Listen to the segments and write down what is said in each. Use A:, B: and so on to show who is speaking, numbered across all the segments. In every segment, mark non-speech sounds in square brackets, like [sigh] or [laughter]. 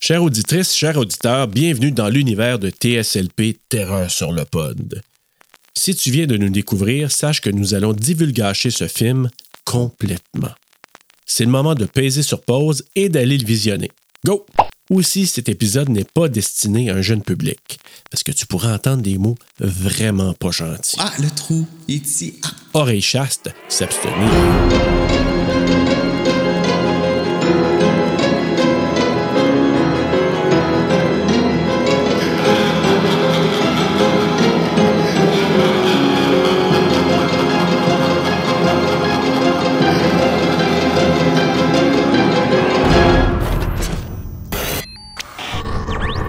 A: Chères auditrices, chers auditeurs, bienvenue dans l'univers de TSLP Terreur sur le Pod. Si tu viens de nous découvrir, sache que nous allons divulgacher ce film complètement. C'est le moment de peser sur pause et d'aller le visionner. Go! Aussi, cet épisode n'est pas destiné à un jeune public, parce que tu pourras entendre des mots vraiment pas gentils.
B: Ah, le trou, il est ici. Ah.
A: Oreille chaste, s'abstenir.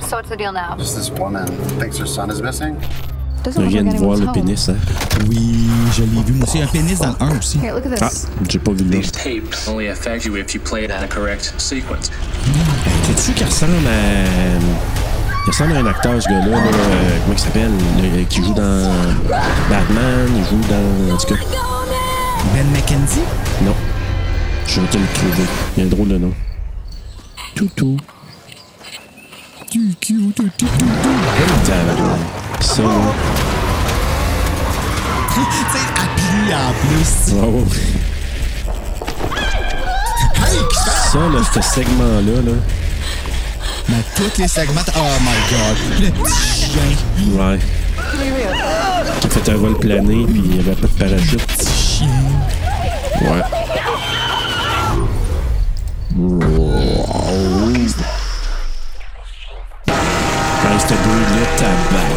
C: So what's the deal now?
D: Just this woman thinks her son is missing.
C: Doesn't
A: Je
C: look
A: viens
C: like
A: de voir
C: anyone's
A: le
C: home.
A: pénis, hein?
B: Oui, je l'ai vu, moi aussi. Un pénis dans le 1 aussi.
C: Here, look at
A: Ah,
C: this.
A: j'ai pas vu le nom.
E: These tapes only affect you if you play it in a correct sequence.
A: Sais-tu qu'il ressemble à. euh, Il ressemble à un acteur, ce gars-là. là, euh, comment il s'appelle Le- Qui joue dans Batman, il joue dans. En tout cas,
B: Ben McKenzie?
A: non. Je vais te le trouver. Il y a un drôle de nom. Toutou. Tabarnak. Ça, là.
B: [laughs] Tu sais, appelé en plus.
A: [laughs] Bravo. Ça, là, ce segment-là, là.
B: Dans tous les segments. Oh my god. Le petit chien.
A: Ouais. Qui a fait un vol plané, puis il n'y avait pas de parachute.
B: Chien.
A: Ouais. Quand c'était brûlé, tabarnak.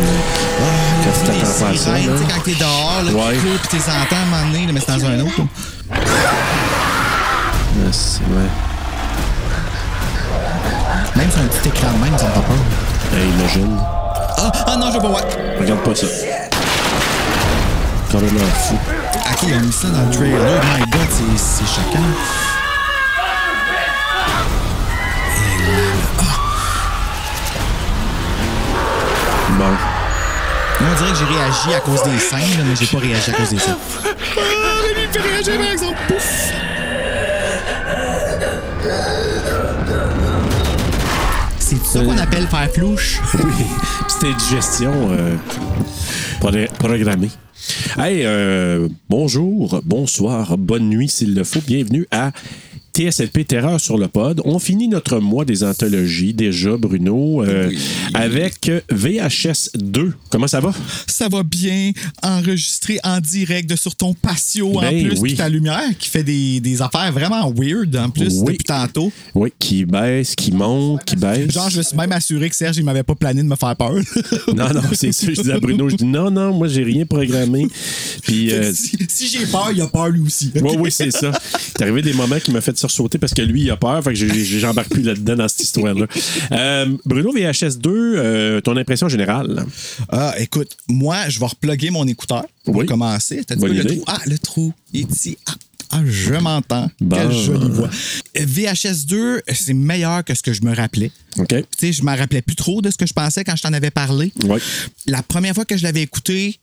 A: Quand tu t'attends pas à ça,
B: Hey,
A: là.
B: tu sais, quand t'es dehors, là,
A: Ouais.
B: tu cours pis t'es entends à un moment donné, là, mais c'est dans un autre. là.
A: Ah, c'est- Ouais.
B: Même sur un petit écran de même, ça me fait peur.
A: Hey, imagine.
B: Ah, ah non, je veux pas voir.
A: Regarde pas ça. Complètement fou.
B: Ok, ils ont mis ça dans le trailer. Oh My god, c'est- c'est choquant. Et là, là,
A: Bon.
B: ah. Moi, on dirait que j'ai réagi à cause des scènes, là, mais j'ai pas réagi à cause des scènes. Ah, Rémi fait réagir par exemple. Pouf! C'est ça qu'on appelle faire flouche?
A: C'était une gestion euh, pro- programmée. Hey, euh, bonjour, bonsoir, bonne nuit s'il le faut. Bienvenue à TSLP Terreur sur le pod. On finit notre mois des anthologies déjà, Bruno, euh,
B: Oui.
A: avec VHS 2. Comment ça va?
B: Ça va bien enregistré en direct de sur ton patio en
A: Ben
B: plus,
A: oui.
B: puis ta lumière qui fait des, des affaires vraiment weird en plus
A: Oui.
B: depuis tantôt.
A: Oui, qui baisse, qui monte, qui baisse.
B: Genre, je me suis même assuré que Serge, il m'avait pas plané de me faire peur. [laughs]
A: Non, non, c'est ça. Je dis à Bruno, je dis non, non, moi, j'ai rien programmé. Puis. euh,
B: si si j'ai peur, il a peur lui aussi.
A: Oui, oui, c'est ça. C'est arrivé des moments qui m'ont fait sursauter parce que lui, il a peur. Fait que j'ai- j'ai- j'embarque plus là-dedans dans cette histoire-là. Euh, Bruno, VHS 2, euh, ton impression générale?
B: Ah, écoute, moi, je vais repluguer mon écouteur pour
A: Oui.
B: commencer. T'as dit
A: Bonne
B: quoi, le
A: idée.
B: trou. Ah, le trou. Il est ici. Ah, ah, je m'entends.
A: Bon.
B: Quelle jolie voix. Euh, VHS 2, c'est meilleur que ce que je me rappelais.
A: OK.
B: Tu sais, je m'en rappelais plus trop de ce que je pensais quand je t'en avais parlé.
A: Oui.
B: La première fois que je l'avais écouté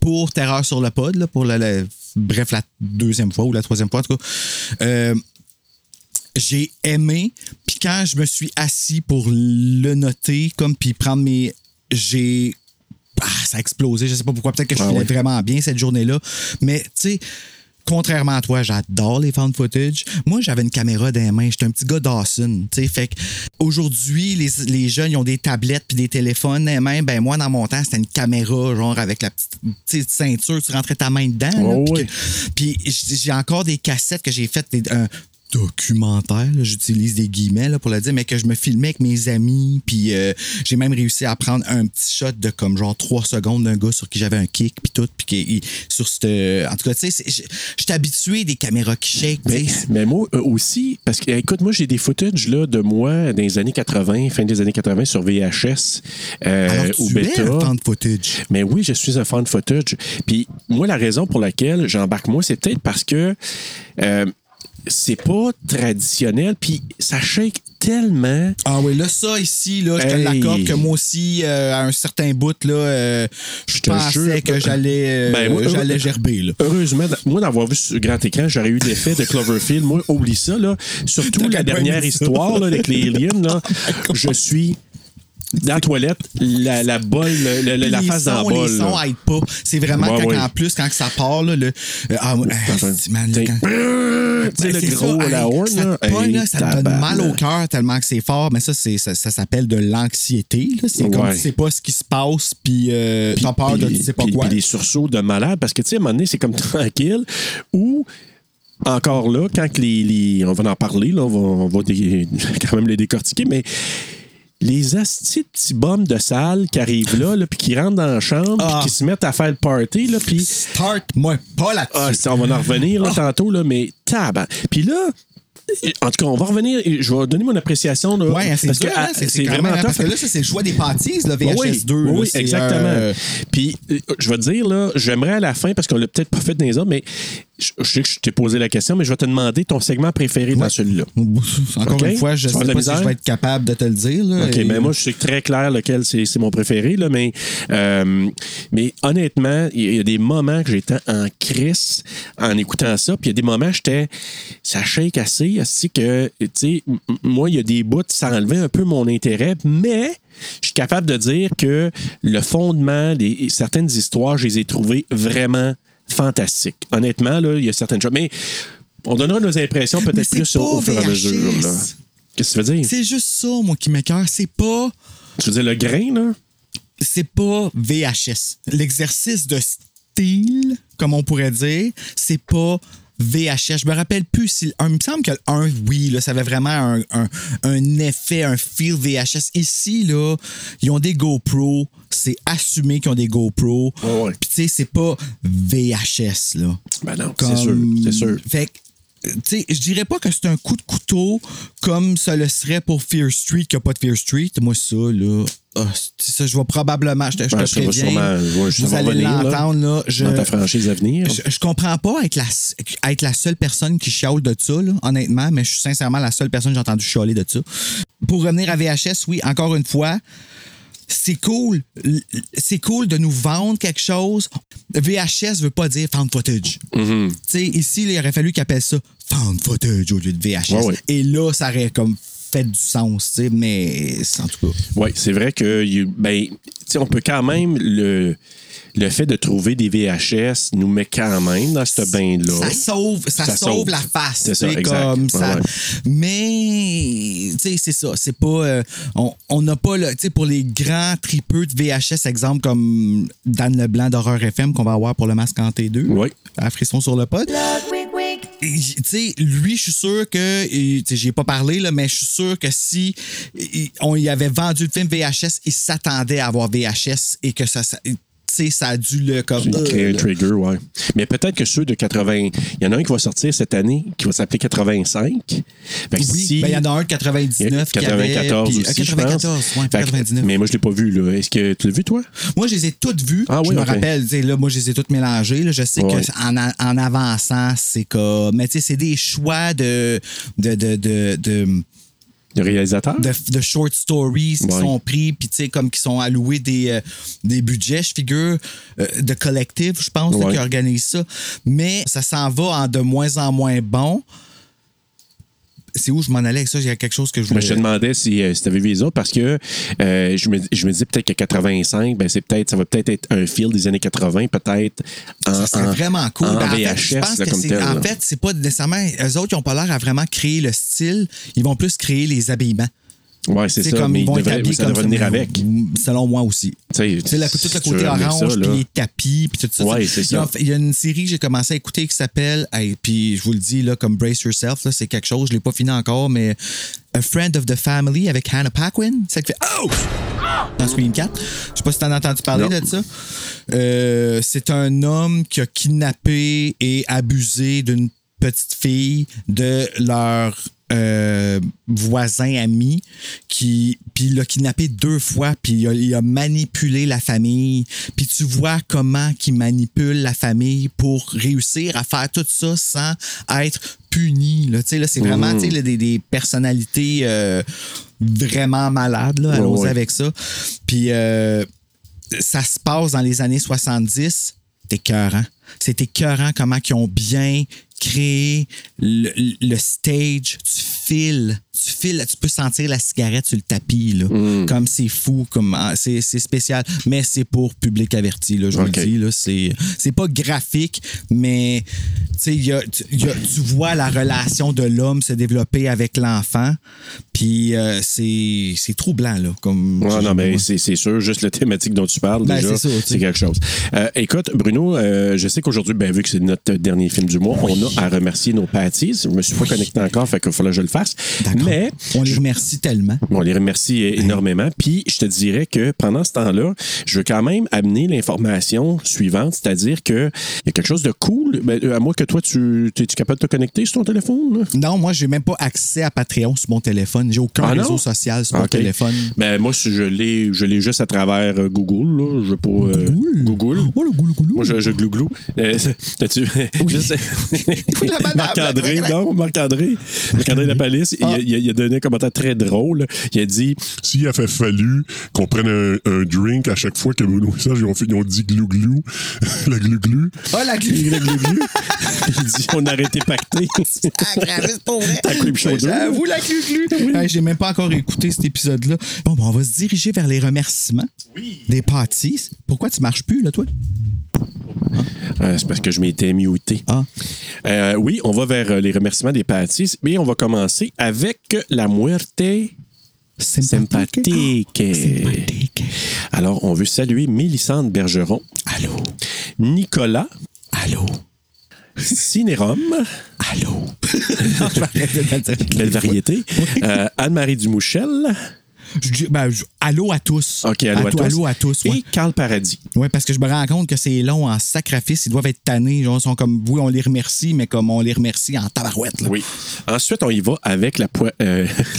B: pour Terreur sur le pod, là, pour le, le- bref, la deuxième fois ou la troisième fois, en tout cas, euh, j'ai aimé. Puis quand je me suis assis pour le noter, comme puis prendre mes. J'ai. Ah, ça a explosé. Je sais pas pourquoi. Peut-être que je
A: Ah
B: filais
A: ouais.
B: vraiment bien cette journée-là. Mais tu sais. Contrairement à toi, j'adore les found footage. Moi, j'avais une caméra dans les mains. J'étais un petit gars Dawson. tu sais. Fait que aujourd'hui, les, les jeunes, ils ont des tablettes puis des téléphones dans les mains. Ben, moi, dans mon temps, c'était une caméra, genre, avec la petite tu sais, ceinture. Tu rentrais ta main dedans. là,
A: Ouais,
B: puis
A: ouais.
B: que- puis j- j'ai encore des cassettes que j'ai faites, des, un documentaire, là, j'utilise des guillemets là, pour le dire, mais que je me filmais avec mes amis. Puis euh, j'ai même réussi à prendre un petit shot de comme genre 3 secondes d'un gars sur qui j'avais un kick, puis tout. Puis qui- il- sur cette. En tout cas, tu sais, c'est- je je suis habitué des caméras qui shake. tu
A: Mais,
B: sais, c'est-
A: mais moi euh, aussi, parce que, écoute, moi, j'ai des footages là, de moi dans les années 80, fin des années 80 sur VHS euh,
B: Alors,
A: ou
B: tu es
A: bêta.
B: un fan de footage.
A: Mais oui, je suis un fan de footage. Puis moi, la raison pour laquelle j'embarque moi, c'est peut-être parce que euh, c'est pas traditionnel, puis ça shake tellement.
B: Ah oui, là, ça ici, là, je te
A: Hey.
B: l'accorde que moi aussi, euh, à un certain bout, là, euh, je
A: te
B: pensais
A: jure.
B: que j'allais euh,
A: Ben, moi,
B: j'allais
A: euh,
B: gerber. Là.
A: Heureusement, d- moi, d'avoir vu sur grand écran, j'aurais eu l'effet de Cloverfield. Moi, oublie ça, là. Surtout
B: T'aurais
A: la
B: pas
A: dernière
B: aimé ça.
A: histoire là, avec
B: [laughs]
A: les aliens, là. je suis dans la toilette, la, la bol, le- le- la
B: Les
A: face
B: sons,
A: dans la bol.
B: Les sons
A: là.
B: aident pas. C'est vraiment
A: Ouais,
B: quand,
A: ouais.
B: en plus, quand ça part, là, le. euh, ah, ouais,
A: Enfin,
B: ah, c'est- man, là,
A: t'es- [laughs]
B: quand-
A: Brrr, tu sais,
B: Ben,
A: le
B: c'est
A: gros,
B: ça,
A: la
B: hey,
A: horn,
B: ça,
A: là.
B: te pogne,
A: Hey,
B: là, ça te donne
A: tabarnak.
B: mal au cœur tellement que c'est fort, mais ça, c'est, ça, ça s'appelle de l'anxiété. là. C'est comme
A: Ouais.
B: tu sais pas ce qui se passe, puis euh,
A: Puis-
B: t'as peur de
A: puis-
B: tu sais pas
A: puis-
B: quoi.
A: Puis des sursauts de malade, parce que, tu sais, à un moment donné, c'est comme [laughs] tranquille. Ou, encore là, quand que les, les- On va en parler, là, on va, on va dé- [laughs] quand même les décortiquer, mais les astis de petits bums de salle qui arrivent là, là, puis qui rentrent dans la chambre,
B: Ah.
A: puis qui se mettent à faire le party, là, puis.
B: Start, moi, pas là-dessus.
A: Ah, ça, on va en revenir là, tantôt, là, mais tabac. Puis là, en tout cas, on va revenir. et Je vais donner mon appréciation. Là,
B: ouais, c'est
A: parce
B: dur,
A: que
B: hein,
A: ah,
B: c'est,
A: c'est
B: quand
A: vraiment
B: même, hein,
A: tough.
B: Parce que là, ça, c'est le choix des pâtisses, le VHS 2.
A: Ben Oui,
B: là,
A: oui,
B: c'est,
A: exactement.
B: euh,
A: Puis, euh, je vais te dire, là, j'aimerais à la fin, parce qu'on l'a peut-être pas fait dans les autres, mais je, je sais que je t'ai posé la question, mais je vais te demander ton segment préféré dans celui-là.
B: encore
A: Ok.
B: une fois, je
A: Tu
B: sais
A: vas avoir de la
B: pas si je
A: misère?
B: vais être capable de te le dire. là,
A: OK,
B: et-
A: mais moi, je sais que très clair lequel c'est c'est mon préféré, là, mais, euh, mais honnêtement, il y a- il y a des moments que j'étais en crise en écoutant ça, puis il y a des moments que j'étais. Ça shake assez, ainsi que, tu sais, m- m- moi, il y a des bouts, ça enlevait un peu mon intérêt, mais. Je suis capable de dire que le fondement, les, certaines histoires, je les ai trouvées vraiment fantastiques. Honnêtement, là, il y a certaines choses. Mais on donnera nos impressions peut-être
B: c'est
A: plus au, au
B: pas
A: fur et à mesure. là.
B: VHS.
A: Qu'est-ce que tu veux dire?
B: C'est juste ça, moi, qui m'écœure. C'est pas.
A: Tu veux dire le grain, là?
B: c'est pas VHS. L'exercice de style, comme on pourrait dire, c'est pas VHS. Je me rappelle plus si le 1, il me semble que le 1, oui, là, ça avait vraiment un, un- un effet, un feel VHS. Ici, là, ils ont des GoPro, c'est assumé qu'ils ont des GoPro.
A: Ouais, ouais.
B: Puis tu sais, c'est pas VHS, là.
A: Ben non,
B: Comme-
A: c'est sûr, c'est sûr.
B: Fait que, tu sais, je dirais pas que c'est un coup de couteau comme ça le serait pour Fear Street, qu'il n'y a pas de Fear Street. Moi, ça, là, ah, c'est ça, je vais probablement, je te, je te
A: Ouais, ça va
B: préviens,
A: Ben, sûrement- ouais, ça
B: vous
A: va
B: allez
A: revenir, là,
B: l'entendre, là. je,
A: dans ta franchise à venir.
B: je, je comprends pas être la, être la seule personne qui chiale de ça, là, honnêtement, mais je suis sincèrement la seule personne que j'ai entendu chialer de ça. Pour revenir à VHS, oui, encore une fois, c'est cool. L- C'est cool de nous vendre quelque chose. VHS veut pas dire found footage.
A: Mm-hmm.
B: Tu sais, ici, il aurait fallu qu'ils appellent ça found footage au lieu de VHS.
A: Ouais, ouais.
B: Et là, ça aurait comme fait du sens, tu sais, mais en tout cas.
A: Oui, c'est vrai que il- ben, tu sais, on peut quand même le, le fait de trouver des VHS nous met quand même dans ce bain-là.
B: Ça sauve, ça
A: Ça
B: sauve,
A: sauve.
B: la face.
A: C'est ça,
B: tu sais,
A: exact.
B: comme
A: Ouais,
B: ça.
A: ouais.
B: Mais, tu sais, c'est ça. C'est pas. euh, on on n'a pas le. Tu sais, pour les grands tripeux de VHS, exemple comme Dan Leblanc d'Horreur FM qu'on va avoir pour le masque en T2.
A: Ouais.
B: À frisson sur le pod.
F: Wig wig.
B: Et, Tu sais, lui, je suis sûr que. et, Tu sais, j'y ai pas parlé, là, mais je suis sûr que si il- on y avait vendu le film VHS, il s'attendait à avoir VHS et que ça. ça tu sais, ça a dû le. Comme,
A: Il crée un
B: euh,
A: trigger, ouais. Mais peut-être que ceux de 80, il y en a un qui va sortir cette année, qui va s'appeler 85. Fait que
B: Oui,
A: si-
B: ben, il y en a un de 99 qui avait-
A: 94
B: puis-
A: aussi,
B: euh, 94,
A: je pense.
B: ouais,
A: Fait que-
B: 99.
A: mais moi, je l'ai pas vu, là. Est-ce que tu l'as vu, toi?
B: Moi, je les ai toutes vues.
A: Ah oui,
B: je me
A: ok.
B: rappelle, tu sais, là, moi, je les ai toutes mélangées. là. Je sais
A: Ouais.
B: que en, a- en avançant, c'est comme. Mais tu sais, c'est des choix de. de, de, de, de
A: Le réalisateur?
B: de, de short stories qui
A: Ouais.
B: sont pris, puis tu sais, comme qui sont alloués des, euh, des budgets, je figure, euh, de collectif, je pense, là,
A: Ouais.
B: qui organise ça. Mais ça s'en va en de moins en moins bon. C'est où je m'en allais avec ça? Il y a quelque chose que je
A: Mais
B: voulais...
A: Ben, je te demandais si, euh, si tu avais vu les autres parce que euh, je, me, je me disais peut-être que 85, ben c'est peut-être, ça va peut-être être un fil des années 80, peut-être en,
B: Ça serait
A: en-
B: Ah, vraiment cool.
A: en
B: Ben, en fait,
A: VHS
B: je pense
A: là,
B: que
A: comme
B: c'est-
A: tel.
B: En
A: là.
B: fait, c'est pas nécessairement. Eux autres, ils ont pas l'air à vraiment créer le style. Ils vont plus créer les habillements.
A: ouais, c'est
B: C'est
A: ça,
B: comme
A: mais
B: ils
A: il
B: vont être
A: devrait,
B: habillés
A: ça
B: comme
A: devrait venir avec. Tu
B: Selon moi aussi.
A: sais,
B: Tu sais, la- tout
A: si
B: le
A: tu
B: côté
A: veux ramener ça,
B: orange,
A: là.
B: puis les tapis, puis tout ça.
A: Ouais, c'est ça.
B: Ils ont- Il y a une série que j'ai commencé à écouter qui s'appelle, hey, puis je vous le dis, là, comme Brace Yourself, là, c'est quelque chose, je l'ai pas fini encore, mais A Friend of the Family avec Hannah Paquin, ça qui fait Oh! Dans Scream 4. Je sais pas si t'en as entendu parler
A: Non.
B: de ça. Euh, c'est un homme qui a kidnappé et abusé d'une petite fille de leur euh, voisin ami qui puis il l'a kidnappé deux fois puis il a, il a manipulé la famille puis tu vois comment qu'il manipule la famille pour réussir à faire tout ça sans être puni. Là, Tu sais, là, c'est vraiment
A: Mhm.
B: tu sais, là, des, des personnalités euh, vraiment malades. là. Allons-y
A: ouais.
B: avec ça. Puis euh, ça se passe dans les années 70. C'est écœurant. C'est écœurant comment ils ont bien créé le, le stage. Tu files. Tu files. Tu peux sentir la cigarette sur le tapis. Là. Comme c'est fou. comme ah, C'est c'est spécial. Mais c'est pour public averti. Là, je vous
A: Ok.
B: le dis. là. C'est c'est pas graphique, mais tu sais, il y a- tu il y a- tu vois la relation de l'homme se développer avec l'enfant. Puis euh, c'est c'est troublant. Là, comme,
A: Ouais, non, mais
B: Ouais.
A: c'est c'est sûr, juste la thématique dont tu parles,
B: Ben,
A: déjà,
B: c'est ça, tu sais.
A: c'est quelque chose. Euh, écoute, Bruno, euh, je sais qu'aujourd'hui, ben, vu que c'est notre dernier film du mois, on a à remercier nos patties. Je me suis pas connecté encore, fait qu'il fallait que je le fasse.
B: D'accord.
A: Mais
B: On les remercie tellement.
A: Bon, On les remercie
B: Mhm.
A: euh, énormément. Puis, je te dirais que pendant ce temps-là, je veux quand même amener l'information suivante, c'est-à-dire qu'il y a quelque chose de cool. Ben, euh, à moins que toi, tu es capable de te connecter sur ton téléphone? là?
B: Non, moi, j'ai même pas accès à Patreon sur mon téléphone. J'ai aucun
A: Ah non?
B: réseau social sur mon
A: OK.
B: téléphone.
A: Ben, moi, si je l'ai je l'ai juste à travers euh, Google. Là. Je veux pas. euh,
B: Google?
A: Google.
B: Oh, le goulou goulou.
A: Moi, je, je glouglou. Euh,
B: [laughs]
A: T'as-tu. Juste-
B: La madame,
A: Marc-André,
B: la-
A: non, Marc-André. Marc-André Lapalisse, il a-
B: Ah.
A: il, a- il a donné un commentaire très drôle. Il a dit [laughs]
G: S'il avait fallu qu'on prenne un, un drink à chaque fois que Bruno et Serge ils ont, fait- ils ont dit glou-glou, [laughs] le glou-glou,
B: Oh, la goulou.
A: il dit, on a arrêté pacté.
B: Ah, Travis, pour vrai.
A: Ta creep show
B: Ouais,
A: deux.
B: J'avoue, la glu-glu. Hey, J'ai même pas encore écouté cet épisode-là. Bon, ben, on va se diriger vers les remerciements des pâtisses. Pourquoi tu marches plus, là, toi?
A: Euh, c'est parce que je m'étais muté.
B: Ah.
A: Euh, oui, on va vers euh, les remerciements des Patties, mais on va commencer avec la muerte sympathique.
B: Sympathique.
A: Alors, on veut saluer Mélissande Bergeron,
B: Allô?
A: Nicolas,
B: Allô?
A: Cinérum,
B: Allô? [laughs] Je vais arrêter de le dire.
A: belle variété, euh, Anne-Marie Dumouchel,
B: Je dis- ben, je- allô à tous.
A: OK, allô à, tous.
B: Ah, Allô à tous, ouais.
A: Et Carl Paradis.
B: Oui, parce que je me rends compte que c'est long en sacrifice. Ils doivent être tannés. Genre, ils sont comme vous, on les remercie, mais comme on les remercie en tabarouette. là.
A: Oui. Ensuite, on y va avec la poêle. euh, [laughs]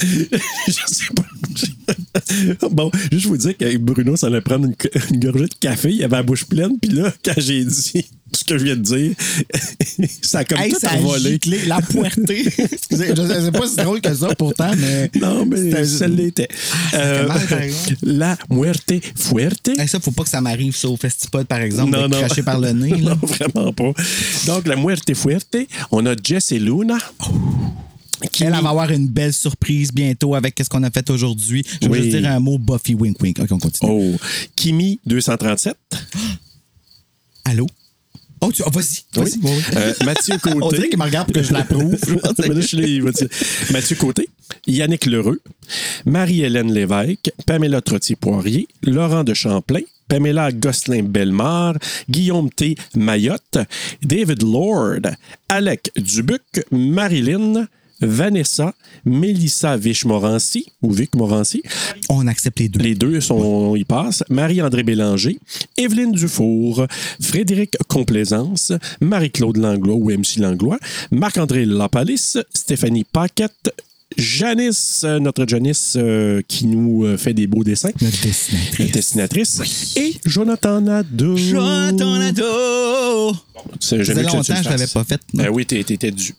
A: je sais pas. Bon, juste vous dire que Bruno, ça allait prendre une, une gorgée de café. Il avait la bouche pleine. Puis là, quand j'ai dit ce que je viens de dire, [laughs] ça a comme
B: Hey,
A: tout
B: ça a
A: envolé.
B: giclé, la puerté.
A: [laughs]
B: Excusez, je sais pas si c'est drôle que ça, pourtant, mais.
A: Non, mais
B: C'était-
A: ça l'était.
B: Ah,
A: Euh,
B: fait mal, par exemple.
A: [laughs] la muerte fuerte.
B: Hey, ça, faut pas que ça m'arrive, ça, au festipod, par exemple,
A: Non,
B: de
A: non.
B: cracher par
A: [laughs]
B: le nez.
A: non,
B: là.
A: vraiment pas. Donc, la muerte fuerte. On a Jess et Luna. Qui...
B: Oh. Elle, elle va avoir une belle surprise bientôt avec ce qu'on a fait aujourd'hui. Je vais
A: Oui.
B: juste dire un mot Buffy Wink Wink. OK, on continue.
A: Oh, Kimi 237.
B: Allô? Oh, tu... ah, vas-y. Vas-y. Ouais, ouais. [laughs]
A: Euh, Mathieu Côté.
B: On dirait qu'il me regarde pour que
A: [laughs]
B: je l'approuve.
A: Mais là, je l'ai, il va dire. Mathieu Côté, Yannick Lheureux, Marie-Hélène Lévesque, Pamela Trottier-Poirier, Laurent de Champlain, Pamela Gosselin-Bellemare, Guillaume T. Mayotte, David Lord, Alec Dubuc, Marilyn, Vanessa, Mélissa Viche-Morancy, ou Vic-Morancy,
B: On accepte les deux.
A: les deux sont, y passent. Marie-André Bélanger, Evelyne Dufour, Frédéric Complaisance, Marie-Claude Langlois ou MC Langlois, Marc-André Lapalis, Stéphanie Paquette, Janice, euh, notre Janice euh, qui nous euh, fait des beaux dessins,
B: Notre dessinatrice.
A: notre dessinatrice, et Jonathan Nadeau.
B: J'entends la dos.
A: C'est-
B: Ça
A: j'aimais que
B: faisait
A: tu le
B: longtemps que je l'avais
A: fasses.
B: pas faite. non.
A: Ben oui, t'es- t'étais dû.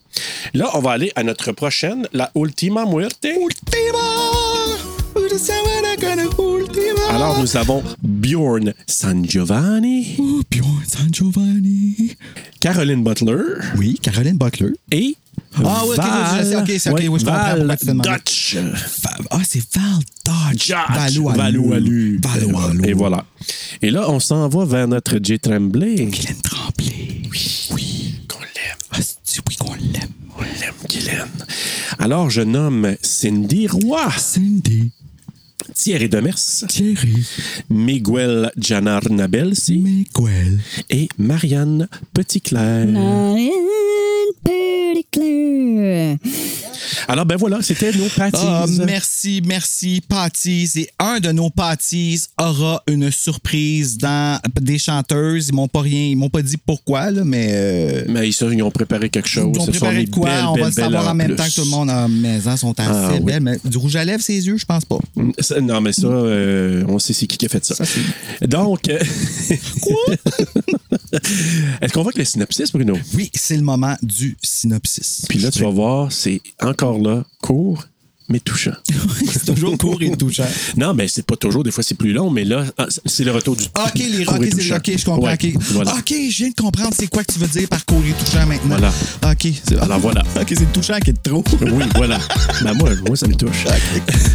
A: Là, on va aller à notre prochaine, la Ultima Muerte. Alors, nous avons Bjorn San Giovanni.
B: Oh, Bjorn San Giovanni.
A: Caroline Butler
B: Oui, Caroline Butler.
A: et
B: Ah, ouais, ok,
A: Val,
B: je sais, ok, c'est ok, oui, je comprends
A: Val
B: pourquoi tu te demandes.
A: Dutch.
B: Va- Ah, c'est Val Dodge.
A: Dutch.
B: Valoualu. Valoualu.
A: Et voilà. Et là, on s'en va vers notre J. Tremblay.
B: Guylaine Tremblay. Oui. Oui.
A: Qu'on l'aime,
B: Ah, c'est oui qu'on l'aime.
A: on l'aime, Guylaine. Alors, je nomme Cindy Roy,
B: Cindy,
A: Thierry Demers,
B: Thierry,
A: Miguel Gianarnabelsi
B: Miguel.
A: et Marianne Petitclerc.
H: pretty clear.
A: Alors, ben voilà, c'était nos patties.
B: Ah, merci, merci, Patties. Et un de nos Patties aura une surprise dans des chanteuses. Ils m'ont pas rien, ils m'ont pas dit pourquoi, là, mais. euh,
A: Mais ils, ils ont préparé quelque chose.
B: Ils ont
A: Ce sont
B: préparé
A: des
B: de quoi?
A: belles,
B: on
A: belles,
B: va le
A: belles
B: savoir en même
A: plus.
B: temps que tout le monde. Ah, mais ils sont assez
A: Ah, oui.
B: belles. Mais du rouge à lèvres, ses yeux, je pense pas.
A: Ça- Non, mais ça, euh, on sait c'est qui qui a fait ça.
B: Ça, c'est-
A: Donc, euh,
B: Quoi?
I: [laughs] Est-ce qu'on voit que le synopsis, Bruno?
B: [laughs] Oui, c'est le moment du synopsis.
I: Puis là, tu vas voir, c'est encore là, court, mais touchant.
B: [laughs] c'est toujours court et touchant.
I: Non, mais c'est pas toujours. Des fois, c'est plus long, mais là, ah, c'est le retour du.
B: OK, les
I: court et
B: ok, c'est-
I: touchant.
B: ok, je comprends.
I: Ouais,
B: ok.
I: Voilà.
B: OK, je viens de comprendre c'est quoi que tu veux dire par court et touchant maintenant.
I: Voilà.
B: OK. c'est-
I: Alors, voilà.
B: [laughs] OK, c'est le touchant qui est trop.
I: Oui,
B: [laughs]
I: voilà. Ben, moi, moi, ça me touche.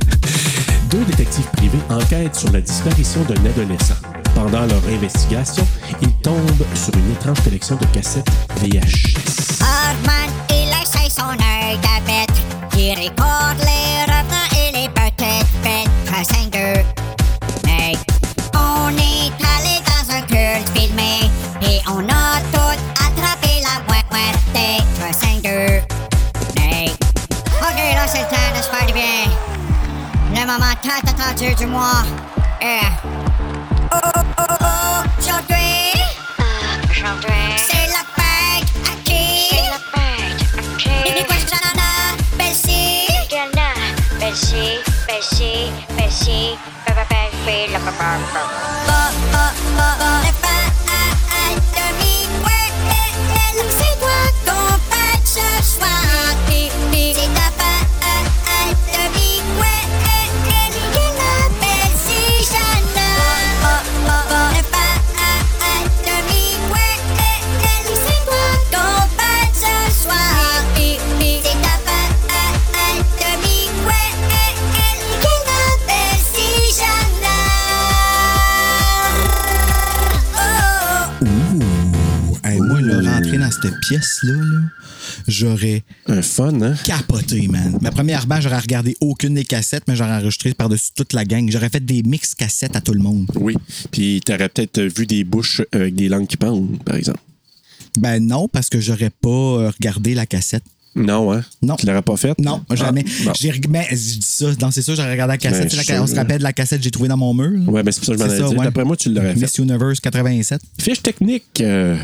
I: [laughs] Deux détectives privés enquêtent sur la disparition d'un adolescent. Pendant leur investigation, ils tombent sur une étrange collection de cassettes VHS.
H: Arman, il essaye son œil de bête. Il regarde les revenants et les petites bêtes. Crossing deux. Mais on est allé dans un culte filmé. Et on a tout attrapé la boîte des Crossing deux. Mais. Ok, là c'est le temps de se faire du bien. Le moment tant attendu du mois. Euh. Oh, oh, oh, aujourd'hui. C'est la fête à qui? Et puis quoi, je t'en en ai, Belsi? Bon, bon, bon, bon. Le vin à un demi-couet, et- et là, c'est toi qu'on fête ce soir. Pi, pi. C'est ta fête à un demi-couet, et- et là, il y a la Belsi, Jeanne. Bon, bon, bon, bon. Le vin à un demi-couet, et- et là, c'est toi qu'on fête ce soir. Pi, pi. C'est ta fête à un demi-couet, et- et là, il y a la Belsi, Jeanne. Oh.
B: Hey, moi, là, rentrer dans cette pièce-là, là, j'aurais
I: Un fun, hein?
B: capoté, man. Ma première barre, j'aurais regardé aucune des cassettes, mais j'aurais enregistré par-dessus toute la gang. J'aurais fait des mix cassettes à tout le monde.
I: Oui. Puis t'aurais peut-être vu des bouches euh, avec des langues qui pendent, par exemple.
B: Ben non, parce que j'aurais pas euh, regardé la cassette.
I: Non, hein?
B: Non.
I: Tu l'aurais pas faite?
B: Non, jamais.
I: Ah, bon.
B: J'ai reg- mais, je dis ça, non, c'est ça, j'aurais regardé la cassette.
I: Ben,
B: Tu sais, la-
I: sûr,
B: on se
I: là.
B: rappelle de la cassette que j'ai trouvée dans mon mur. là.
I: Ouais, ben, c'est pour ça que je m'en
B: C'est
I: allais dire.
B: ouais.
I: D'après moi, tu l'aurais
B: Miss Universe 87.
I: Fiche technique, euh,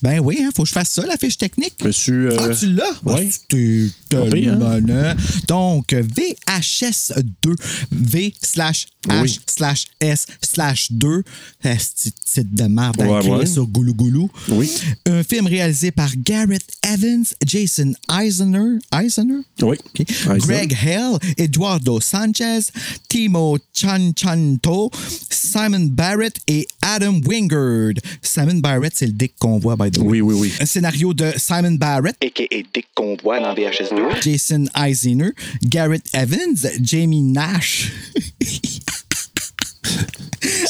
B: Ben oui, hein, faut que je fasse ça, la fiche technique.
I: monsieur.
B: Ah,
I: euh,
B: tu l'as?
I: ouais.
B: Ah, tu- t'es
I: Pas pire, hein?
B: tellement honnête. Donc, VHS2, V slash H
I: Oui.
B: slash S slash 2, euh, c'est titre de merde à
I: Ouais,
B: écrire,
I: ouais.
B: ça, goulou goulou.
I: Oui.
B: Un film réalisé par Garrett Evans, Jason Eisener, Eisener?
I: Oui. Ah,
B: Ok.
I: Eisner.
B: Greg Hale, Eduardo Sanchez, Timo Chanchanto, Simon Barrett et Adam Wingard. Simon Barrett, c'est le dick qu'on voit, by the way.
I: Oui, oui, oui.
B: Un scénario de Simon Barrett,
J: a.k.a. Dick Convoy dans VHS2.
B: Jason Eisner, Garrett Evans, Jamie
I: [laughs]
B: Nash.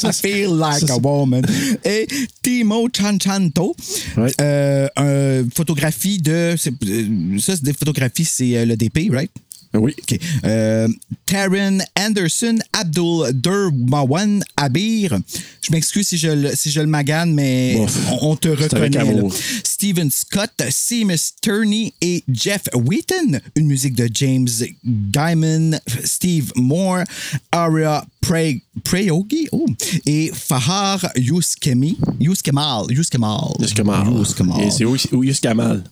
B: I feel like a woman. Et Timo Chanchanto.
I: Ouais.
B: Euh, euh, photographie de. c'est- euh, Ça, c'est des photographies, c'est euh, le DP, right?
I: Oui.
B: OK. Euh, Taryn Anderson, Abdul Dermawan Abir. Je m'excuse si je le, si je le magane, mais
I: Bon,
B: on, on te
I: c'est avec
B: reconnaît.
I: amour.
B: là. Stephen Scott, Seamus Turney et Jeff Wheaton. Une musique de James Diamond, Steve Moore, Aria Pre- Preyogi oh, et Fahar Youskemi. Youskemal. Youskemal.
I: Yuskamal.
B: Youskemal.
I: Et C'est où, où Yuskamal?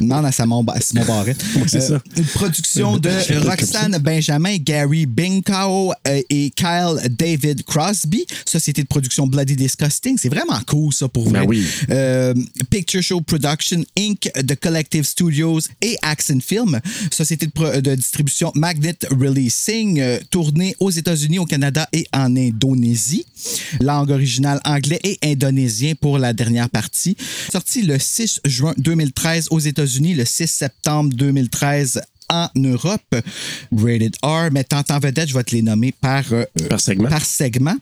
B: non, non, c'est mon, ba- c'est mon
I: [laughs]
B: barrette. Euh,
I: c'est ça.
B: Une production de
I: Je l'ai
B: Roxane Benjamin, Gary Binkao euh, et Kyle David Crosby. Société de production Bloody Disgusting. C'est vraiment cool, ça, pour vrai.
I: Ben oui.
B: Euh, Picture Show Production Inc., The Collective Studios et Accent Film. Société de, pro- de distribution Magnet Releasing. euh, tournée aux États-Unis, au Canada et en Indonésie. Langue originale anglais et indonésien pour la dernière partie. Sorti le 6 juin 2013 aux États-Unis, le 6 septembre 2013 en Europe, rated R, mettant en vedette, je vais te les nommer par, euh,
I: Par segment.
B: par segment.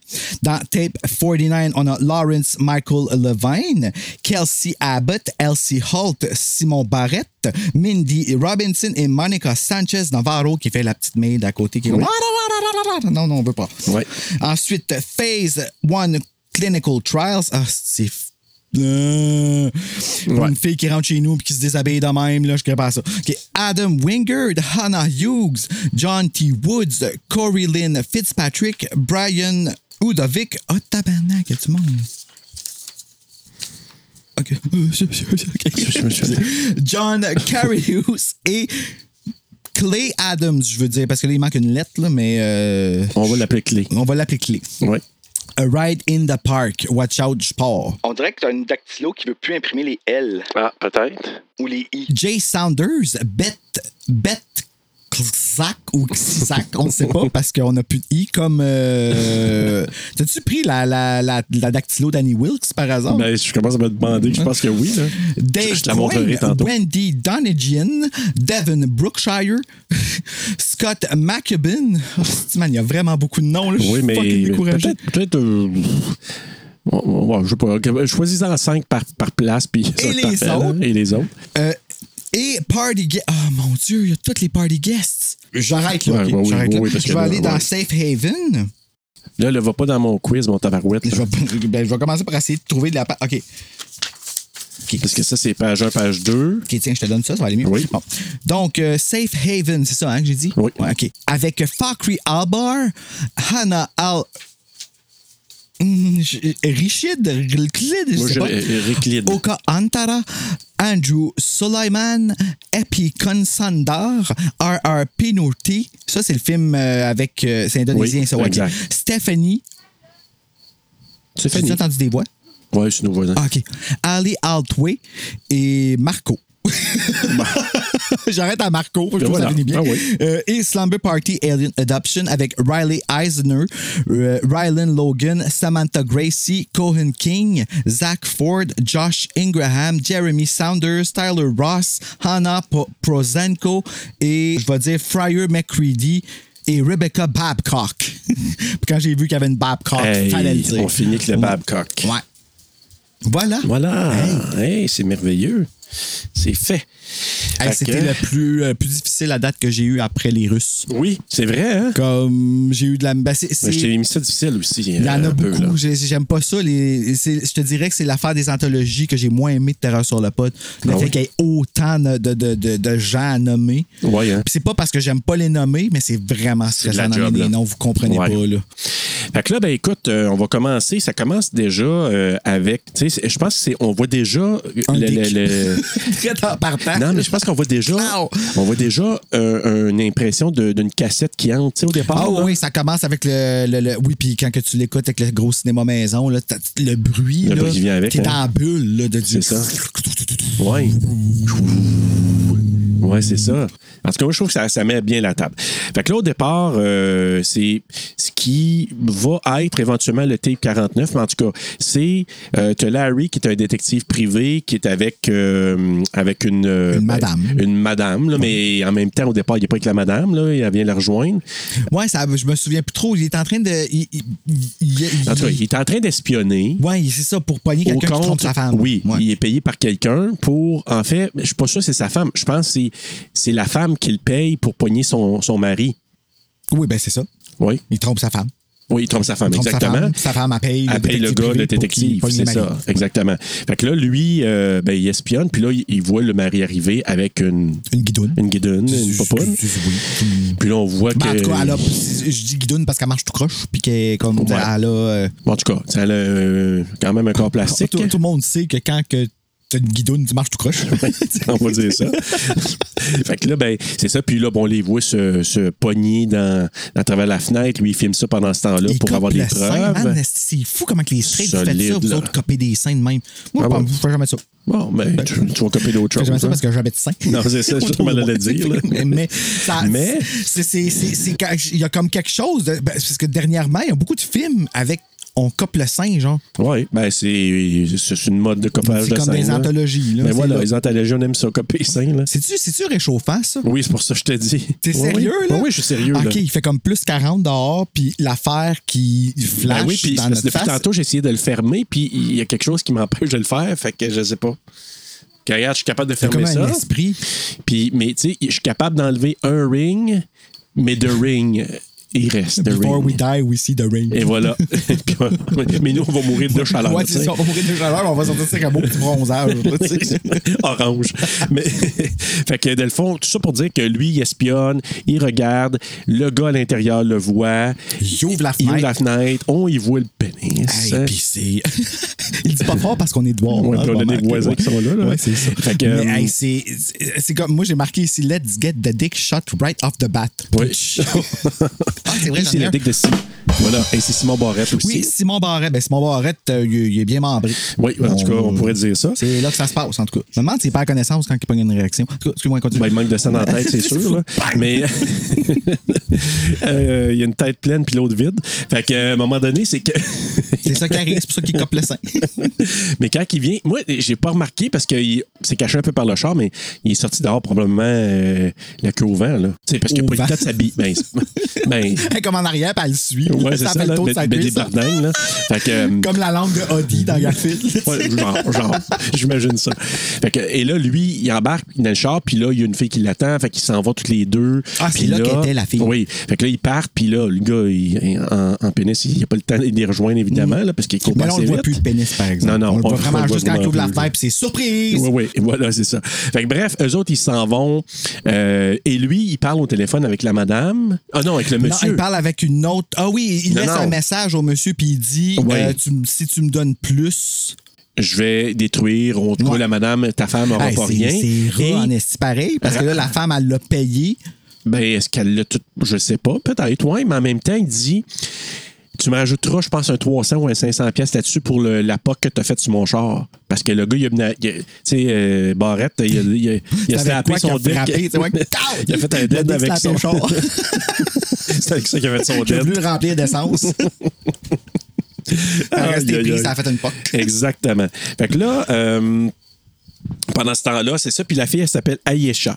B: Dans Tape 49, on a Lawrence Michael Levine, Kelsey Abbott, Elsie Holt, Simon Barrett, Mindy Robinson et Monica Sanchez Navarro qui fait la petite maid à côté qui est comme, Ah, Non, non, on veut pas.
I: Ouais.
B: Ensuite, Phase 1 Clinical Trials. Ah, c'est. f- Euh, Une fille qui rentre chez nous et qui se déshabille de même, là, je ne pas ça. OK. Adam Wingard, Hannah Hughes, John T. Woods, Corey Lynn Fitzpatrick, Brian Udovic. Ah, oh, tabarnak, il y a du monde. OK. OK. John Carrius et Clay Adams, je veux dire, parce que là, il manque une lettre, là, mais. euh,
I: On va l'appeler clé.
B: on va l'appeler Clé.
I: Oui.
B: A Ride in the Park, Watch Out, je pars.
J: On dirait que t'as une dactylo qui veut plus imprimer les L
A: Ah, peut-être.
J: ou les I.
B: Jay Saunders, Beth, Beth Ksak ou Ksak, on ne sait pas parce qu'on n'a plus de i comme.
I: [laughs]
B: euh, T'as-tu pris la, la, la, la dactylo d'Annie Wilkes par hasard?
I: Ben, je commence à me demander, je pense que oui. Là.
B: Dave
I: je te la montrerai
B: Quinn,
I: tantôt.
B: Wendy Donegan, Devin Brookshire, [laughs] Scott McCubin. Oh, c'est- man, il y a vraiment beaucoup de noms. Là. Je suis
I: Oui, mais
B: fucking découragé.
I: peut-être. peut-être euh, ouais, ouais, je sais pas. Ok, ben, Choisis-en cinq par, par place. Puis ça va être
B: les
I: parfait, là.
B: autres?
I: Et les autres.
B: Euh, et Party Guests. Oh mon Dieu, il y a toutes les Party Guests. J'arrête là.
I: Ouais,
B: ok,
I: bah oui,
B: j'arrête là.
I: oui, oui, parce
B: je
I: que
B: vais
I: là,
B: aller dans
I: ouais.
B: Safe Haven.
I: Là, ne va pas dans mon quiz, mon tabarouette. là. [laughs]
B: Je vais, ben, je vais commencer par essayer de trouver de la. pa- OK.
I: Parce que ça, c'est page 1, page 2.
B: OK, tiens, je te donne ça, ça va aller mieux.
I: Oui.
B: Bon. Donc, euh, Safe Haven, c'est ça hein, que j'ai dit?
I: Oui.
B: Ouais, OK. Avec Fakri Albar, Hannah Al. Hmm, je- Richard, Clid, je
I: Moi,
B: sais
I: je-
B: pas.
I: Euclide.
B: Oka Antara, Andrew Suleiman, Epi Konsandar, R.R. Pinotti. Ça, c'est le film euh, avec. euh, c'est indonésien,
I: Oui,
B: ça, ouais.
I: exact.
B: Stephanie.
I: C'est
B: J'ai
I: fini.
B: entendu des voix?
I: Ouais, c'est nos voisins.
B: Ah, OK. Ali Altway et
I: [laughs]
B: Marco. J'arrête à Marco, je trouve
I: voilà.
B: ça finit bien.
I: Ah oui.
B: Euh, et Slumber Party Alien Adoption avec Riley Eisner, euh, Rylan Logan, Samantha Gracie, Cohen King, Zach Ford, Josh Ingraham, Jeremy Saunders, Tyler Ross, Hannah Po- Prozenko et je vais dire Friar McCready et Rebecca Babcock. [laughs] Puis Quand j'ai vu qu'il y avait une Babcock,
I: Hey,
B: fallait le dire.
I: on finit avec le Babcock.
B: Ouais. Voilà.
I: Voilà. Hey, c'est merveilleux. C'est fait.
B: Hey,
I: Fait
B: C'était
I: que-
B: le plus, euh, plus difficile à date que j'ai eu après les Russes.
I: Oui, c'est vrai, hein?
B: Comme j'ai eu de la. ben, c'est- c'est-
I: Mais je t'ai mis ça difficile aussi. euh,
B: il y en a
I: un peu, là.
B: beaucoup. J'ai- J'aime pas ça. les- c'est- je te dirais que c'est l'affaire des anthologies que j'ai moins aimé de Terreur sur le pot. Le
I: Ah
B: fait
I: oui?
B: qu'il y ait autant de, de- de- de- de gens à nommer.
I: Ouais, hein?
B: Puis c'est pas parce que j'aime pas les nommer, mais c'est vraiment
I: C'est de
B: stressant
I: la
B: d'en
I: job,
B: nommer
I: là.
B: des noms. Vous comprenez
I: Ouais.
B: pas, là.
I: Fait que là, ben écoute, euh, on va commencer. Ça commence déjà euh, avec. Tu sais, c'est- je pense que c'est. On voit déjà. euh,
B: Un
I: le-
B: dick.
I: le-
B: [laughs]
I: le-
B: Très tard partant.
I: non, mais je pense qu'on voit déjà.
B: Wow!
I: On voit déjà euh, une impression de- d'une cassette qui entre, tu sais, au départ.
B: Ah
I: là.
B: oui, ça commence avec le. le- le- oui, puis quand que tu l'écoutes avec le gros cinéma maison, là, t'as- le bruit.
I: Le
B: là,
I: bruit qui vient avec,
B: T'es
I: hein.
B: en bulle, là, de
I: C'est ça. Ouais. Ouais, c'est ça. En tout cas, moi, je trouve que ça, ça met bien la table. Fait que là, au départ, euh, c'est ce qui va être éventuellement le tape 49, mais en tout cas, c'est euh, t'as Larry qui est un détective privé qui est avec, euh, avec une, euh,
B: Une madame.
I: Une madame, là, mais en même temps, au départ, il n'est pas avec la madame, là, elle vient la rejoindre.
B: Ouais, ça, je me souviens plus trop. Il est en train de. Il, il- il- il-
I: En tout cas, il est en train d'espionner.
B: Ouais, c'est ça, pour pogner
I: Au
B: quelqu'un qui trompe
I: compte,
B: sa femme.
I: Oui,
B: Ouais.
I: il est payé par quelqu'un pour. En fait, je suis pas sûr que c'est sa femme. Je pense que c'est- c'est la femme qui le paye pour pogner son, son mari.
B: Oui, ben c'est ça.
I: Oui,
B: Il trompe sa femme.
I: oui, il trompe sa femme,
B: Il trompe Sa
I: exactement.
B: femme, sa femme elle paye le
I: Elle paye le
B: détective
I: gars,
B: privé pour
I: le
B: qu'il
I: détective,
B: pogne le
I: c'est ça,
B: mari.
I: exactement. Fait que là, lui, euh, ben, il espionne, puis là, il- il voit le mari arriver avec une,
B: Une guidoune.
I: une guidoune, une popoune.
B: Oui, oui.
I: Puis là, on voit que.
B: Ben, en tout cas, elle a- je dis guidoune parce qu'elle marche tout croche, puis qu'elle est comme.
I: Ouais.
B: Elle a. euh,
I: Bon, en tout cas, ça a euh, quand même un corps plastique. hein?
B: tout, tout le monde sait que quand que t'as une guidoune, [laughs] tu marches tout croche.
I: on va dire ça. fait que là, ben, c'est ça. Puis là, bon, on les voit se, se pogner dans, à travers la fenêtre. Lui, il filme ça pendant ce temps-là
B: Il
I: pour
B: cope
I: avoir des
B: la scène,
I: preuves.
B: man. Ah, C'est fou comment que les straights vous faites
I: Solide,
B: ça, vous
I: là.
B: autres copez des scènes même. Moi,
I: Ah
B: je
I: ouais.
B: ne fais jamais ça.
I: Bon, ben, tu, tu vas copier d'autres
B: Je fais
I: choses.
B: jamais ça
I: hein.
B: parce que j'habite sain.
I: Non, c'est ça, je suis mal à le dire, là.
B: [laughs] Mais, mais ça,
I: Mais-
B: c'est- c'est- c'est- c'est quand- il y a comme quelque chose, de- ben, parce que dernièrement, il y a beaucoup de films avec on cope le sein, genre.
I: Oui, ben, c'est c'est une mode de copage
B: C'est
I: de
B: comme
I: scène,
B: des
I: là.
B: anthologies, là.
I: Ben
B: C'est
I: voilà,
B: là.
I: les anthologies, on aime ça, copier scène, là.
B: C'est-tu c'est-tu réchauffant, ça?
I: Oui, c'est pour ça que je te dis.
B: T'es
I: Ouais,
B: sérieux,
I: oui.
B: là?
I: Ouais, Oui, je suis sérieux, là.
B: OK, il fait comme plus 40 dehors, puis l'affaire qui flash
I: Ben oui, puis
B: dans
I: parce que
B: notre
I: depuis
B: face.
I: tantôt, j'ai essayé de le fermer, puis il y a quelque chose qui m'empêche de le faire, fait que je sais pas. Que, regarde, je suis capable de
B: C'est comme
I: fermer
B: un
I: ça.
B: esprit.
I: Puis, mais tu sais, je suis capable d'enlever un ring, mais The Ring, euh, il
B: [laughs]
I: reste. The
B: Before
I: ring.
B: we die, we see the ring.
I: Et voilà. [laughs] Puis, ouais, mais nous, on va mourir de chaleur.
B: ouais,
I: tu
B: c'est
I: sais.
B: ça, on va mourir de chaleur, on va sortir ça comme un beau petit bronzage. là, tu
I: [laughs]
B: sais.
A: [laughs]
I: Orange. Mais, fait que, dans le fond, tout ça pour dire que lui, il espionne, il regarde, le gars à l'intérieur le voit.
B: Il ouvre la
I: Il ouvre
B: fenêtre.
I: la fenêtre, on y voit le pénis.
A: hein.
B: Hey, puis [laughs] c'est. Il dit pas fort parce qu'on est dehors.
I: Ouais, puis on a des voisins qui sont là, là.
B: Ouais, c'est ça.
I: Fait que,
B: Mais,
I: euh,
A: hum,
B: hey, c'est, c'est comme. Moi, j'ai marqué ici Let's get the dick shot right off the bat.
I: Oui.
B: [laughs] Ah, c'est vrai, j'en
I: c'est
B: ai
I: le
B: un.
I: dick de Simon.
A: Voilà. Et c'est Simon Barrette aussi.
B: Oui, Simon Barrette. Ben, Simon Barrette, euh, il, il est bien membré. Euh,
A: Oui, en tout cas, on pourrait dire ça.
B: C'est là que ça se passe, en tout cas. Je me demande s'il perd connaissance quand il pogne une réaction. En tout cas, Excuse-moi, continue.
A: Ben, il manque de sang dans la tête, c'est sûr.
B: [laughs]
A: là. Mais [laughs] euh, il y a une tête pleine puis l'autre vide. Fait qu'à un moment donné, c'est que. [laughs]
B: C'est ça qui arrive, c'est pour ça qu'il cope le sein.
A: mais quand il vient, moi, j'ai pas remarqué parce qu'il s'est caché un peu par le char, mais il est sorti dehors probablement euh, la queue au vent. Là. Tu sais, parce qu'il
B: Au
A: n'a pas eu
B: vent.
A: le temps de s'habiller. Ben, c'est- [laughs] ben,
B: [laughs] Elle est comme en arrière, puis elle le suit.
A: ouais, c'est
B: ça
A: ça,
B: fait le
A: là,
B: tour de
A: ben,
B: sa
A: ben, des
B: cuisse.
A: bardingues, là. Fait que, euh,
B: Comme la langue de Audi dans Garfield.
A: Ouais, genre, [laughs] genre, j'imagine ça. Fait que, et là, lui, il embarque dans le char, puis là, il y a une fille qui l'attend, fait qu'ils s'en vont toutes les deux.
B: Ah, c'est
A: Puis
B: là qu'était la fille.
A: Oui. Fait que là, ils partent, puis là, le gars, il- en, en pénis, il n'a pas le temps de les rejoindre, évidemment, là, parce qu'il court
B: Mais là, on
A: assez
B: ne voit
A: vite.
B: plus le pénis, par exemple.
A: Non, non,
B: on le
A: on-
B: voit
A: on
B: vraiment
A: le
B: juste
A: voit
B: quand il ouvre la
A: vraiment.
B: fenêtre, puis c'est surprise.
A: Oui, oui, voilà, c'est ça. Fait que bref, eux autres, ils s'en vont. euh, et lui, il parle au téléphone avec la madame. Ah non, avec le
B: Non,
A: monsieur.
B: il parle avec une autre. Ah oui, il
A: Non,
B: laisse
A: non.
B: un message au monsieur, puis il dit
A: Oui.
B: euh, tu m- si tu me donnes plus.
A: Je vais détruire, on trouve
B: Ouais.
A: la madame, ta femme n'aura
B: Hey,
A: pas
B: c'est-
A: rien.
B: C'est
A: Et-
B: rare en esti pareil, parce que là, la femme, elle l'a payé.
A: Ben, est-ce qu'elle l'a tout. Je sais pas, peut-être, oui, mais en même temps, il dit Tu m'ajouteras, je pense, un 300 ou un 500 pièces là-dessus pour le- la POC que tu as faite sur mon char. Parce que le gars, il a. mené- il a- Tu sais, euh, Barrette, il a,
B: [laughs]
A: il a, il a
B: C'est avec
A: slappé
B: quoi
A: son
B: qu'il a
A: deck.
B: frappé, tu sais, ouais.
A: il a fait un
B: Le
A: dead
B: deck
A: avec
B: slappé
A: son
B: au char.
A: [laughs] C'est avec ça qu'il a fait son
B: [laughs] J'ai
A: dead.
B: voulu le
A: [laughs]
B: remplir d'essence. Elle
A: Aïe,
B: reste
A: aïe,
B: épée,
A: aïe.
B: ça a fait une poque.
A: Exactement. Fait que là, euh, pendant ce temps-là, c'est ça. Puis la fille, elle s'appelle Ayesha.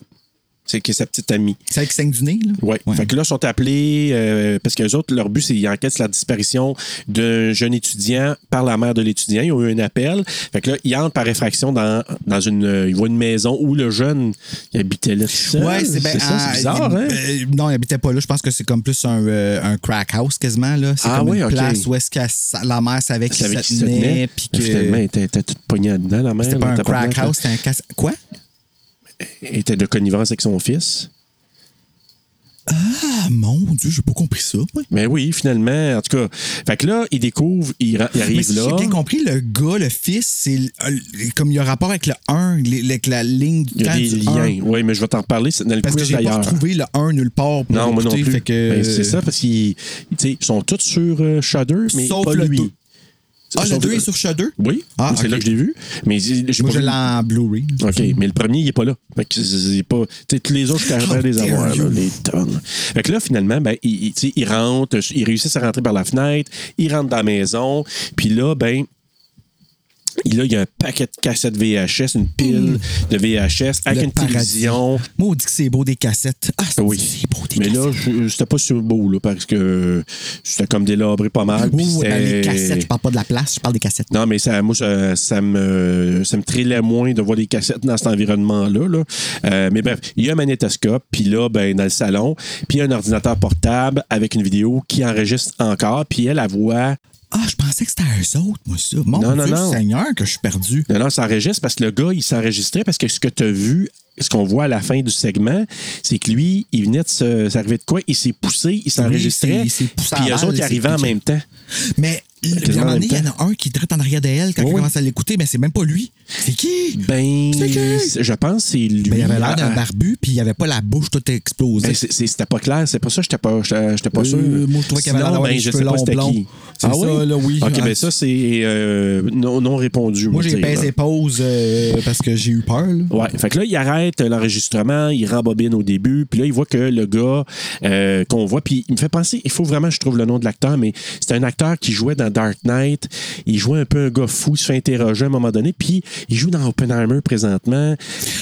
A: C'est qui est sa petite amie.
B: C'est avec 5 du nez, là?
A: Oui. Fait que là, ils sont appelés euh, parce qu'eux autres, leur but, c'est qu'ils enquêtent sur la disparition d'un jeune étudiant par la mère de l'étudiant. Ils ont eu un appel. Fait que là, ils entrent par effraction dans, dans une. euh, ils voient une maison où le jeune il habitait là. tout seul.
B: Ouais, c'est ben,
A: ça, c'est
B: euh,
A: bizarre,
B: il-
A: hein?
B: euh, non, il habitait pas là. Je pense que c'est comme plus un, euh, un crack house quasiment. là. C'est
A: Ah
B: comme
A: oui,
B: une
A: ok.
B: place où est-ce que sa- la mère savait
A: Ils
B: qu'il
A: savaient
B: se
A: qu'ils se Ah, tenaient.
B: tenait. puis
A: Mais Finalement, elle
B: que
A: était, elle était toute pognée dedans, la mère.
B: C'était pas
A: là,
B: un
A: tabarnak,
B: crack
A: là.
B: house, c'était un casse. Quoi?
A: Elle était de connivence avec son fils.
B: Ah mon Dieu, j'ai pas compris ça. moi.
A: Mais oui, finalement, en tout cas. Fait que là, ils découvrent, ils, ra- ils
B: Mais
A: arrivent
B: si
A: là.
B: j'ai bien compris, le gars, le fils, c'est l- euh, comme il y a rapport avec le 1, les- avec la ligne du
A: Il y a
B: temps
A: des
B: du un.
A: liens. Oui, mais je vais t'en reparler c'est dans le
B: Parce que
A: quiz
B: j'ai pas
A: d'ailleurs.
B: retrouvé le 1 nulle part pour
A: Non, moi non
B: écouter,
A: plus.
B: fait que-
A: Ben, c'est ça, parce qu'ils tu sais, ils sont tous sur euh, Shudder, mais
B: Sauf
A: pas
B: le
A: lui.
B: deux. Ah, le
A: Sauf
B: 2 est sur Shadow?
A: Oui,
B: Ah,
A: c'est là
B: ok.
A: que je l'ai vu. Mais j'ai j'ai
B: Moi,
A: pas
B: je
A: vu-
B: l'ai en Blu-ray.
A: OK, mais le premier, il n'est pas là. Fait que c'est- c'est pas... tu sais, tous les autres, je suis capable de les
B: How
A: avoir,
B: dare
A: là,
B: you.
A: les tonnes. Fait que là, finalement, ben, ils, ils- tu sais, ils rentrent, ils réussissent à rentrer par la fenêtre, ils rentrent dans la maison, puis là, ben... il- Là, il y a un paquet de cassettes VHS, une pile de VHS avec
B: Le
A: une
B: paradis.
A: télévision.
B: Moi, on dit que c'est beau des cassettes. Ah, c'est
A: Oui.
B: c'est beau des
A: Mais
B: cassettes.
A: là, je- c'était pas si beau, là, parce que c'était comme délabré pas mal. puis
B: Oui, oui, ben, les
A: c'était-
B: cassettes, je parle pas de la place, je parle des cassettes.
A: Non, mais ça, moi, ça, ça me, ça me trillait moins de voir des cassettes dans cet environnement-là. là. Euh, mais bref, il y a un magnétoscope, puis là, ben, dans le salon, puis il y a un ordinateur portable avec une vidéo qui enregistre encore, puis elle, la voit.
B: Ah, je pensais que c'était à eux autres, moi, ça. Mon
A: Non, non,
B: Dieu
A: non.
B: Seigneur, que je suis perdu.
A: Non, non, ça enregistre parce que le gars, il s'enregistrait parce que ce que tu as vu, ce qu'on voit à la fin du segment, c'est que lui, il venait de se. Ça arrivait de quoi? Il s'est poussé, il s'enregistrait.
B: il s'est poussé
A: puis
B: en
A: eux
B: balle,
A: autres, ils
B: c'est
A: arrivaient en
B: piqué.
A: même temps.
B: Mais il- à un
A: Quasiment en
B: moment donné, il y
A: même
B: en a un qui traite en arrière d'elle quand
A: Oui.
B: il commence à l'écouter, mais c'est même pas lui. C'est qui?
A: Ben,
B: C'est qui?
A: je pense que c'est lui.
B: Ben, il avait l'air d'un
A: Ah,
B: barbu, puis il avait pas la bouche toute explosée.
A: Ben, c'est- c'est- C'était pas clair, c'est pas ça, j'étais pas, j'étais- j'étais pas
B: Euh,
A: sûr.
B: moi, je trouvais qu'il
A: Sinon,
B: avait l'air d'avoir
A: ben,
B: des
A: je
B: cheveux
A: sais pas
B: longs
A: c'était
B: blonds.
A: qui.
B: C'est ça, là, oui.
A: Ok,
B: Ah.
A: ben ça, c'est euh, non, non répondu. on
B: Moi,
A: va
B: j'ai
A: dire, là.
B: pesé pause euh, parce que j'ai eu peur. là.
A: Ouais, fait que là, il arrête euh, l'enregistrement, il rembobine au début, puis là, il voit que le gars euh, qu'on voit, puis il me fait penser, il faut vraiment que je trouve le nom de l'acteur, mais c'est un acteur qui jouait dans Dark Knight, il jouait un peu un gars fou, il se fait interroger à un moment donné, puis il joue dans Oppenheimer présentement. Euh,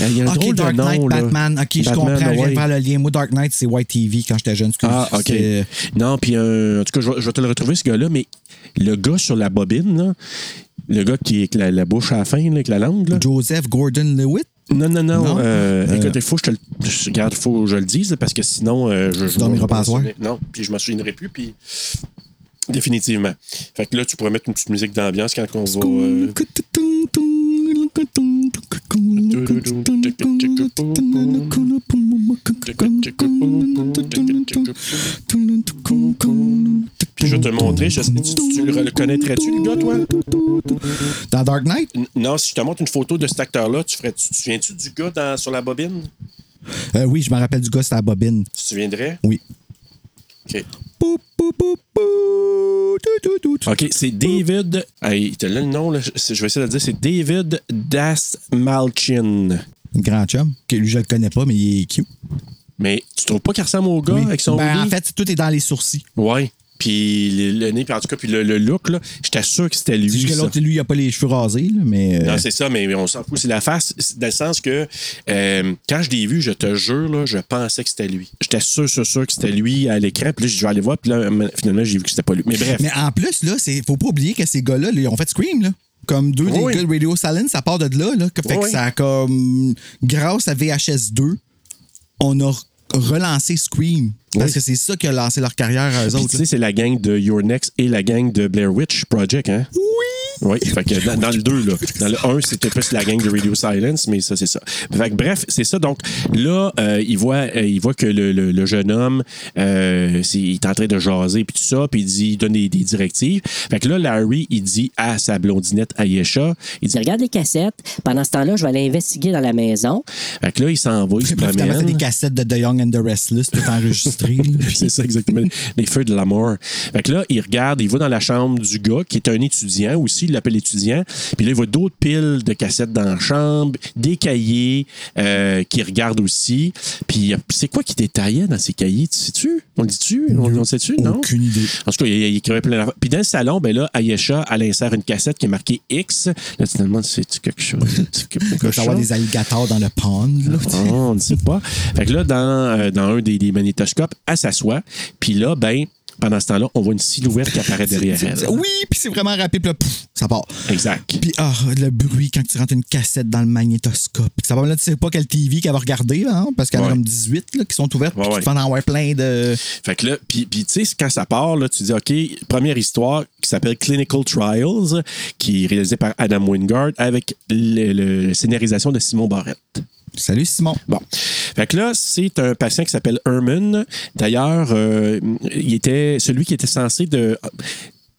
A: il y a un
B: Ok,
A: drôle
B: Dark
A: de nom,
B: Knight,
A: là.
B: Batman. Ok, je
A: Batman,
B: comprends, je viens
A: ouais.
B: de faire le lien. Moi, Dark Knight, c'est White TV quand j'étais jeune. excuse.
A: Ah, OK.
B: C'est-
A: Non, puis euh, en tout cas, je vais, je vais te le retrouver, ce gars-là, mais le gars sur la bobine, là, le gars qui est avec la, la bouche à la fin, là, avec la langue, là.
B: Joseph Gordon-Lewitt.
A: Non, non, non.
B: Non?
A: euh,
B: Euh.
A: Écoute, il faut que je te le. je- Regarde, faut que je le dise, parce que sinon. euh, je, je
B: dormiras pas à soir?
A: Non, puis je m'en souviendrai plus, puis. Définitivement. Fait que là, tu pourrais mettre une petite musique d'ambiance quand on va. euh, Puis je vais te le montrer. Je sais- tu, tu le reconnaîtrais-tu, le gars, toi?
B: Dans Dark Knight?
A: N- Non, si je te montre une photo de cet acteur-là, tu ferais. Tu te souviens-tu du gars dans- sur la bobine?
B: Euh, oui, je me rappelle du gars, c'est la bobine.
A: Tu te souviendrais?
B: Oui.
K: OK.
B: Pou, pou, pou, pou, tout, tout, tout, tout.
A: OK, c'est David. Hey, t'as là le nom, là. C'est- je vais essayer de le dire. C'est David Dasmalchin.
B: Grand chum, que lui, je le connais pas, mais il est cute.
A: Mais tu trouves pas qu'il ressemble au gars
B: Oui.
A: Ah, avec son
B: Ben, en
A: hoodie?
B: fait, tout est dans les sourcils.
A: Ouais. Puis le, le nez, puis en tout cas, puis le, le look, là, j'étais sûr que c'était lui.
B: C'est juste que
A: ça.
B: l'autre, lui, il a pas les cheveux rasés, là, mais. euh,
A: Non, c'est ça, mais on s'en fout. C'est la face, c'est dans le sens que euh, quand je l'ai vu, je te jure, là, je pensais que c'était lui. J'étais sûr, sûr, sûr que c'était lui à l'écran. Puis là, je vais aller voir. Puis là, finalement, j'ai vu que c'était pas lui. Mais bref.
B: Mais en plus, là, c'est faut pas oublier que ces gars-là, là, ils ont fait Scream, là. Comme deux
A: Oui.
B: des gars de Radio Silence, ça part de là, là. Que, fait que
A: Oui.
B: ça a comme. Grâce à VHS 2, on a relancé Scream. Parce
A: Oui.
B: que c'est ça qui a lancé leur carrière à eux
A: Puis,
B: autres.
A: tu
B: là.
A: sais, c'est la gang de Your Next et la gang de Blair Witch Project, hein? Oui! Oui, fait que dans, dans le 2, là. Dans le 1, c'était plus la gang de Radio Silence, mais ça, c'est ça. Fait que bref, c'est ça. Donc, là, euh, il, voit, euh, il voit que le, le- le jeune homme, euh, c'est- il est en train de jaser, puis tout ça, puis il, dit, il donne des, des directives. Fait que là, Larry, il dit à sa blondinette Ayesha, il dit...
I: Je regarde les cassettes. Pendant ce temps-là, je vais aller investiguer dans la maison.
A: Fait que là, il s'en va, il se
B: Puis, Finalement, c'est des
A: promène.
B: cassettes de The Young and the Restless, tout enregistré. là. [laughs]
A: [laughs]
B: Puis-
A: C'est ça, exactement. Les feux de l'amour. Fait que là, il regarde, il va dans la chambre du gars, qui est un étudiant aussi, il l'appelle étudiant. Puis là, il voit d'autres piles de cassettes dans la chambre, des cahiers euh, qu'il regarde aussi. Puis euh, c'est quoi qui détaillait dans ces cahiers, tu sais-tu? On le dit-tu? On, on le sait-tu? Non?
B: Aucune idée.
A: En tout cas, il, il écrivait plein d'affaires. Puis dans le salon, ben là, Ayesha, elle insère une cassette qui est marquée X. Là, tu te demandes, c'est-tu quelque chose? C'est-tu quelque
B: Il doit y avoir
A: chose?
B: des alligators dans le pond.
A: [laughs]
B: Là, tu sais.
A: Ah, on ne sait pas. Fait que là, dans, euh, dans un des, des magnétoscopes, elle s'assoit. Puis là, ben, pendant ce temps-là, on voit une silhouette qui
B: [laughs]
A: apparaît derrière elle.
B: Oui, puis c'est vraiment rapide, puis là, pouf, ça part.
A: Exact.
B: Puis, ah, le bruit quand tu rentres une cassette dans le magnétoscope. Ça va, là, tu sais pas quelle TV qu'elle va regarder, là, hein, parce qu'il y en
A: Ouais.
B: a comme 18 là, qui sont ouvertes, puis
A: Ouais,
B: qui te font en avoir plein de.
A: Fait que là, puis puis tu sais, quand ça part, là, tu dis, OK, première histoire qui s'appelle Clinical Trials, qui est réalisée par Adam Wingard avec le, le- la scénarisation de Simon Barrette.
B: Salut, Simon.
A: Bon. Fait que là, c'est un patient qui s'appelle Herman. D'ailleurs, euh, il était celui qui était censé de.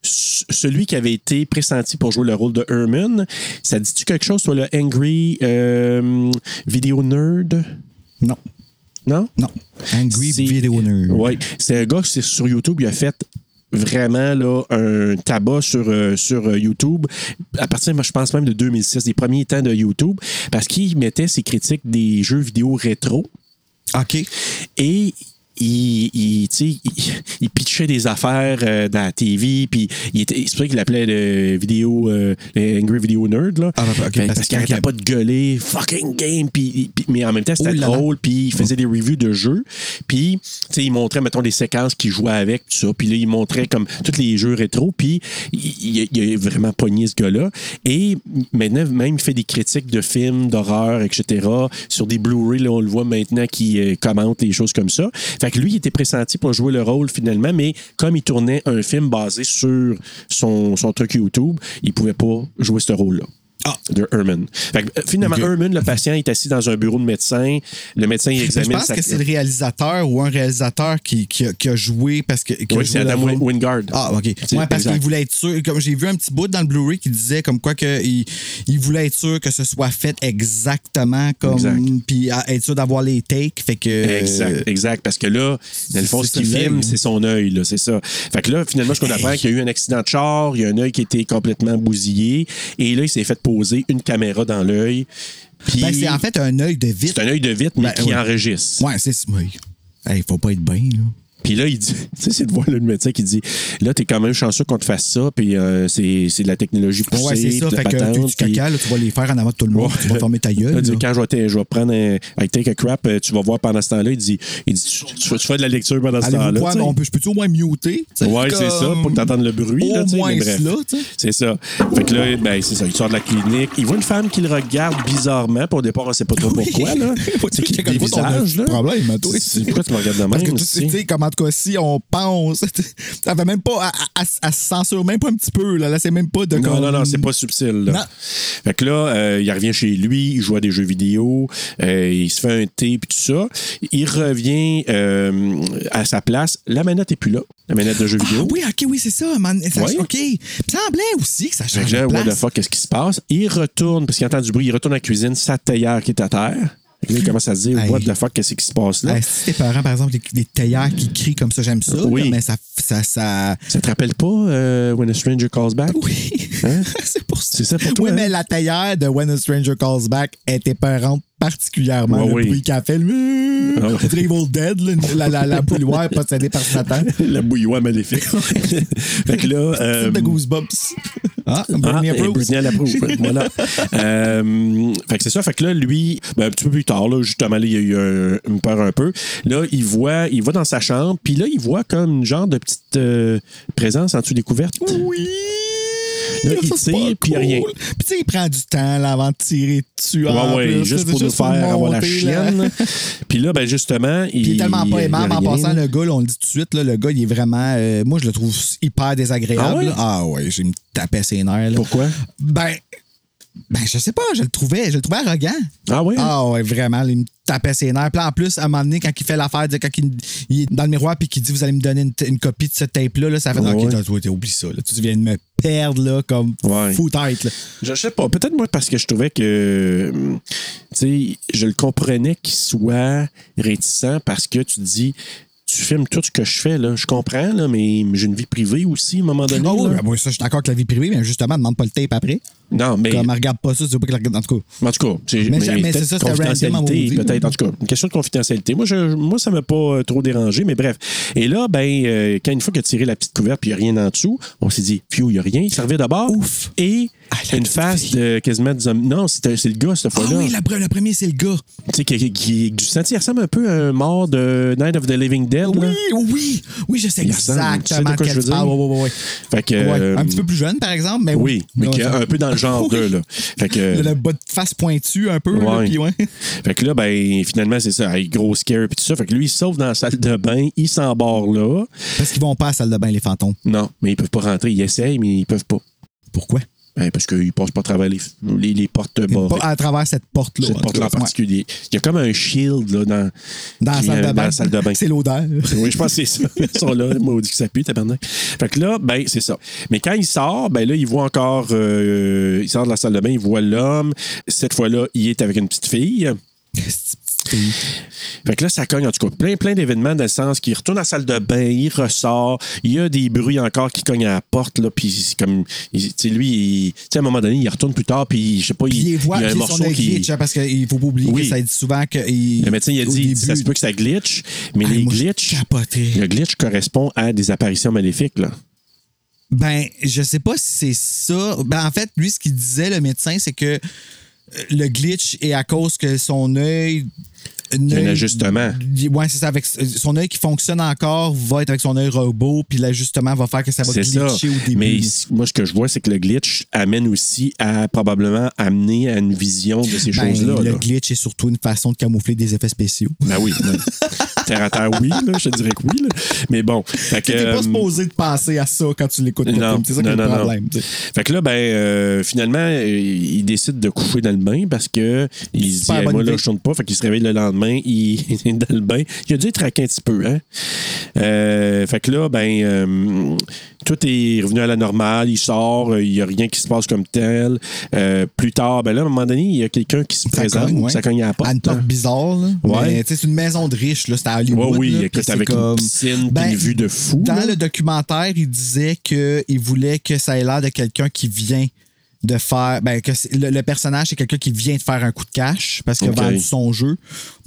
A: c- Celui qui avait été pressenti pour jouer le rôle de Herman, ça dit-tu quelque chose sur le Angry euh, Video Nerd?
B: Non,
A: Non?
B: non. Angry
A: C'est-
B: Video Nerd.
A: Oui. C'est un gars qui, c'est sur YouTube, il a fait vraiment là, un tabac sur, euh, sur euh, YouTube, à partir, moi, je pense même de 2006, des premiers temps de YouTube, parce qu'il mettait ses critiques des jeux vidéo rétro.
B: OK.
A: Et il, il, tu sais, il, il pitchait des affaires euh, dans la TV, puis il était- c'est pour ça qu'il l'appelait le vidéo, euh, le Angry Video Nerd, là.
B: Ah, bah, ok,
A: Fait- parce
B: parce
A: qu'il
B: qu'il
A: n'arrêtait
B: arrêtait
A: pas de gueuler, fucking game, puis, puis- mais en même temps, c'était
B: Oh là là.
A: drôle, puis il faisait des reviews de jeux, puis, tu sais, il montrait, mettons, des séquences qu'il jouait avec, tout ça, puis là, il montrait comme tous les jeux rétro, puis il, il- il a vraiment pogné ce gars-là, et maintenant, même, il fait des critiques de films, d'horreur, etc., sur des Blu-ray, là, on le voit maintenant, qui euh, commente les choses comme ça. Fait que lui, il était pressenti pour jouer le rôle, finalement, mais comme il tournait un film basé sur son, son truc YouTube, il pouvait pas jouer ce rôle-là
B: Ah,
A: de Herman. Fait que, euh, finalement,
B: Ok.
A: Herman, le patient, est assis dans un bureau de médecin. Le médecin, il
B: je
A: examine
B: pense
A: sa...
B: que c'est le réalisateur ou un réalisateur qui, qui, a, qui a joué parce que. qui a
A: Oui,
B: joué
A: c'est
B: le
A: Adam
B: rôle.
A: Win- Wingard.
B: Ah, OK.
A: C'est-
B: Ouais, parce
A: exact.
B: qu'il voulait être sûr. Comme j'ai vu un petit bout dans le Blu-ray qui disait comme quoi que il, il voulait être sûr que ce soit fait exactement comme.
A: Exact.
B: Puis à- être sûr d'avoir les takes. Fait que.
A: Exact, exact. Parce que là, dans le fond,
B: c'est
A: ce qu'il
B: l'œil,
A: filme,
B: hein.
A: c'est son œil, là, c'est ça. Fait que là, finalement, ce qu'on apprend, qu'il y a eu un accident de char, il y a un œil qui était complètement bousillé, et là, il s'est fait poser une caméra dans l'œil. Puis,
B: Ben, c'est en fait un œil de vite.
A: c'est un œil de vitre, mais
B: Ben,
A: qui
B: ouais.
A: enregistre.
B: Ouais, c'est ça. Hey, faut pas être bien, là.
A: Puis là, il dit, [laughs] tu sais, c'est de voir là, le médecin qui dit, là, t'es quand même chanceux qu'on te fasse ça, puis euh, c'est c'est de la technologie poussée.
B: ouais, c'est ça.
A: puis de la
B: Fait que tu,
A: patente,
B: tu
A: puis-
B: caca, là, tu vas les faire en avant de tout le monde. Tu vas
A: [laughs]
B: fermer ta gueule.
A: Il dit,
B: Ben là.
A: quand je vais, te- je vais prendre un I take a crap, euh, tu vas voir pendant ce temps-là. Il dit, il dit tu, tu fais- tu fais de la lecture pendant ce
B: Allez-vous
A: temps-là.
B: quoi?
A: tu sais.
B: mais on peut, je peux-tu au moins muter? Tu sais,
A: Ouais, c'est
B: comme-
A: ça, pour que t'entendes le bruit.
B: Au
A: là, tu sais,
B: moins
A: mais bref.
B: cela, tu sais.
A: C'est ça. Fait que là, ben, c'est ça. Il sort de la clinique. Il voit une femme qui le regarde bizarrement. Pour au départ, on sait pas trop
B: [laughs] Oui.
A: pourquoi. Là. C'est qu'il
B: C'est comme quoi ton
A: dévisage, là.
B: problème, toi?
A: C'est- Pourquoi tu me regardes de même?
B: Parce que tu
A: aussi?
B: sais, tu sais, comme en tout cas, si on pense, [laughs] ça fait même pas, à- à- à- elle se censure même pas un petit peu, là, là c'est même pas de
A: Non,
B: comme-
A: non, non, c'est pas subtil. Là.
B: Non.
A: Fait que là, euh, il revient chez lui, il joue à des jeux vidéo, euh, il se fait un thé, puis tout ça. Il revient euh, à sa place. La manette est plus là, la manette de jeux
B: Ah
A: vidéo.
B: oui, ok, oui, c'est ça, man. Ça,
A: Ouais.
B: Ok. Il me semblait aussi que ça
A: Fait
B: changeait
A: que là,
B: de
A: what
B: place.
A: the fuck, qu'est-ce qui se passe? Il retourne, parce qu'il entend du bruit, il retourne à la cuisine, sa théière qui est à terre. Fait que là, il commence à se dire,
B: Hey.
A: what the fuck, qu'est-ce qui se passe là?
B: Ah, si tes parents, par exemple, les, les tailleurs qui crient comme ça, j'aime ça.
A: Oui.
B: là, mais ça. ça, ça...
A: Ça te rappelle pas euh, When a Stranger Calls Back? [laughs]
B: Oui.
A: Hein?
B: [laughs] c'est pour ça.
A: C'est ça pour toi,
B: Oui,
A: hein?
B: mais la taillère de When a Stranger Calls Back était peurante particulièrement.
A: Ouais,
B: le
A: oui.
B: bruit qu'elle fait. Le...
A: Ah ouais.
B: C'est Evil Dead, là, la, la, la bouilloire possédée par Satan.
A: La bouilloire
B: [laughs]
A: maléfique. fait que là. euh,
B: de Goosebumps. Ah, [laughs] Britney
A: ah, et
B: approves.
A: Britney, elle
B: [laughs]
A: approuve. voilà. Euh, fait que c'est ça. Fait que là, lui, ben, un petit peu plus tard, là, justement, là, il y a eu un- une peur un peu. Là, il voit, il va dans sa chambre, puis là, il voit comme une genre de petite euh, présence en dessous des couvertes.
B: Oui!
A: Là, il
B: Ça, c'est pas
A: tire, puis
B: cool.
A: rien.
B: Puis tu sais, il prend du temps là, avant de tirer dessus. Ah,
A: Ouais,
B: en
A: ouais,
B: plus,
A: juste
B: là,
A: pour nous faire avoir la
B: monter, là. [laughs]
A: chienne. Puis là, ben justement, il.
B: Puis il est tellement
A: il y
B: pas
A: a
B: aimable. En
A: rien.
B: passant, le gars, là, on le dit tout de suite, là, le gars, il est vraiment. euh, moi, je le trouve hyper
A: Ah ouais?
B: désagréable. là. Ah ouais, j'ai me tapé ses nerfs. là.
A: Pourquoi?
B: Ben. Ben, je sais pas, je le trouvais, je le trouvais arrogant.
A: Ah ouais?
B: Ah ouais, vraiment, il me tapait ses nerfs. Puis là, en plus, à un moment donné, quand il fait l'affaire, de- quand il, il est dans le miroir puis qu'il dit Vous allez me donner une, t- une copie de ce tape-là, là, ça fait
A: Ah Ouais.
B: Ok, t'as- toi, t'as- oublie ça. là. tu viens de me perdre là, comme
A: Ouais.
B: fou tête. là.
A: Je sais pas. Peut-être moi parce que je trouvais que. hum, Tu sais, je le comprenais qu'il soit réticent parce que tu dis. Tu filmes tout ce que je fais, là. Je comprends, là, mais j'ai une vie privée aussi, à un moment donné.
B: Ah oui,
A: là.
B: ben, moi, ça, je suis d'accord avec la vie privée, mais justement, demande pas le tape après.
A: Non, mais.
B: Comme, elle regarde pas ça, tu veux pas que la regarde. En tout cas.
A: En tout cas, c'est
B: ben, Mais ça- mais
A: peut-être
B: c'est ça, c'était random à
A: confidentialité,
B: maudit.
A: peut-être. En tout cas, une question de confidentialité. Moi, je, moi ça m'a pas euh, trop dérangé, mais bref. Et là, ben, euh, quand une fois qu'il a tiré la petite couverte puis il n'y a rien en dessous, on s'est dit, phew, il n'y a rien. Il servait d'abord.
B: Ouf.
A: Et
B: Ah, la
A: une
B: petite
A: face
B: fille.
A: de quasiment de zombie. Non, c'était- c'est le gars, cette
B: Ah
A: fois-là.
B: oui, la pre- le premier, c'est le gars.
A: Tu sais, qui, qui, qui- du senti, il ressemble un peu à un mort de Night of the Living Dead. là.
B: Oui, oui, oui, je sais
A: Il ressemble, tu sais de
B: exactement
A: quoi je veux
B: quel tu parles.
A: dire?
B: Ouais, ouais, ouais.
A: Fait que.
B: Ouais,
A: euh,
B: un petit peu plus jeune, par exemple, mais
A: Oui, mais
B: Ouais,
A: qui est
B: ça-
A: un peu dans le genre
B: [laughs] Oui.
A: d'eux, là. Fait que.
B: Le, le bas de face pointu, un peu. là,
A: Ouais.
B: puis ouais. [laughs]
A: Fait que là, ben, finalement, c'est ça. Hey, gros scare puis tout ça. Fait que lui, il sauve dans la salle de bain, il s'embarre là.
B: Parce qu'ils vont pas à la salle de bain, les fantômes.
A: Non, mais ils peuvent pas rentrer. Ils essayent, mais ils peuvent pas.
B: Pourquoi?
A: Ben, parce qu'ils passent pas à travers les, les, les portes barrées.
B: Pas à travers cette porte-là.
A: Cette
B: en
A: porte-là en
B: tout cas. Ouais.
A: particulier. Il y a comme un shield là, dans,
B: Dans la
A: qui-
B: salle de
A: dans
B: bain.
A: la salle de bain.
B: C'est l'odeur. [laughs]
A: Oui, je pense que c'est ça. Ils sont là, maudit que ça pue, tabarnak. Fait que là, ben, c'est ça. Mais quand il sort, ben là, il voit encore. euh, il sort de la salle de bain, il voit l'homme. Cette fois-là, il est avec une petite fille. Fait que là, ça cogne, en tout cas, plein, plein d'événements dans le sens qu'il retourne à la salle de bain, il ressort, il y a des bruits encore qui cognent à la porte, là, puis c'est comme, il- tu sais, lui, il- tu sais, à un moment donné, il retourne plus tard, puis je sais pas,
B: Puis il
A: il,
B: voit
A: il y a un
B: puis son
A: morceau
B: œil
A: qui...
B: glitch, hein, parce qu'il faut pas oublier
A: Oui.
B: que ça dit souvent que.
A: Le médecin, il a dit, ça se peut que ça glitche, mais les glitchs, le glitch correspond à des apparitions maléfiques, là.
B: Ben, je sais pas si c'est ça. Ben, en fait, lui, ce qu'il disait, le médecin, c'est que euh, le glitch est à cause que son œil.
A: Il y a un
B: œil-
A: ajustement.
B: Ouais, c'est ça. Avec euh, son œil qui fonctionne encore va être avec son œil robot, puis l'ajustement va faire que ça va
A: C'est
B: glitcher
A: ça.
B: au début.
A: Mais c- moi, ce que je vois, c'est que le glitch amène aussi à probablement amener à une vision de ces
B: Ben,
A: choses-là.
B: le
A: là.
B: glitch est surtout une façon de camoufler des effets spéciaux.
A: Ben
B: [laughs]
A: oui. ouais. terre à terre, oui, là, je te dirais que oui. là. Mais bon. Fait que,
B: T'es
A: euh,
B: pas supposé de penser à ça quand tu l'écoutes. le
A: non,
B: film. C'est ça qui est
A: non,
B: le
A: non, non.
B: problème. tu sais.
A: Fait que là, ben, euh, finalement, euh, il décide de coucher dans le bain parce que il se dit,
B: Super
A: Hey,
B: bonne
A: moi, là,
B: idée.
A: je tourne pas. Fait qu'il se réveille le lendemain, il [laughs] est dans le bain. Il a dû être raqué un petit peu, hein. Euh, fait que là, ben, euh, tout est revenu à la normale. Il sort, euh, il y a rien qui se passe comme tel. Euh, plus tard, ben là, à un moment donné, il y a quelqu'un qui se présente, ou
B: ouais.
A: ça cogne à la porte. hein.
B: une porte bizarre, là.
A: Ouais.
B: Mais, tu sais, c'est une maison de riches, là. C'était à Hollywood.
A: Ouais, oui,
B: là,
A: écoute,
B: puis c'est Ben,
A: avec une piscine, puis une vue de fou,
B: Dans
A: là.
B: le documentaire, il disait qu'il voulait que ça ait l'air de quelqu'un qui vient de faire. Ben, que c'est- le, le personnage, c'est quelqu'un qui vient de faire un coup de cash parce qu'il
A: Ok.
B: a vendu son jeu.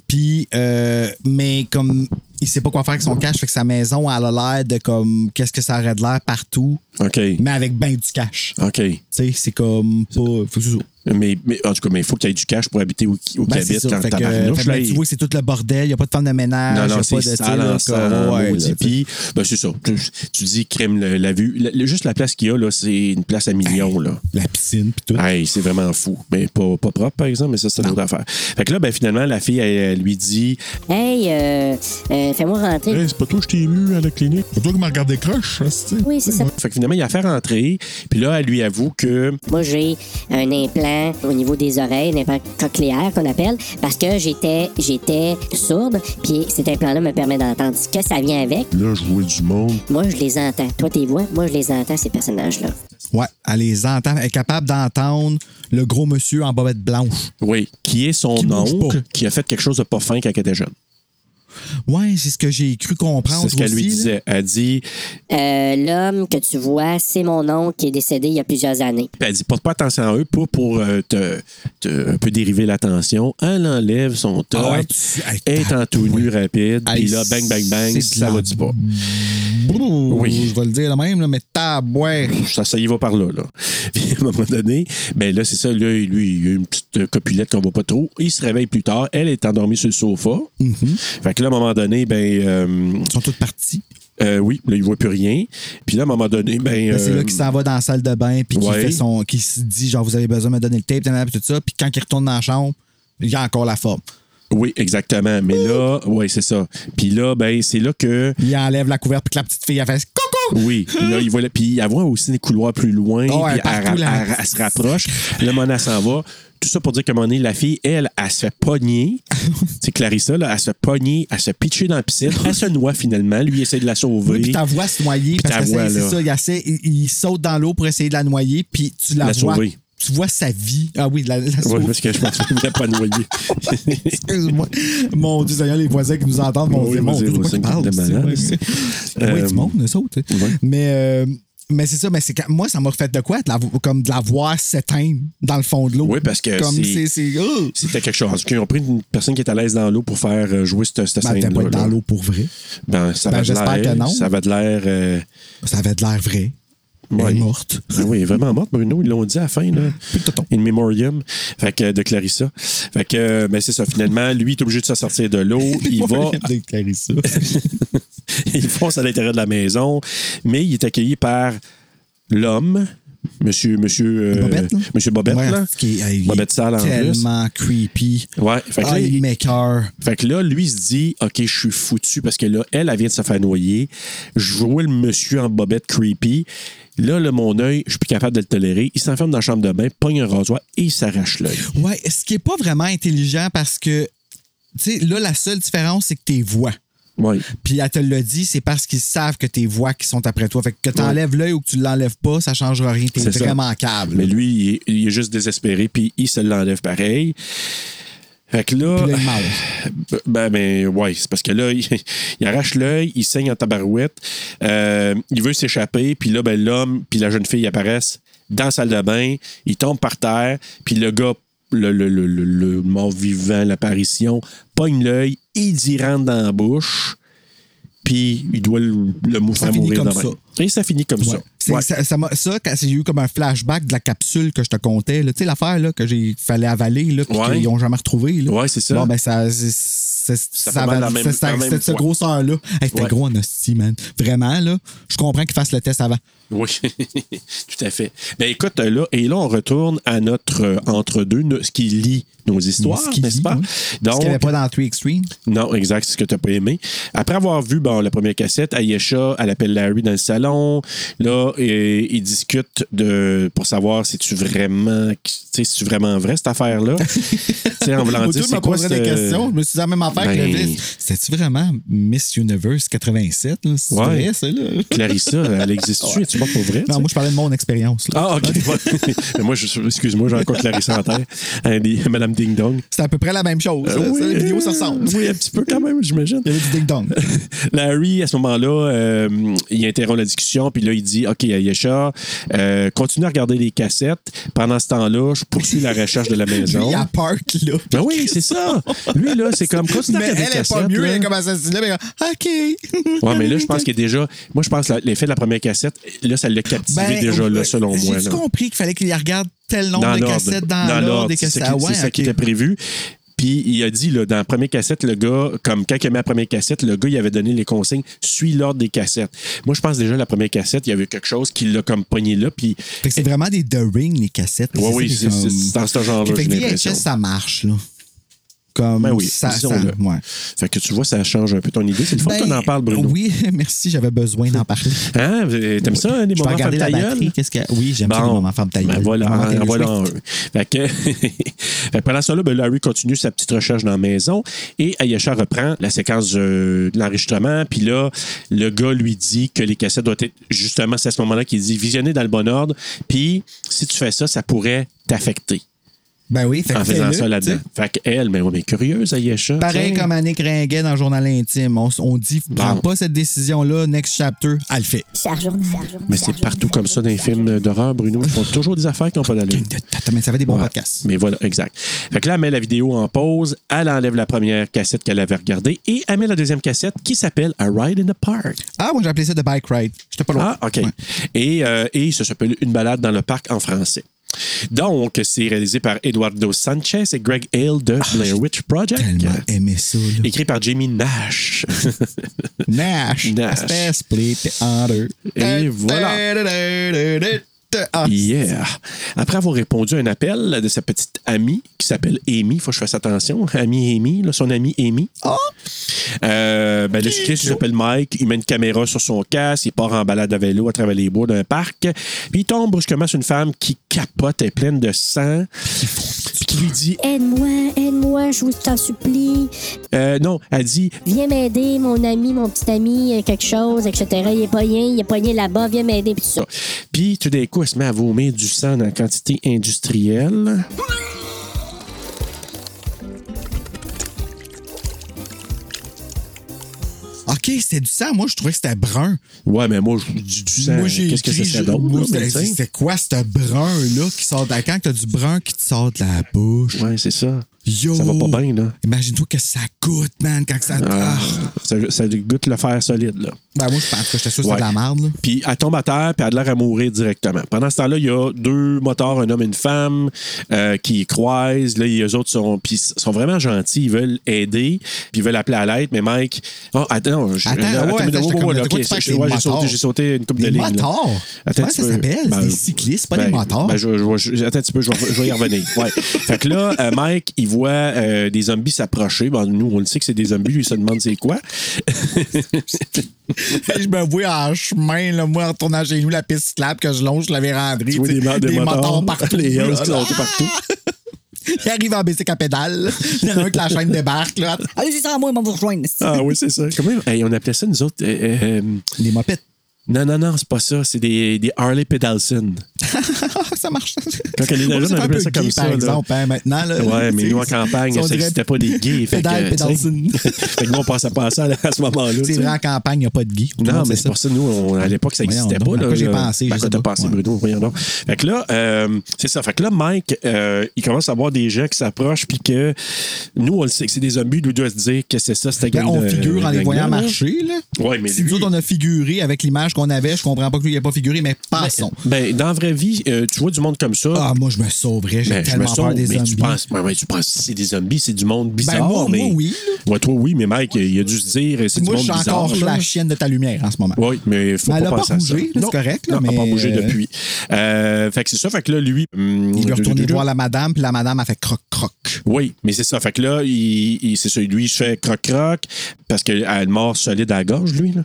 B: Puis, euh, mais comme il sait pas quoi faire avec son cash, fait que sa maison, elle a l'air de comme. Qu'est-ce que ça aurait de l'air partout,
A: OK.
B: mais avec ben du cash. Tu
A: OK.
B: sais, c'est comme pas. faut que tu-
A: Mais, mais- en tout cas, mais il faut qu'il y ait du cash pour habiter où, où
B: Ben,
A: qu'il
B: c'est
A: habite
B: ça.
A: quand
B: Fait que,
A: tabarnouche,
B: fait que,
A: là,
B: ben,
A: il-
B: tu vois que c'est tout le bordel. Il n'y a pas de femme de ménage.
A: Non,
B: y a
A: non,
B: pas
A: c'est
B: de, tu sais,
A: sale
B: là,
A: en sang,
B: comme- ouais,
A: maudit.
B: là,
A: Puis, ben, c'est ça. Tu, tu dis, crime, le- la vue. la- le- juste la place qu'il y a, là, c'est une place à
B: Ben.
A: millions, là.
B: La piscine, puis tout.
A: Hey, c'est vraiment fou. Mais pas, pas propre, par exemple, mais ça, c'est une autre affaire. Fait que là, ben, finalement, la fille, elle, elle lui dit
L: Hey, euh, euh, fais-moi rentrer.
G: Hey, c'est pas toi que je t'ai ému à la clinique. C'est toi qui m'as regardé croche, hein, c'est-tu?
L: Oui, c'est ça.
A: Fait que finalement, il a fait rentrer. Puis là, elle lui avoue que.
L: Moi, j'ai un implant au niveau des oreilles, un implant cochléaire qu'on appelle, parce que j'étais j'étais sourde, puis cet implant-là me permet d'entendre ce que ça vient avec.
G: Là, je vois du monde.
L: Moi, je les entends. Toi, tes voix, moi, je les entends, ces personnages-là.
B: Ouais, elle les entend. Elle est capable d'entendre le gros monsieur en bobette blanche.
A: Oui, qui est son
B: Qui bouge
A: oncle
B: pas.
A: qui a fait quelque chose de pas fin quand elle était jeune.
B: Ouais, c'est ce que j'ai cru comprendre.
A: C'est ce qu'elle lui
B: Ah, aussi, là.
A: disait. Elle dit,
L: Euh, L'homme que tu vois, c'est mon oncle qui est décédé il y a plusieurs années.
A: Puis Elle dit porte pas attention à eux, pas pour euh, te, te- un peu dériver l'attention. Elle enlève son top,
B: Ah ouais, tu- hey,
A: est en tout nu rapide,
B: Hey,
A: puis là, bang, bang,
B: c'est
A: bang,
B: de
A: ça
B: la-
A: va du pas.
B: Brrr,
A: Oui.
B: Je vais le dire le même, là, mais tabouin.
A: Ça, ça y va par là, là. [laughs] Puis à un moment donné, ben là, c'est ça, là, lui, il a une petite euh, copulette qu'on voit pas trop. Il se réveille plus tard. Elle est endormie sur le sofa.
B: Mm-hmm.
A: Fait que là, à un moment donné, ben euh,
B: Ils sont toutes partis.
A: euh, oui, là, il voit plus rien. Puis là, à un moment donné, ben.
B: Là, c'est
A: euh,
B: là qu'il s'en va dans la salle de bain, puis qu'il
A: ouais.
B: fait son, qu'il se dit, genre, vous avez besoin de me donner le tape, nanana, puis tout ça. Puis quand il retourne dans la chambre, il y a encore la forme.
A: Oui, exactement. Mais là, oui, c'est ça. Puis là, ben, c'est là que.
B: Il enlève la couverte, puis que la petite fille, elle fait coucou!
A: Oui, puis là, il voit, le- puis elle voit aussi des couloirs plus loin,
B: Ah ouais,
A: puis elle,
B: partout, là.
A: elle- elle- elle se rapproche. Le monnaie s'en va. Tout ça pour dire que un moment donné, la fille, elle, elle se fait pogner.
B: [laughs]
A: C'est Clarissa, là, elle se fait pogner, elle se fait pitcher dans la piscine, Ah, elle se noie finalement. Lui, il essaie de la sauver.
B: Oui, puis ta voix se noyer,
A: Puis ta
B: parce que
A: voix,
B: c'est-
A: là.
B: c'est ça, il, essaie- il, il saute dans l'eau pour essayer de la noyer, puis tu la,
A: La
B: vois.
A: sauver.
B: Tu vois sa vie. Ah oui, la, la
A: Ouais,
B: sauver.
A: parce que je pense qu'elle ne pas noyée.
B: Excuse-moi. Mon Dieu, Seigneur, les voisins qui nous entendent vont
A: Oui,
B: dire
A: vous
B: Mon Dieu,
A: dire,
B: de quoi
A: c'est
B: qu'ils
A: une
B: parlent,
A: couple de
B: c'est-
A: malades.
B: ouais, c'est- Ouais,
A: Euh,
B: du monde, eux autres.
A: ouais.
B: Mais, euh, mais c'est ça, mais c'est quand- moi, ça m'a refait de quoi? de la vo- comme de la voir s'éteindre dans le fond de l'eau.
A: Oui, parce que
B: Comme
A: c'est-
B: c'est. c'est- oh!
A: C'était quelque chose. Ils ont pris une personne qui est à l'aise dans l'eau pour faire euh, jouer cette, cette
B: Ben, elle
A: scène-là.
B: devait pas être
A: là.
B: dans l'eau pour vrai.
A: Ben, ça
B: Ben,
A: va
B: j'espère
A: de l'air.
B: que non.
A: Ça va de l'air. euh,
B: Ça avait de l'air vrai. Elle est
A: ouais.
B: morte.
A: Ah oui, elle est vraiment morte, Bruno. Ils l'ont dit à la fin, là. In memoriam. Fait que, euh, de Clarissa. Fait que, euh, ben, c'est ça. Finalement, lui, il est obligé de se sortir de
B: [laughs]
A: l'eau. il va.
B: déclarer ça.
A: [laughs] il fonce à l'intérieur de la maison. Mais il est accueilli par l'homme. Monsieur, monsieur, euh,
B: Bobette, là?
A: monsieur Bobette,
B: Ouais,
A: là.
B: qui est- il
A: Bobette sale, en plus.
B: Tellement creepy.
A: Ouais. Fait que, là,
B: Ah, il
A: il-
B: m'écoeure.
A: fait que là, lui, il se dit, OK, je suis foutu parce que là, elle, elle vient de se faire noyer. Je vois le monsieur en bobette creepy. Là, là, mon œil, je suis plus capable de le tolérer. Il s'enferme dans la chambre de bain, pogne un rasoir et il s'arrache l'œil.
B: Ouais, ce qui est pas vraiment intelligent parce que, tu sais, là, la seule différence, c'est que tes voix.
A: Ouais.
B: Puis elle te le dit, c'est parce qu'ils savent que tes voix qui sont après toi. Fait que que t'enlèves l'œil ou que tu l'enlèves pas, ça changera rien. T'es
A: C'est ça.
B: vraiment câble.
A: Ah, Mais lui, il est, il est juste désespéré, puis il se l'enlève pareil. Fait que là.
B: Puis là, il mange.
A: [laughs] Ben, ben, ouais, c'est parce que là, [laughs] il, il arrache l'œil, il saigne en tabarouette, euh, il veut s'échapper, puis là, ben, l'homme, puis la jeune fille apparaissent dans la salle de bain, il tombe par terre, puis le gars, le, le, le, le- le mort vivant, l'apparition, pogne l'œil, il dit rentre dans la bouche, puis il doit le, le mou-
B: Ça
A: faire
B: finit
A: mourir
B: comme
A: de même. Et ça finit comme
B: Ouais.
A: ça.
B: C'est-
A: Ouais.
B: Ça, ça m'a- ça, quand j'ai eu comme un flashback de la capsule que je te contais, là, tu sais, l'affaire là, que j'ai fallait avaler, là, puis
A: Ouais.
B: qu'ils n'ont jamais retrouvé. Là.
A: Ouais, c'est ça.
B: Bon, ben, ça. c'est- c'est- ça
A: fait mal
B: avait-
A: la même-
B: c'est- c'est-
A: la même
B: C'était de ce
A: fois.
B: grosseur-là. Hey, C'était
A: Ouais.
B: gros en hostie, man. Vraiment, là. Je comprends qu'ils fassent le test avant.
A: Oui, [laughs] tout à fait. Ben écoute, là, et là, on retourne à notre euh, entre-deux, no- ce qui lit nos histoires,
B: Ce qui
A: n'est-ce
B: lit,
A: pas?
B: oui.
A: Donc,
B: Ce hein. qu'il n'y avait pas dans Three Extreme.
A: non, exact, c'est ce que tu n'as pas aimé. Après avoir vu bon, la première cassette, Ayesha, elle appelle Larry dans le salon. Là, et- ils discutent de, pour savoir si tu vraiment, tu sais, si tu vraiment vrai cette
B: [laughs]
A: affaire-là. tu sais, en voulant
B: Au
A: dire,
B: début, je
A: c'est
B: me
A: quoi
B: poserais des
A: cette- euh,
B: questions. Je me suis dit ah, la même affaire que
A: Ben-
B: le vice. C'était-tu vraiment Miss Universe 87? là? C'est
A: Ouais.
B: vrai, ça,
A: [laughs]
B: là?
A: Clarissa, elle existe-tu? Es-tu pas pour vrai? tu sais?
B: Non, Ben, moi, je parlais de mon expérience. là.
A: Ah,
B: [laughs]
A: OK. Mais moi, je- excuse-moi, j'ai encore Clarissa en tête. Hein, des- Madame Ding Dong.
B: C'est à peu près la même chose.
A: Euh,
B: là. Ça, les vidéos se
A: euh,
B: ressemblent.
A: Oui, un petit peu quand même, j'imagine.
B: Il y avait du
A: [laughs] Ben
B: ding-dong.
A: Larry, à ce moment-là, euh, il interrompt la discussion, puis là, il dit OK, Ayesha, euh, continue à regarder les cassettes. Pendant ce temps-là, je poursuis la recherche
B: [laughs]
A: de la
B: Lui,
A: maison.
B: il a peur, là.
A: Ben oui, c'est ça. Lui, là, c'est comme continue à
B: mais
A: regarder les
B: elle est
A: cassettes.
B: pas mieux,
A: là.
B: elle est comme assassinée, mais ah, OK.
A: Ouais, mais là, je pense qu'il est déjà. Moi, je pense que l'effet de la première cassette, là, ça l'a captivé
B: Ben,
A: déjà, là, selon moi.
B: J'ai
A: là.
B: compris qu'il fallait qu'il y regarde tel nombre de
A: l'ordre.
B: cassettes dans, l'ordre des
A: C'est
B: cassettes.
A: ça qui-
B: Ah ouais,
A: c'est ça qui
B: ok.
A: était prévu. Puis il a dit, là, dans la première cassette, le gars, comme quand il a mis la première cassette, le gars, il avait donné les consignes, suis l'ordre des cassettes. Moi, je pense déjà, la première cassette, il y avait quelque chose qui l'a comme pogné là. Puis,
B: Fait que c'est vraiment des The Ring, les cassettes.
A: ouais, oui,
B: ça qui
A: c'est
B: est comme-
A: c'est dans ce genre-là,
B: Fait
A: j'ai
B: que
A: l'impression.
B: VHS, ça marche, là. Comme
A: Ben oui,
B: ça, ça-
A: disons-le.
B: ouais.
A: Fait que tu vois, ça change un peu ton idée. C'est le fun
B: Ben,
A: qu'on en parle, Bruno.
B: Oui, [laughs] merci, j'avais besoin d'en parler.
A: Hein? T'aimes ça, hein, les
B: Je vais
A: moments
B: regarder
A: ferme
B: la
A: ta gueule?
B: batterie. Qu'est-ce que... Oui, j'aime ça, les
A: Bon.
B: moments ferme ta
A: Ben
B: gueule.
A: voilà,
B: Moments
A: en
B: Taylor
A: voilà
B: Swift.
A: un. Fait que, [laughs] Fait que pendant ça, là, ben, Larry continue sa petite recherche dans la maison et Ayesha reprend la séquence euh, de l'enregistrement. Puis là, le gars lui dit que les cassettes doivent être, justement, c'est à ce moment-là qu'il dit, visionnées dans le bon ordre. Puis si tu fais ça, ça pourrait t'affecter
B: Ben oui, fait
A: en
B: que
A: faisant
B: fais-le,
A: ça là-dedans.
B: tu
A: Fait qu'elle, mais, ouais, mais curieuse, Ayesha.
B: sais. Pareil
A: Tiens.
B: comme Annick Ringuet dans le journal intime. On, s- on dit, prends pas cette décision-là, next chapter, elle le fait.
A: Mais c'est partout comme ça dans les films d'horreur, Bruno. Ils font toujours des affaires qui n'ont pas d'allure.
B: Mais ça fait des bons
A: Ouais.
B: podcasts.
A: Mais voilà, exact. Fait que là, elle met la vidéo en pause, elle enlève la première cassette qu'elle avait regardée et elle met la deuxième cassette qui s'appelle A Ride in the Park.
B: Ah, moi, j'ai appelé ça The Bike Ride. J'étais pas loin.
A: Ah, OK.
B: Ouais.
A: Et, euh, et ça s'appelle Une balade dans le parc en français. Donc, c'est réalisé par Eduardo Sanchez et Greg Hale de Blair Witch Project.
B: Ah, Tellement aimé ça, là.
A: Écrit par Jamie
B: [laughs]
A: Nash.
B: Nash.
A: Nash.
B: Espèce split en deux.
A: Et voilà.
B: Ah,
A: Yeah. Après avoir répondu à un appel de sa petite amie qui s'appelle Amy, il faut que je fasse attention. Amie Amy, là, son amie Amy.
B: Ah!
A: Euh, ben, le cycliste il s'appelle Mike, il met une caméra sur son casque, il part en balade à vélo à travers les bois d'un parc, puis il tombe brusquement sur une femme qui capote, elle est pleine de sang, puis qui lui dit
L: Aide-moi, aide-moi, je vous t'en supplie.
A: euh, Non, elle dit
L: Viens m'aider, mon ami, mon petit ami, euh, quelque chose, etc. Il est poigné, il est poigné là-bas, viens m'aider, puis tout ça.
A: Puis tout d'un coup, elle se met à vomir du sang dans la quantité industrielle.
B: OK, c'était du sang. Moi, je trouvais que c'était brun.
A: Ouais, mais moi, je dis du sang.
B: Moi, j'ai
A: Qu'est-ce que
B: écrit,
A: c'est
B: je-
A: ça d'autre?
B: moi,
A: là,
B: c'était-
A: tu sais?
B: C'est quoi ce brun-là qui sort de la... Quand t'as du brun qui te sort de la bouche,
A: Ouais, c'est ça.
B: Yo!
A: Ça va pas bien, là.
B: imagine-toi que ça goûte, man, quand que ça...
A: Ah,
B: Ah.
A: ça, ça goûte le fer solide, là.
B: Ben moi, je pense que j'étais sûr que
A: Ouais.
B: c'était de la merde. là.
A: Puis elle tombe à terre, puis elle a l'air à mourir directement. Pendant ce temps-là, il y a deux motards, un homme et une femme, euh, qui croisent. Là, les autres sont, puis sont vraiment gentils. Ils veulent aider, puis ils veulent appeler à l'aide. Mais Mike. Oh, attends, je-
B: Attends,
A: là, attends,
B: ouais, attends,
A: ouais,
B: j'étais
A: ouais,
B: comme,
A: ouais,
B: de quoi
A: ok,
B: tu parles,
A: je-
B: des
A: ouais, j'ai
B: motards?
A: sauté, j'ai sauté une coupe
B: Des
A: de lignes. là.
B: motards?
A: Attends un
B: Comment ça
A: petit peu.
B: s'appelle? C'est des cyclistes, pas des motards.
A: ben, je, je- je- attends un petit peu, je vais, je vais y revenir. Ouais. Fait que là, euh, Mike, il voit euh, des zombies s'approcher. Ben, nous, on le sait que c'est des zombies. Lui, il se demande c'est quoi.
B: je me vois en chemin, là, moi, en retournant chez nous, la piste cyclable que je longe, je l'avais rendue.
A: Tu vois des, ma- des motards,
B: partout.
A: les
B: là,
A: Hells qui
B: là.
A: sont partout.
B: [laughs] Il arrive en bicycle à pédale. Il y en a un que la chaîne débarque. Là.
H: Allez-y sans moi, on va vous rejoindre.
A: Ah oui, c'est ça. Comment Hey, on appelait ça, nous autres. euh, euh, euh,
B: Les mopettes.
A: non, non, non, c'est pas ça. C'est des, des Harley Pedalson.
B: Ah, ça marche.
A: Quand elle est
B: Ouais,
A: jeune,
B: c'est
A: on
B: un
A: appelait
B: peu
A: ça comme
B: gay,
A: ça,
B: Par
A: là.
B: exemple, hein, maintenant. Là,
A: Ouais, mais
B: C'est-
A: nous, en campagne,
B: on
A: ça
B: dirait
A: n'existait pas des gays. Fait que,
B: pédale,
A: euh, [laughs]
B: pédalsine.
A: tu sais. [laughs] fait que nous, on passait pas à ça à ce moment-là. tu
B: C'est
A: sais.
B: vrai, en campagne, il n'y a pas de gay. Tout le
A: Non,
B: monde
A: mais
B: sait
A: c'est pour ça, nous, on- à l'époque, ça
B: Voyons
A: n'existait
B: donc,
A: pas.
B: à
A: là,
B: quoi j'ai
A: là.
B: pensé,
A: Ben,
B: je
A: quoi
B: sais
A: t'as
B: pas.
A: pensé,
B: Ouais.
A: Bruno? Voyons donc. Fait que là, euh, c'est ça. Fait que là, Mike, euh, il commence à voir des gens qui s'approchent, puis que nous, on le sait que c'est des zombies. Lui, doit se dire que c'est ça, c'était
B: Ben, on figure en les voyant marcher. Là.
A: Ouais, mais
B: si
A: lui-
B: nous autres, on a figuré avec l'image qu'on avait, je comprends pas que lui, il a pas figuré, mais passons.
A: Ben, dans la vraie vie, euh, tu vois du monde comme ça.
B: ah, moi, je me sauverais. J'ai
A: Ben, je me
B: tellement peur
A: sens,
B: des
A: mais
B: zombies.
A: tu penses, ouais, ouais, tu penses que c'est des zombies, c'est du monde bizarre.
B: Ben, moi-
A: mais...
B: moi, oui,
A: Ouais, toi, oui, mais Mike, il a dû se dire, c'est du
B: moi,
A: monde
B: je suis
A: bizarre.
B: encore
A: là.
B: la chienne de ta lumière en ce moment.
A: Oui, mais faut
B: Mais elle
A: pas
B: a pas
A: penser à ça.
B: bougé, là, c'est
A: Non,
B: correct, là,
A: non, elle n'a
B: mais-
A: pas bougé depuis. Euh, fait que c'est ça, fait que là, lui. hum,
B: Il veut retourner voir la madame, puis la madame a fait croc-croc.
A: Oui, mais c'est ça. Fait que là, il, il- c'est ça. Lui, il se fait croc-croc parce qu'elle a une mort solide à la gorge, lui. Là.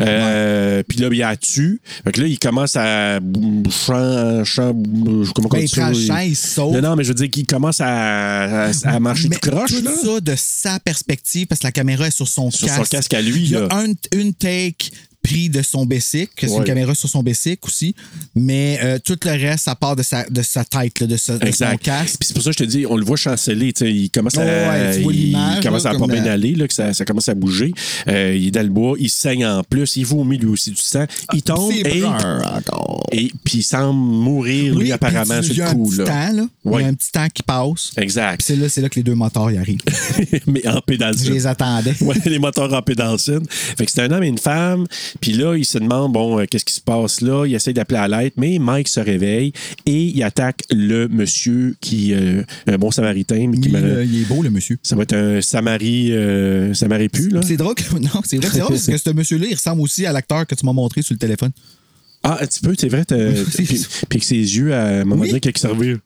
A: Euh, Puis là, il la tue. Fait que là, il commence à. Chant, chant, comment
B: Ben,
A: on
B: il
A: dit ça?
B: prend le champ, il se sauve.
A: Non, non, mais je veux dire qu'il commence à, à, à marcher
B: Mais
A: tout croche,
B: tout
A: là.
B: ça de sa perspective, parce que la caméra est sur son
A: Sur
B: casque.
A: son casque à lui,
B: Il y a
A: là.
B: un- une take pris de son basic, que c'est
A: Ouais.
B: une caméra sur son basic aussi, mais euh, tout le reste, ça part de sa, de sa tête, là, de, sa- de son
A: Exact.
B: casque.
A: Puis c'est pour ça que je te dis, on le voit chanceler. tu sais, Il commence à,
B: Ouais, tu vois
A: il
B: l'image,
A: commence
B: là,
A: à pas
B: comme
A: bien
B: la-
A: aller, là, que ça, ça commencommence à bouger. Euh, il est dans le bois, il saigne en plus, il vomit lui aussi du sang. Il tombe
B: Ah, C'est
A: et,
B: brun encore.
A: et puis il semble mourir lui
B: Oui,
A: apparemment
B: puis
A: sur
B: Il y
A: le
B: a un
A: coup.
B: petit
A: là.
B: temps, là. Il
A: Ouais.
B: y a un petit temps qui passe.
A: Exact.
B: Puis c'est là, c'est là que les deux moteurs y arrivent.
A: [laughs] Mais en
B: Je
A: pédalsine.
B: les attendais.
A: [laughs] Ouais, les moteurs en pédalsine. Fait que c'est un homme et une femme. Puis là, il se demande, bon, euh, qu'est-ce qui se passe là? Il essaie d'appeler à l'aide, mais Mike se réveille et il attaque le monsieur qui, euh, un bon samaritain, mais qui
B: Il,
A: m'a-
B: euh, il est beau, le monsieur.
A: Ça va être un Samari, euh, Samari pu, là.
B: C'est drôle que, [laughs] non, c'est vrai, que c'est drôle parce que ce monsieur-là, il ressemble aussi à l'acteur que tu m'as montré sur le téléphone.
A: Ah, un petit peu, c'est vrai. t'as-
B: Oui.
A: Puis puis que ses yeux, à un moment
B: Oui.
A: donné, qui servent.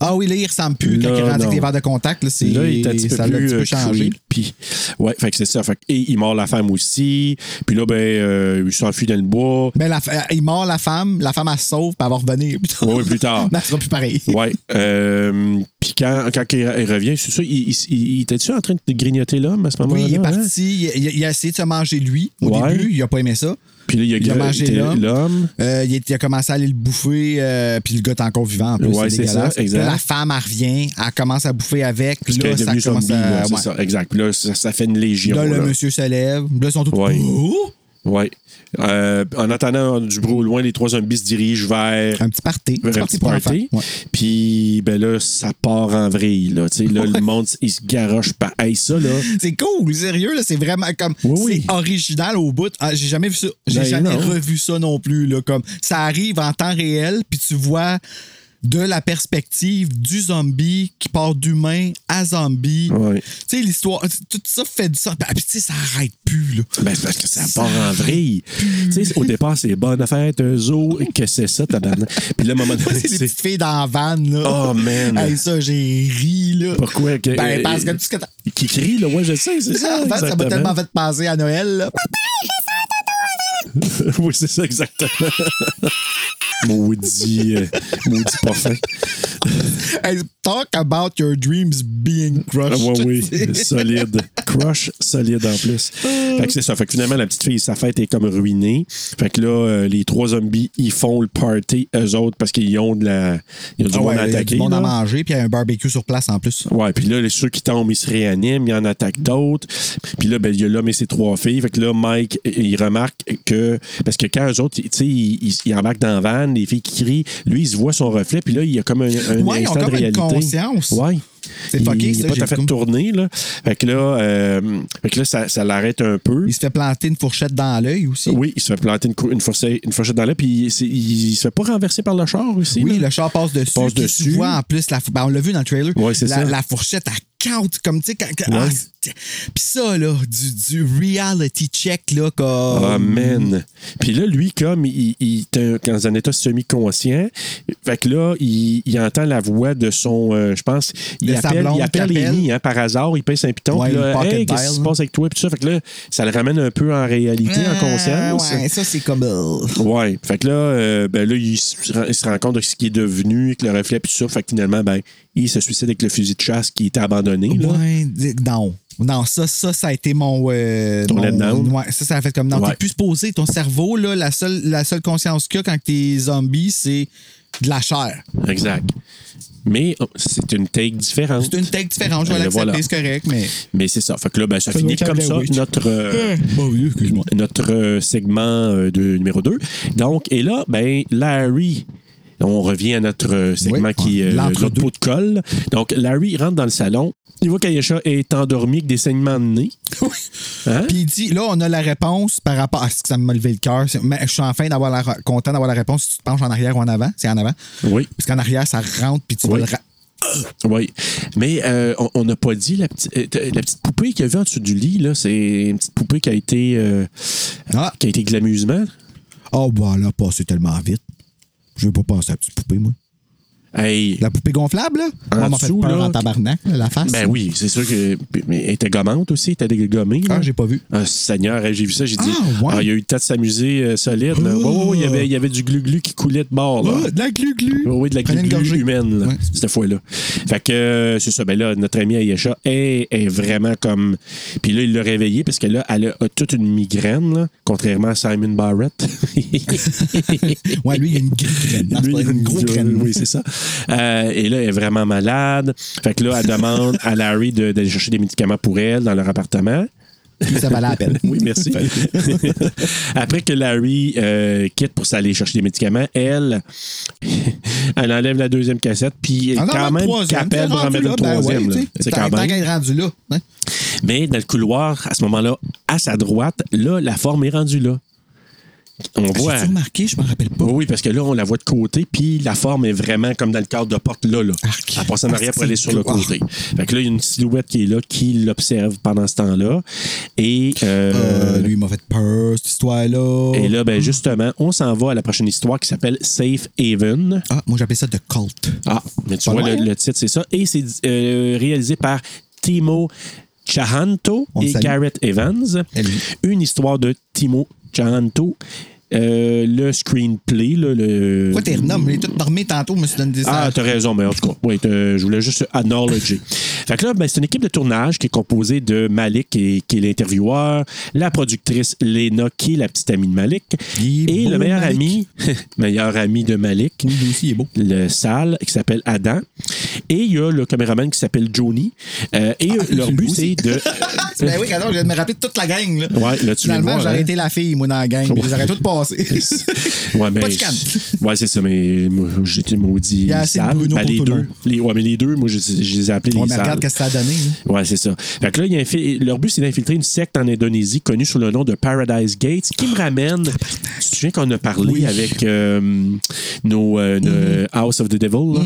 B: Ah oui, là, il ressemble plus quand
A: Là,
B: il est rendu avec
A: non.
B: des verres de contact. Là, c'est,
A: Là, il est un petit peu
B: ça l'a un
A: plus
B: petit peu
A: euh,
B: changé.
A: creepy. Ouais, fait que c'est ça. Fait que- et il mord la femme aussi. Puis là, ben, euh, il s'enfuit dans le bois.
B: Ben, la, fa- il mord la femme, la femme, elle se sauve, puis elle va revenir. [laughs]
A: Ouais, ouais, plus tard.
B: Non, ce sera plus pareil.
A: Ouais. euh, puis quand, quand il, il revient, c'est ça, il, il- il- il était-tu en train de grignoter l'homme à ce moment-là?
B: Oui, il est
A: hein?
B: parti. Il, il- il a essayé de se manger lui au
A: Ouais.
B: début. Il a pas aimé ça.
A: hein? Puis là, il a,
B: Il a
A: gri-
B: mangé
A: t'es-
B: l'homme.
A: l'homme.
B: Euh, il, est- il a commencé à aller le bouffer, euh, puis le gars est encore vivant en plus.
A: Ouais, c'est
B: c'est dégueulasse.
A: ça, exact.
B: Puis là, la femme, elle revient, elle commence à bouffer avec, puis
A: Parce qu'il
B: là,
A: est
B: ça
A: devenu
B: commence
A: zombie.
B: à.
A: ouais, c'est
B: ouais.
A: ça, exact. Puis là, ça, ça fait une légion.
B: Là, le
A: là.
B: monsieur se lève. Là, ils sont tous.
A: Ouais.
B: Oh!
A: Ouais. Euh, en entendant du bruit au loin, les trois zombies se dirigent vers.
B: Un petit party.
A: vers un petit party.
B: enfants. Ouais.
A: Puis, ben là, ça part en vrille. Là, Tu sais, là le monde, il se garoche pas. Hey, ça, là.
B: C'est cool, sérieux, là, c'est vraiment comme
A: Oui, oui.
B: c'est original au bout. Ah, j'ai jamais vu ça, j'ai
A: Ben
B: jamais
A: non.
B: revu ça non plus là, comme ça arrive en temps réel puis tu vois de la perspective du zombie qui part d'humain à zombie.
A: Ouais.
B: Tu sais l'histoire, tout ça fait du sens. Ben, puis, tu sais ça arrête plus là.
A: Ben, c'est parce que ça part en vrille. tu sais, au départ, c'est bonne affaire, un zoo, que c'est ça, ta dame. Puis là, à un moment
B: Moi,
A: donné,
B: [laughs] c'est les
A: Ben, c'est.
B: petites filles dans la van là.
A: Oh, man.
B: Hey, ça j'ai ri là.
A: Pourquoi? que-
B: Ben parce que tout ce que t'as-
A: Qui crie, là, ouais, je sais, c'est ça.
B: En fait, ça m'a
A: exactement.
B: tellement fait penser à Noël là.
A: [laughs] oui, c'est ça, exactement. [laughs] Maudit, euh, maudit pas fin.
B: Hey, talk about your dreams being
A: Ah,
B: crushed.
A: ouais, oui, [laughs] solide. Crush solide en plus. Fait que c'est ça. Fait que finalement, la petite fille, sa fête est comme ruinée. Fait que là, euh, les trois zombies, ils font le party, eux autres, parce qu'ils ont de la. Ils ont du
B: Ah ouais,
A: monde à
B: il y a
A: attaquer.
B: du monde à
A: là.
B: manger, puis il y a un barbecue sur place en plus.
A: Ouais, puis là, les- ceux qui tombent, ils se réaniment, ils en attaquent d'autres. Puis là, ben, il y a l'homme et ses trois filles. Fait que là, Mike, il remarque que. Parce que quand eux autres, tu sais, ils, ils- ils embarquent dans la van, les filles qui crient, lui, il se voit son reflet, puis là, il y a comme un, un
B: Ouais, ils ont
A: instant
B: comme
A: de
B: une
A: réalité.
B: conscience.
A: Ouais.
B: C'est fucké,
A: il, il
B: ça,
A: est pas
B: j'ai
A: tout à fait
B: le goût.
A: tourné, là. Fait que là, euh, fait que là ça, ça l'arrête un peu.
B: Il se fait planter une fourchette dans l'œil aussi.
A: Oui, il se fait planter une, cou- une, fourchette, une fourchette dans là, puis c'est- il, se fait pas renverser par le char aussi.
B: Oui,
A: là.
B: le char passe dessus.
A: Passe
B: puis
A: dessus.
B: Tu vois en plus, la, fou- ben, on l'a vu dans le trailer,
A: Ouais, c'est
B: la,
A: ça.
B: la fourchette, elle count comme tu sais. quand- quand- ah, c'est- Puis ça, là, du, du reality check, là, comme.
A: Ah, man. Puis là, lui, comme il, il est un- dans un état semi-conscient, fait que là, il, il entend la voix de son, euh, je pense, il
B: De sa
A: appelle,
B: blonde
A: il appelle
B: qui appelle.
A: Amy, hein, par hasard, il pèse un piton,
B: Ouais,
A: puis
B: le
A: là,
B: pocket
A: hey, qu'est-ce qui
B: dial,
A: se
B: hein.
A: passe avec toi, puis ça, fait que là, ça le ramène un peu en réalité, en
B: Ah,
A: conscience.
B: Ouais, ça, c'est comme. euh,
A: Ouais. Fait que là, euh, ben là, il se, rend- il se rend compte de ce qui est devenu, avec le reflet, puis tout ça. Fait que finalement, ben, il se suicide avec le fusil de chasse qui était abandonné. là.
B: Ouais, d- non. Non, ça, ça, ça a été mon. euh,
A: Ton
B: mon-
A: letdown.
B: Ouais, ça, ça a fait comme. Non,
A: Ouais.
B: t'es plus posé. Ton cerveau, là, la seule, la seule conscience qu'il y a quand t'es zombie, c'est de la chair.
A: Exact. Mais oh, c'est une take différente.
B: C'est une tech différente, je vais
A: Ben,
B: l'accepter,
A: voilà.
B: c'est correct, mais.
A: Mais c'est ça. Fait que là, ben, ça
B: Fais
A: finit
B: donc Hmm.
A: comme
B: la
A: ça
B: witch.
A: notre, euh,
B: Bon, oui, [laughs] excuse-moi.
A: notre euh, segment euh, de, numéro 2. Donc, et là, ben, Larry. On revient à notre euh, segment
B: Ouais,
A: qui est euh,
B: l'entre-deux.
A: notre pot de colle. Donc, Larry rentre dans le salon. Il voit qu'Ayesha est endormie avec des saignements de nez. Hein?
B: Puis il dit, là, on a la réponse par rapport à ce que ça m'a levé le cœur. c'est- Mais je suis enfin d'avoir la, content d'avoir la réponse si tu te penches en arrière ou en avant. C'est en avant.
A: Oui.
B: Parce qu'en arrière, ça rentre, puis tu
A: Oui.
B: vas le ra-
A: Oui. Mais euh, on- on n'a pas dit la, petite euh, t- la petite poupée qu'il y avait en dessous du lit. là. C'est une petite poupée qui a été, euh,
B: Ah.
A: qui a été glamusement.
B: Oh, bah là, passer tellement vite. Je veux pas penser à la petite poupée, moi.
A: Hey,
B: La poupée gonflable, là?
A: En
B: Moi, m'a fait
A: dessous,
B: peur
A: là,
B: en tabarnak, là, la face.
A: Ben oui, c'est sûr que. Mais elle était gommante aussi, elle était dégommée. là.
B: Ah, j'ai pas vu.
A: Ah, Seigneur, j'ai vu ça, j'ai dit.
B: Ah, ouais.
A: ah, il y a eu le temps de s'amuser euh, solide. là. Ouais, ouais, ouais, il y avait, il y avait du glu-glu qui coulait de bord. Là.
B: Ah, de la glu-glu.
A: Ouais, ouais, de la
B: Prenez une
A: glu-glu
B: gorgée.
A: humaine, là,
B: Ouais.
A: cette fois-là. Fait que euh, c'est ça. Ben là, notre ami Ayesha est, est vraiment comme. Puis là, il l'a réveillée parce que là, elle a, a toute une migraine, là, contrairement à Simon
B: [laughs]
A: Barrett.
B: Ouais, lui, il a une graine. Non, c'est
A: Lui,
B: pas
A: il a
B: une grosse graine.
A: Oui, c'est ça. Euh, et là, elle est vraiment malade. Fait que là, elle demande à Larry de- d'aller chercher des médicaments pour elle dans leur appartement.
B: Lui, ça valait
A: [laughs]
B: la peine.
A: Oui, merci. Après que Larry euh, quitte pour s'aller chercher des médicaments, elle, [laughs] elle enlève la deuxième cassette, puis
B: Ah, non,
A: quand
B: le
A: même
B: troisième,
A: qu'elle perd
B: t'es
A: pour en
B: rendu
A: mettre une
B: là, ben
A: troisième. là.
B: ouais, tu sais,
A: C'est
B: tant-
A: quand
B: tant
A: même.
B: qu'elle est rendue là. hein.
A: Mais dans le couloir, à ce moment-là, à sa droite, là, la forme est rendue là. On
B: Ah, J'ai
A: voit.
B: remarqué, je m'en rappelle pas.
A: Oui, oui, parce que là, on la voit de côté, puis la forme est vraiment comme dans le cadre de porte là. là.
B: Arc.
A: Elle passe en arrière pour aller sur le
B: Ah.
A: côté. Fait que là, il y a une silhouette qui est là, qui l'observe pendant ce temps-là. Et, euh,
B: Euh, lui, il m'a fait peur, cette histoire-là.
A: et là, ben justement, on s'en va à la prochaine histoire qui s'appelle Safe Haven.
B: Ah, moi, j'appelais ça The Cult.
A: Ah, mais tu
B: Pas
A: vois,
B: loin,
A: le,
B: hein?
A: le titre, c'est ça. Et c'est euh, réalisé par Timo Chahanto
B: On
A: et
B: le salue.
A: Garrett Evans.
B: Et lui.
A: Une histoire de Timo Chahanto. Euh, le screenplay, là, le.
B: Pourquoi t'es renommé? Il est tout dormi tantôt, je me suis donné des
A: Ah,
B: ah,
A: t'as raison, mais en tout cas, oui, t'as- je voulais juste
B: [laughs]
A: acknowledger. fait que là, ben, c'est une équipe de tournage qui est composée de Malik, qui est, qui est l'intervieweur, la productrice Lena, qui est la petite amie de Malik,
B: Il est
A: et
B: beau,
A: le meilleur
B: Malik.
A: ami, [laughs] meilleur ami de Malik,
B: Oui, lui aussi, il est beau.
A: le sale, qui s'appelle Adam, et il y a le caméraman qui s'appelle Johnny, Euh, et euh, leur
B: lui
A: but, c'est
B: aussi. [laughs]
A: de...
B: Ben oui, alors, je viens de me rappeler de toute la gang, là.
A: Ouais, là, tu les
B: Finalement,
A: vois,
B: j'ai
A: hein.
B: arrêté la fille, moi, dans la gang. puis J'aurais tout [laughs] passé.
A: Ouais, mais
B: Pas de canne.
A: Ouais, c'est ça, mais moi, j'étais maudit.
B: y a assez de
A: sale.
B: Bruno
A: Ben,
B: pour
A: les
B: tout le
A: deux.
B: monde.
A: Les, ouais, mais les deux, moi, je, je les ai appelés
B: On
A: les sales.
B: regarde ce que ça a donné. là.
A: Mm. Ouais, c'est ça. Fait que là, il y a infi- leur but, c'est d'infiltrer une secte en Indonésie connue sous le nom de Paradise Gates, qui me ramène. Tu te souviens qu'on a parlé
B: Oui. Mm-hmm.
A: avec euh, nos euh, nos House of the Devil, là?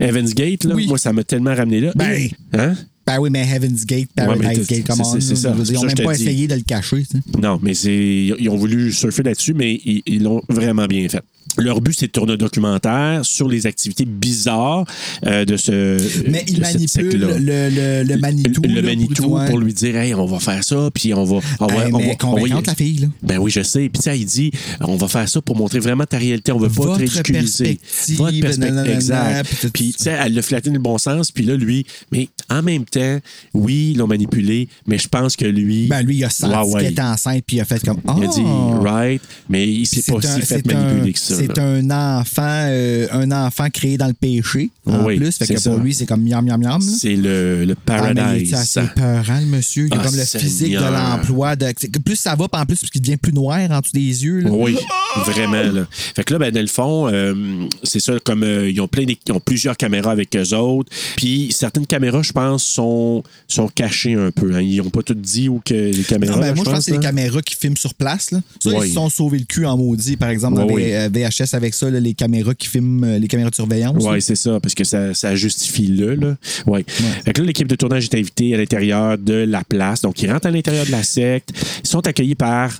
A: Heaven's Gate, là?
B: Oui.
A: Moi, ça m'a tellement ramené là.
B: Ben.
A: Hein?
B: Ben oui, mais Heaven's Gate,
A: Ouais, mais
B: Paradise
A: t'es-
B: Gate, comment
A: c'est- c'est ça, c'est
B: Ils
A: ça que
B: n'ont
A: je
B: même
A: te
B: pas
A: dis. Euh,
B: essayé de le cacher. tu sais.
A: Non, mais c'est ils ont voulu surfer là-dessus, mais ils ils l'ont vraiment bien fait. Leur but, c'est de tourner un documentaire sur les activités bizarres euh, de ce.
B: Mais
A: de
B: il
A: cette
B: manipule
A: secte-là.
B: le, le, le Manitou.
A: Le,
B: là, pour
A: Manitou
B: dire, ouais.
A: pour lui dire, hey, on va faire ça, puis on va. On va,
B: Hey,
A: on va- on
B: mais
A: va y-
B: convaincante, la fille, là.
A: Ben oui, je sais. Puis, tu sais, il dit, on va faire ça pour montrer vraiment ta réalité. On veut pas te
B: Votre
A: ridiculiser.
B: perspective,
A: Votre perspective.
B: nanana,
A: Exact.
B: puis tout
A: Puis,
B: ça.
A: tu sais, elle le flatté dans le bon sens. Puis là, lui, mais en même temps, oui, ils l'ont manipulé, mais je pense que lui.
B: Ben lui, il a senti
A: Ouais, ouais.
B: qu'elle était enceinte, puis il a fait comme. Oh!
A: Il a dit, right, mais il s'est pas
B: un-
A: si fait
B: c'est un-
A: manipuler que ça.
B: C'est
A: là.
B: un enfant, euh, un enfant créé dans le péché. En
A: Oui,
B: plus, fait que
A: c'est
B: pour
A: ça.
B: lui, c'est comme miam miam miam. là.
A: C'est le, le
B: Ah, mais il
A: paradise.
B: est assez peurant, le monsieur. Il a
A: Ah,
B: comme le physique de
A: Seigneur.
B: l'emploi. de- c'est que Plus ça va, puis en plus, parce qu'il devient plus noir en dessous des yeux. là.
A: Oui, vraiment. Là. Fait que là, ben, dans le fond, euh, c'est ça, comme euh, ils ont plein d'équ- ils ont plusieurs caméras avec eux autres. Puis certaines caméras, je pense, sont, sont cachées un peu. hein. Ils n'ont pas tout dit où que les caméras.
B: Non, ben, moi, je pense que c'est
A: hein.
B: les caméras qui filment sur place. Là. Ça,
A: Oui.
B: ils se sont sauvés le cul en maudit, par exemple, dans
A: Oui, oui.
B: les euh, VHS avec ça, là, les caméras qui filment, euh, les caméras de surveillance. là.
A: Oui, c'est ça, parce que ça, ça justifie le. Là. Ouais. Fait que là, l'équipe de tournage est invitée à l'intérieur de la place. Donc, ils rentrent à l'intérieur de la secte. Ils sont accueillis par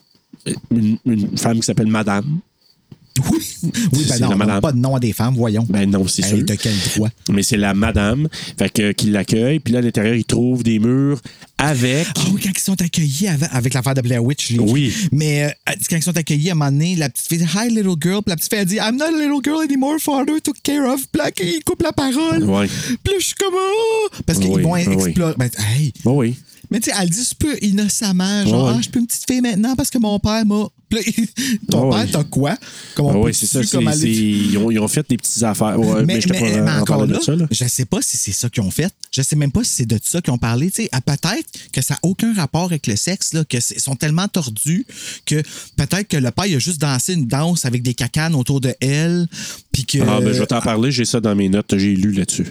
A: euh, une, une femme qui s'appelle Madame.
B: [laughs] Oui, ben
A: c'est
B: non,
A: la
B: on
A: madame.
B: donne pas de nom à des femmes, voyons.
A: Ben non, c'est
B: Hey,
A: sûr.
B: de quel droit?
A: Mais c'est la Madame fait que, qui l'accueille. Puis là, à l'intérieur, ils trouvent des murs avec.
B: Ah oui, quand ils sont accueillis avec, avec l'affaire de Blair Witch. les-
A: Oui.
B: Mais euh, quand ils sont accueillis, à un moment donné, la petite fille dit Hi, little girl. Puis la petite fille, elle dit I'm not a little girl anymore. Father took care of. Puis là, il coupe la parole.
A: Ouais.
B: Puis là, je suis comme Oh! Parce qu'ils
A: Oui,
B: vont
A: oui.
B: explorer. Ben, hey.
A: Oh oui.
B: Mais tu sais, elle dit un peu innocemment, genre,
A: Ouais.
B: ah, je suis une petite fille maintenant parce que mon père m'a. Puis là, il- Ton
A: Ouais.
B: père, t'as quoi? Comme
A: Ah
B: on
A: ouais,
B: peut
A: c'est ça.
B: dessus,
A: c'est-
B: comme
A: c'est-
B: aller-
A: ils, ont, ils ont fait des petites affaires. Ouais, mais,
B: mais,
A: je te
B: mais-
A: pas
B: mais
A: en
B: encore
A: parler
B: là,
A: de ça. Là.
B: je sais pas si c'est ça qu'ils ont fait. Je sais même pas si c'est de ça qu'ils ont parlé. Tu sais, à peut-être que ça n'a aucun rapport avec le sexe, là, que c'est- ils sont tellement tordus que peut-être que le père il a juste dansé une danse avec des cacanes autour de elle, puis que.
A: Ah, ben, je vais t'en parler. J'ai ça dans mes notes. J'ai lu là-dessus.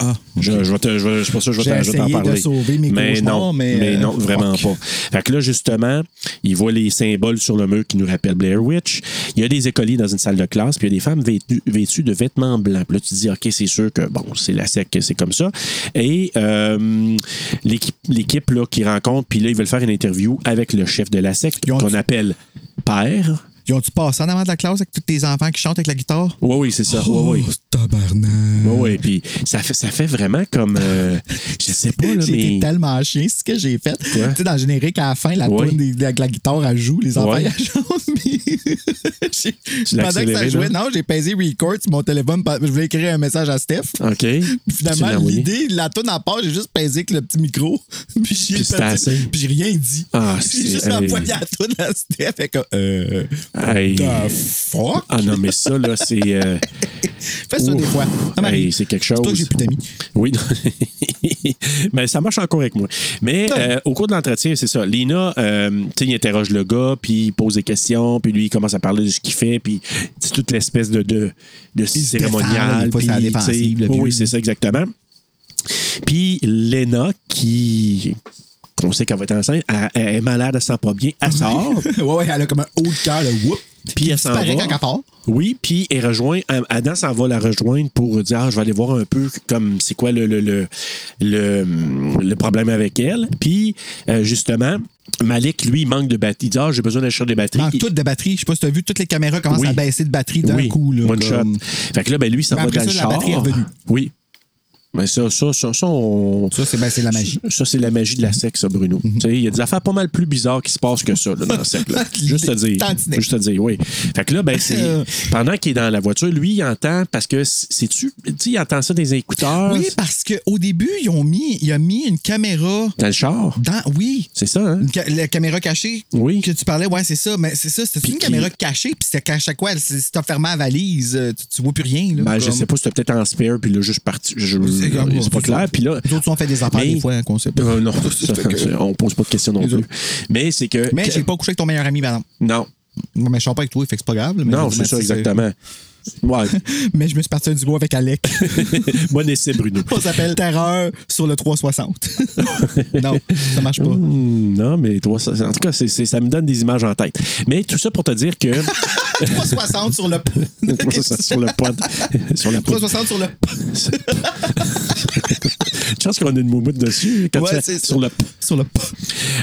B: Ah.
A: Je, je vais te- je vais- c'est pour ça que je vais
B: J'ai
A: t'en- je vais t'en
B: essayé de
A: parler.
B: sauver mes
A: mais
B: cauchemars,
A: non,
B: mais, euh,
A: non, vraiment
B: fuck.
A: pas. Fait que là, justement, ils voient les symboles sur le mur qui nous rappellent Blair Witch. Il y a des écoliers dans une salle de classe, puis il y a des femmes vêtues, vêtues de vêtements blancs. Puis là, tu te dis, OK, c'est sûr que, bon, c'est la sec, que c'est comme ça. Et euh, l'équipe- l'équipe là, qui rencontre, puis là, ils veulent faire une interview avec le chef de la secte,
B: Ils ont
A: qu'on
B: dit-
A: appelle Père.
B: Ils ont-tu passé en avant de la classe avec tous tes enfants qui chantent avec la guitare?
A: Oui, oui, c'est ça. Oui, oui.
B: Oh, tabarnak!
A: Oui, oui. Puis ça fait, ça fait vraiment comme. euh, je sais pas,
B: [laughs]
A: là,
B: J'ai
A: mais.
B: été tellement chien, c'est ce que j'ai fait. Tu sais, dans le générique, à la fin, la
A: Ouais.
B: toune des- avec la guitare, elle joue, les enfants,
A: Ouais.
B: ils la chantent, mais- [laughs] J'ai-
A: l'as
B: Pendant que
A: accéléré,
B: ça jouait,
A: là?
B: non, j'ai pesé record sur mon téléphone. parce que Je voulais écrire un message à Steph.
A: OK.
B: Puis
A: Tu l'as
B: finalement,
A: envoyé?
B: l'idée, la toune en part, j'ai juste pesé avec le petit micro. [laughs] Puis j'ai
A: Puis c'était
B: pesé-
A: assez.
B: puis j'ai rien dit.
A: Ah,
B: Puis j'ai
A: c'est-
B: juste
A: hey.
B: envoyé la toune à Steph. Fait que, euh,
A: Hey.
B: the fuck?
A: Ah non, mais ça, là, c'est. euh,
B: Fais ça des
A: ouf.
B: fois. Ça m'arrive.
A: Hey, c'est quelque
B: Ah, C'est
A: chose.
B: toi que j'ai plus d'amis.
A: Oui, non. [laughs] mais ça marche encore avec moi. Mais euh, au cours de l'entretien, c'est ça. Lina, euh, tu sais, il interroge le gars, puis il pose des questions, puis lui, il commence à parler de ce qu'il fait, puis c'est toute l'espèce de, de, de
B: défend,
A: cérémonial.
B: des fois,
A: puis,
B: c'est à la
A: tu sais,
B: défensive, le
A: oui,
B: vieux.
A: oui, c'est ça, exactement. Puis Lena, qui qu'on sait qu'elle va être enceinte, elle, elle est malade, elle se sent pas bien, elle sort.
B: ouais, ouais, elle a comme un haut de cœur, le whoop.
A: Puis elle s'en va.
B: disparaît quand elle part.
A: Oui, puis elle rejoint. euh, Adam s'en va la rejoindre pour dire ah, je vais aller voir un peu comme c'est quoi le, le, le, le, le problème avec elle. Puis euh, justement, Malik, lui, il manque de batterie. Il dit ah, j'ai besoin d'acheter des batteries.
B: Manque
A: Il-
B: toute de batterie. Je sais pas si t'as vu, toutes les caméras commencent
A: Oui.
B: à baisser de batterie d'un
A: oui,
B: coup. Là,
A: one
B: comme-
A: shot. Fait que là, ben, lui, ça
B: Mais
A: va
B: après
A: dans
B: ça,
A: le
B: la
A: char.
B: batterie est revenue.
A: Oui. Mais ça, ça, ça, ça, on-
B: Ça, c'est ben, c'est la magie. Mhm.
A: Ça, c'est la magie de la sexe, ça, Bruno. Tu sais, Il y a des affaires pas mal plus bizarres qui se passent que ça là, dans le sexe.
B: [laughs]
A: là. Juste te dire.
B: Tantinet. Euh.
A: Juste te dire, oui. Fait que là, ben, c'est- pendant qu'il est dans la voiture, lui, il entend, parce que, sais-tu, tu sais, il entend ça des écouteurs
B: Oui, parce qu'au début, ils ont mis, il a mis une caméra
A: dans le char.
B: dans. Oui.
A: C'est ça, hein?
B: Une ca- la caméra cachée
A: Oui.
B: que tu parlais, ouais, c'est ça. Mais c'est ça, c'était
A: Puis
B: une
A: qui-
B: caméra cachée, puis c'était à chaque fois, si si t'as fermé la valise, euh, tu, tu vois plus rien. Là,
A: Ben, je
B: comme-
A: sais pas, c'était peut-être en spare, puis là, juste parti. Je-
B: C'est comme-
A: C'est pas clair. Puis là.
B: Nous autres, on fait des affaires
A: Mais-
B: des fois hein, qu'on sait
A: [laughs]
B: pas. [laughs]
A: Euh, non, ça, on pose pas de questions non
B: Les
A: plus.
B: autres.
A: Mais c'est que.
B: Mais j'ai pas couché avec ton meilleur ami, madame.
A: Non,
B: Non, mais je sors pas avec toi, fait que c'est pas grave. là, mais
A: non,
B: je-
A: c'est
B: mais
A: ça, exactement. Ouais.
B: [laughs] Mais je me suis parti du bois
A: [laughs]
B: avec Alec.
A: Bon essai, Bruno.
B: on s'appelle Terreur sur le 360. [laughs] non, ça marche pas.
A: Hmm, Non, mais toi, ça, en tout cas, c'est- c'est- ça me donne des images en tête. Mais tout ça pour te dire
B: [laughs]
A: que. [laughs]
B: 360 sur le.
A: sur le pod. [laughs] sur la
B: [laughs]
A: pod.
B: 360 sur le.
A: Je pense qu'on a une moumoute dessus. quand
B: Ouais,
A: tu fais
B: c'est ça.
A: sur le.
B: Sur le.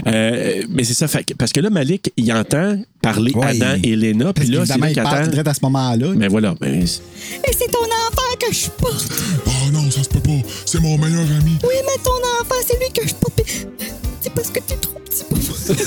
A: Euh, mais c'est ça. fait que- parce que là, Malik, il entend parler
B: Ouais.
A: Adam et Elena.
B: Parce
A: Puis là, c'est
B: qu'évidemment,
A: là
B: il
A: qu'il
B: parle
A: attend.
B: direct à ce moment-là.
A: Mais voilà. ben, c'est-
H: Mais c'est ton enfant que je porte.
G: Oh non, ça se peut pas. C'est mon meilleur ami.
H: Oui, mais ton enfant, c'est lui que je porte. Puis- C'est parce que t'es trop petit pour
A: [laughs]
H: moi.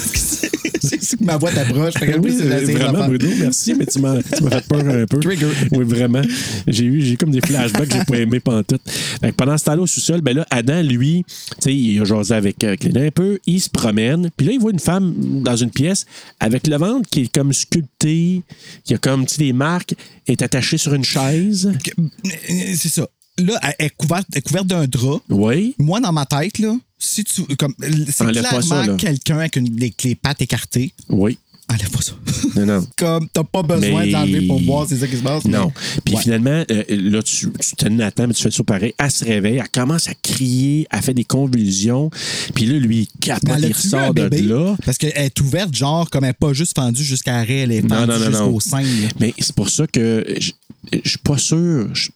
B: C'est c'est que ma voix t'approche. fait que
A: oui,
B: c'est-
A: euh,
B: c'est- c'est-
A: vraiment, Bruno, merci, mais tu m'as tu m'as fait peur un peu.
B: Trigger.
A: Oui, vraiment. J'ai eu, j'ai comme des flashbacks que j'ai [laughs] pas aimé pantoute. Fait que pendant ce temps-là, au sous-sol, ben là, Adam, lui, tu sais, il a jasé avec, avec Léna un peu, il se promène, puis là, il voit une femme dans une pièce avec le ventre qui est comme sculpté, qui a comme, tu sais, des marques, est attaché sur une chaise.
B: Euh, C'est ça. Là, elle est couverte, elle est couverte d'un drap.
A: Oui.
B: Moi, dans ma tête, là, si tu. comme C'est
A: Enlève pas ça, là.
B: clairement quelqu'un avec, une- avec les pattes écartées.
A: Oui.
B: Enlève pas ça. [laughs]
A: Non, non.
B: comme t'as pas besoin
A: Mais-
B: de l'enlever pour voir c'est ça qui se passe.
A: Non. Puis
B: Ouais. Ben,
A: finalement, euh, là, tu, tu t'en attends, mais tu fais ça pareil. Elle se réveille, elle commence à crier, elle fait des convulsions. Puis là, lui, il capote,
B: Mais
A: il
B: elle a-tu eu un
A: ressort de
B: bébé?
A: là.
B: Parce qu'elle est ouverte, genre, comme elle n'est pas juste fendue jusqu'à l'arrêt, elle est
A: Non, non,
B: fendue
A: non, non.
B: jusqu'au sein. là.
A: Mais c'est pour ça que je je suis pas sûr. Je-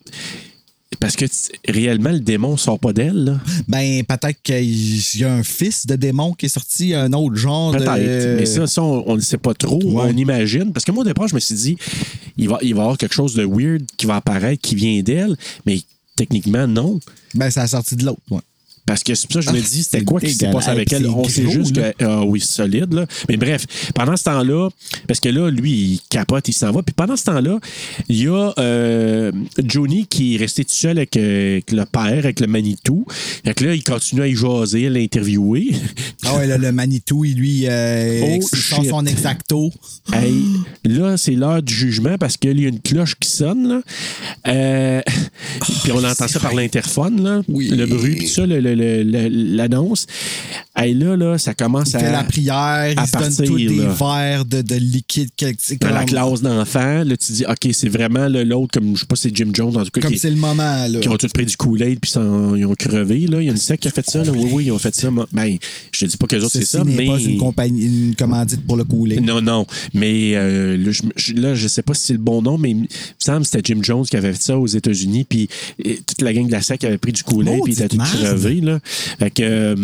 A: parce que t- réellement, le démon sort pas d'elle.
B: [laughs]
A: là.
B: Ben, peut-être qu'il y a un fils de démon qui est sorti, un autre genre. de-
A: Peut-être. Mais ça, ça, on on le sait pas trop.
B: Ouais.
A: On imagine. Parce que moi, au départ, je me suis dit, il va, il va y avoir quelque chose de weird qui va apparaître, qui vient d'elle. Mais techniquement, non.
B: Ben, c'est la sortie de l'autre. ouais.
A: Parce que c'est pour ça que je me
B: Ah,
A: dis, c'était
B: c'est
A: quoi qui s'est
B: dégueulasse.
A: passé avec
B: Hey,
A: elle?
B: puis
A: On
B: c'est
A: sait
B: gros,
A: juste
B: là.
A: que, ah oui, c'est solide, là. Mais bref, pendant ce temps-là, parce que là, lui, il capote, il s'en va. Puis pendant ce temps-là, il y a euh, Johnny qui est resté tout seul avec, euh, avec le père, avec le Manitou. Fait que là, il continue à y jaser, à
B: [gasps]
A: l'interviewer.
B: Ah ouais, là, le Manitou, il lui euh,
A: Oh,
B: il sort
A: shit.
B: son exacto.
A: Hey, là, c'est l'heure du jugement parce qu'il y a une cloche qui sonne. là. Euh,
B: Oh,
A: puis on entend ça par l'interphone, là. le bruit, puis ça, le- le- le- le- l'annonce. Hey, là, là, ça commence
B: Il
A: à.
B: fait la prière,
A: à
B: il se donne
A: partir,
B: tous des
A: là.
B: verres de, de liquide. que- c'est
A: dans
B: comme-
A: la classe d'enfants, là, tu dis, OK, c'est vraiment le- l'autre, comme je sais pas, c'est Jim Jones, en tout cas,
B: Comme
A: qui,
B: c'est le moment, là.
A: qui ont tous pris du Kool-Aid puis s'en- ils ont crevé. Là. Il y a une secte qui a fait ça. Là. Oui, oui, ils ont fait ça. moi. Ben, je te dis pas que les autres, c'est
B: Ah Ceci
A: ça,
B: n'est
A: mais.
B: pas une, compagnie, une commandite pour le couler.
A: Non, non. Mais euh, là, je, je- là, je sais pas si c'est le bon nom, mais il me semble que c'était Jim Jones qui avait fait ça aux États-Unis. Puis euh, toute la gang de la SAC avait pris du Kool-Aid puis
B: Maudite
A: était tout
B: merde.
A: crevé. Là. Fait que, euh,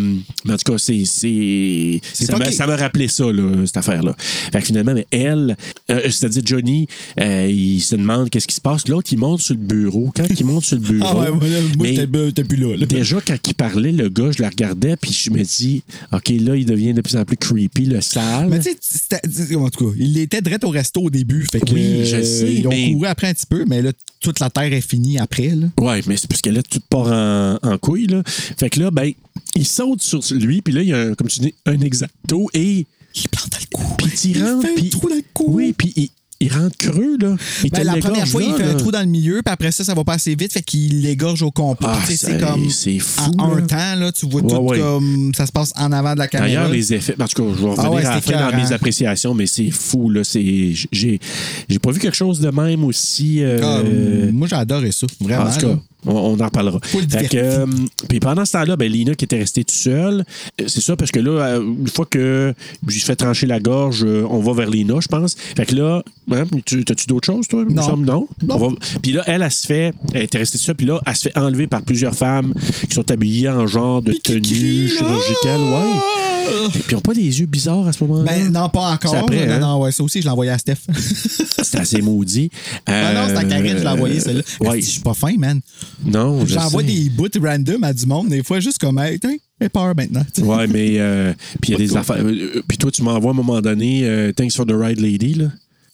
A: mais en tout cas, c'est, c'est,
B: C'est
A: ça, m'a,
B: fucké.
A: ça m'a rappelé ça, là, cette affaire-là. Fait que finalement, mais elle, euh, c'est-à-dire Johnny, euh, il se demande qu'est-ce qui se passe. L'autre, il monte sur le bureau. Quand il monte sur le bureau.
B: [laughs] Ah ouais, moi, là, moi,
A: mais-
B: j'étais bu- j'étais plus là. là.
A: Déjà, quand il parlait, le gars, je le regardais, puis je me dis, OK, là, il devient de plus en plus creepy, le sale.
B: Mais tu sais, c'était- en tout cas, il était direct au resto au début. Fait que, euh,
A: Oui, je sais,
B: Ils ont
A: mais-
B: couru après un petit peu, mais là, toute la terre est finie après. Là.
A: Ouais, mais c'est parce que là, tout part en, en couille, là. Fait que là, ben, il saute sur lui, puis là, il y a, un- comme tu dis, un exacto, et
B: Il plante dans le cou.
A: puis il rentre,
B: fait un
A: puis...
B: trou dans le cou.
A: Oui, puis il, il rentre creux, là. Il
B: Ben,
A: te
B: la première
A: l'égorge,
B: fois, il
A: là,
B: fait
A: là.
B: un trou dans le milieu, puis après ça, ça va pas assez vite, fait qu'il l'égorge au complet.
A: Ah,
B: Tu sais,
A: c'est-
B: c'est comme.
A: c'est fou,
B: En
A: là.
B: un temps, là, tu vois
A: Ouais,
B: tout
A: ouais.
B: comme. Ça se passe en avant de la caméra.
A: D'ailleurs, les effets, en tout cas, je vais revenir
B: Ah ouais,
A: à la
B: c'était
A: fin dans
B: écœurant.
A: mes appréciations, mais c'est fou, là. C'est, j'ai, j'ai pas vu quelque chose de même aussi. euh,
B: Ah, Comme, Moi, j'ai adoré ça, vraiment.
A: en tout cas,
B: là.
A: On, on en reparlera.
B: Faut le
A: Fait que, euh, puis pendant ce temps-là, ben, Lina qui était restée toute seule, euh, c'est ça parce que là, euh, une fois que j'ai fait trancher la gorge, euh, on va vers Lina, je pense. Fait que là, hein, tu, t'as-tu d'autres choses, toi? Il me
B: Non.
A: semble non.
B: Non.
A: On va- Puis là, elle, elle se fait, elle était restée toute seule, puis là, elle se fait enlever par plusieurs femmes qui sont habillées en genre de tenue chirurgicale, ouais. Et puis ils n'ont pas des yeux bizarres à ce moment-là.
B: Ah! Ben, non, pas encore.
A: C'est après,
B: non,
A: hein?
B: non, ouais, ça aussi, je l'ai envoyé à Steph. [laughs]
A: C'est assez maudit.
B: Ah non, c'est à Karine, je l'ai envoyé, celle-là.
A: Euh, Ouais.
B: Esti, Je suis pas fin, man.
A: Non, je
B: J'envoie
A: sais.
B: des bouts random à du monde, des fois, juste comme, hey, tiens, j'ai peur maintenant.
A: Ouais, mais. euh, puis il y a des affaires. euh, euh, puis toi, tu m'envoies à un moment donné euh, Thanks for the Ride Lady, là.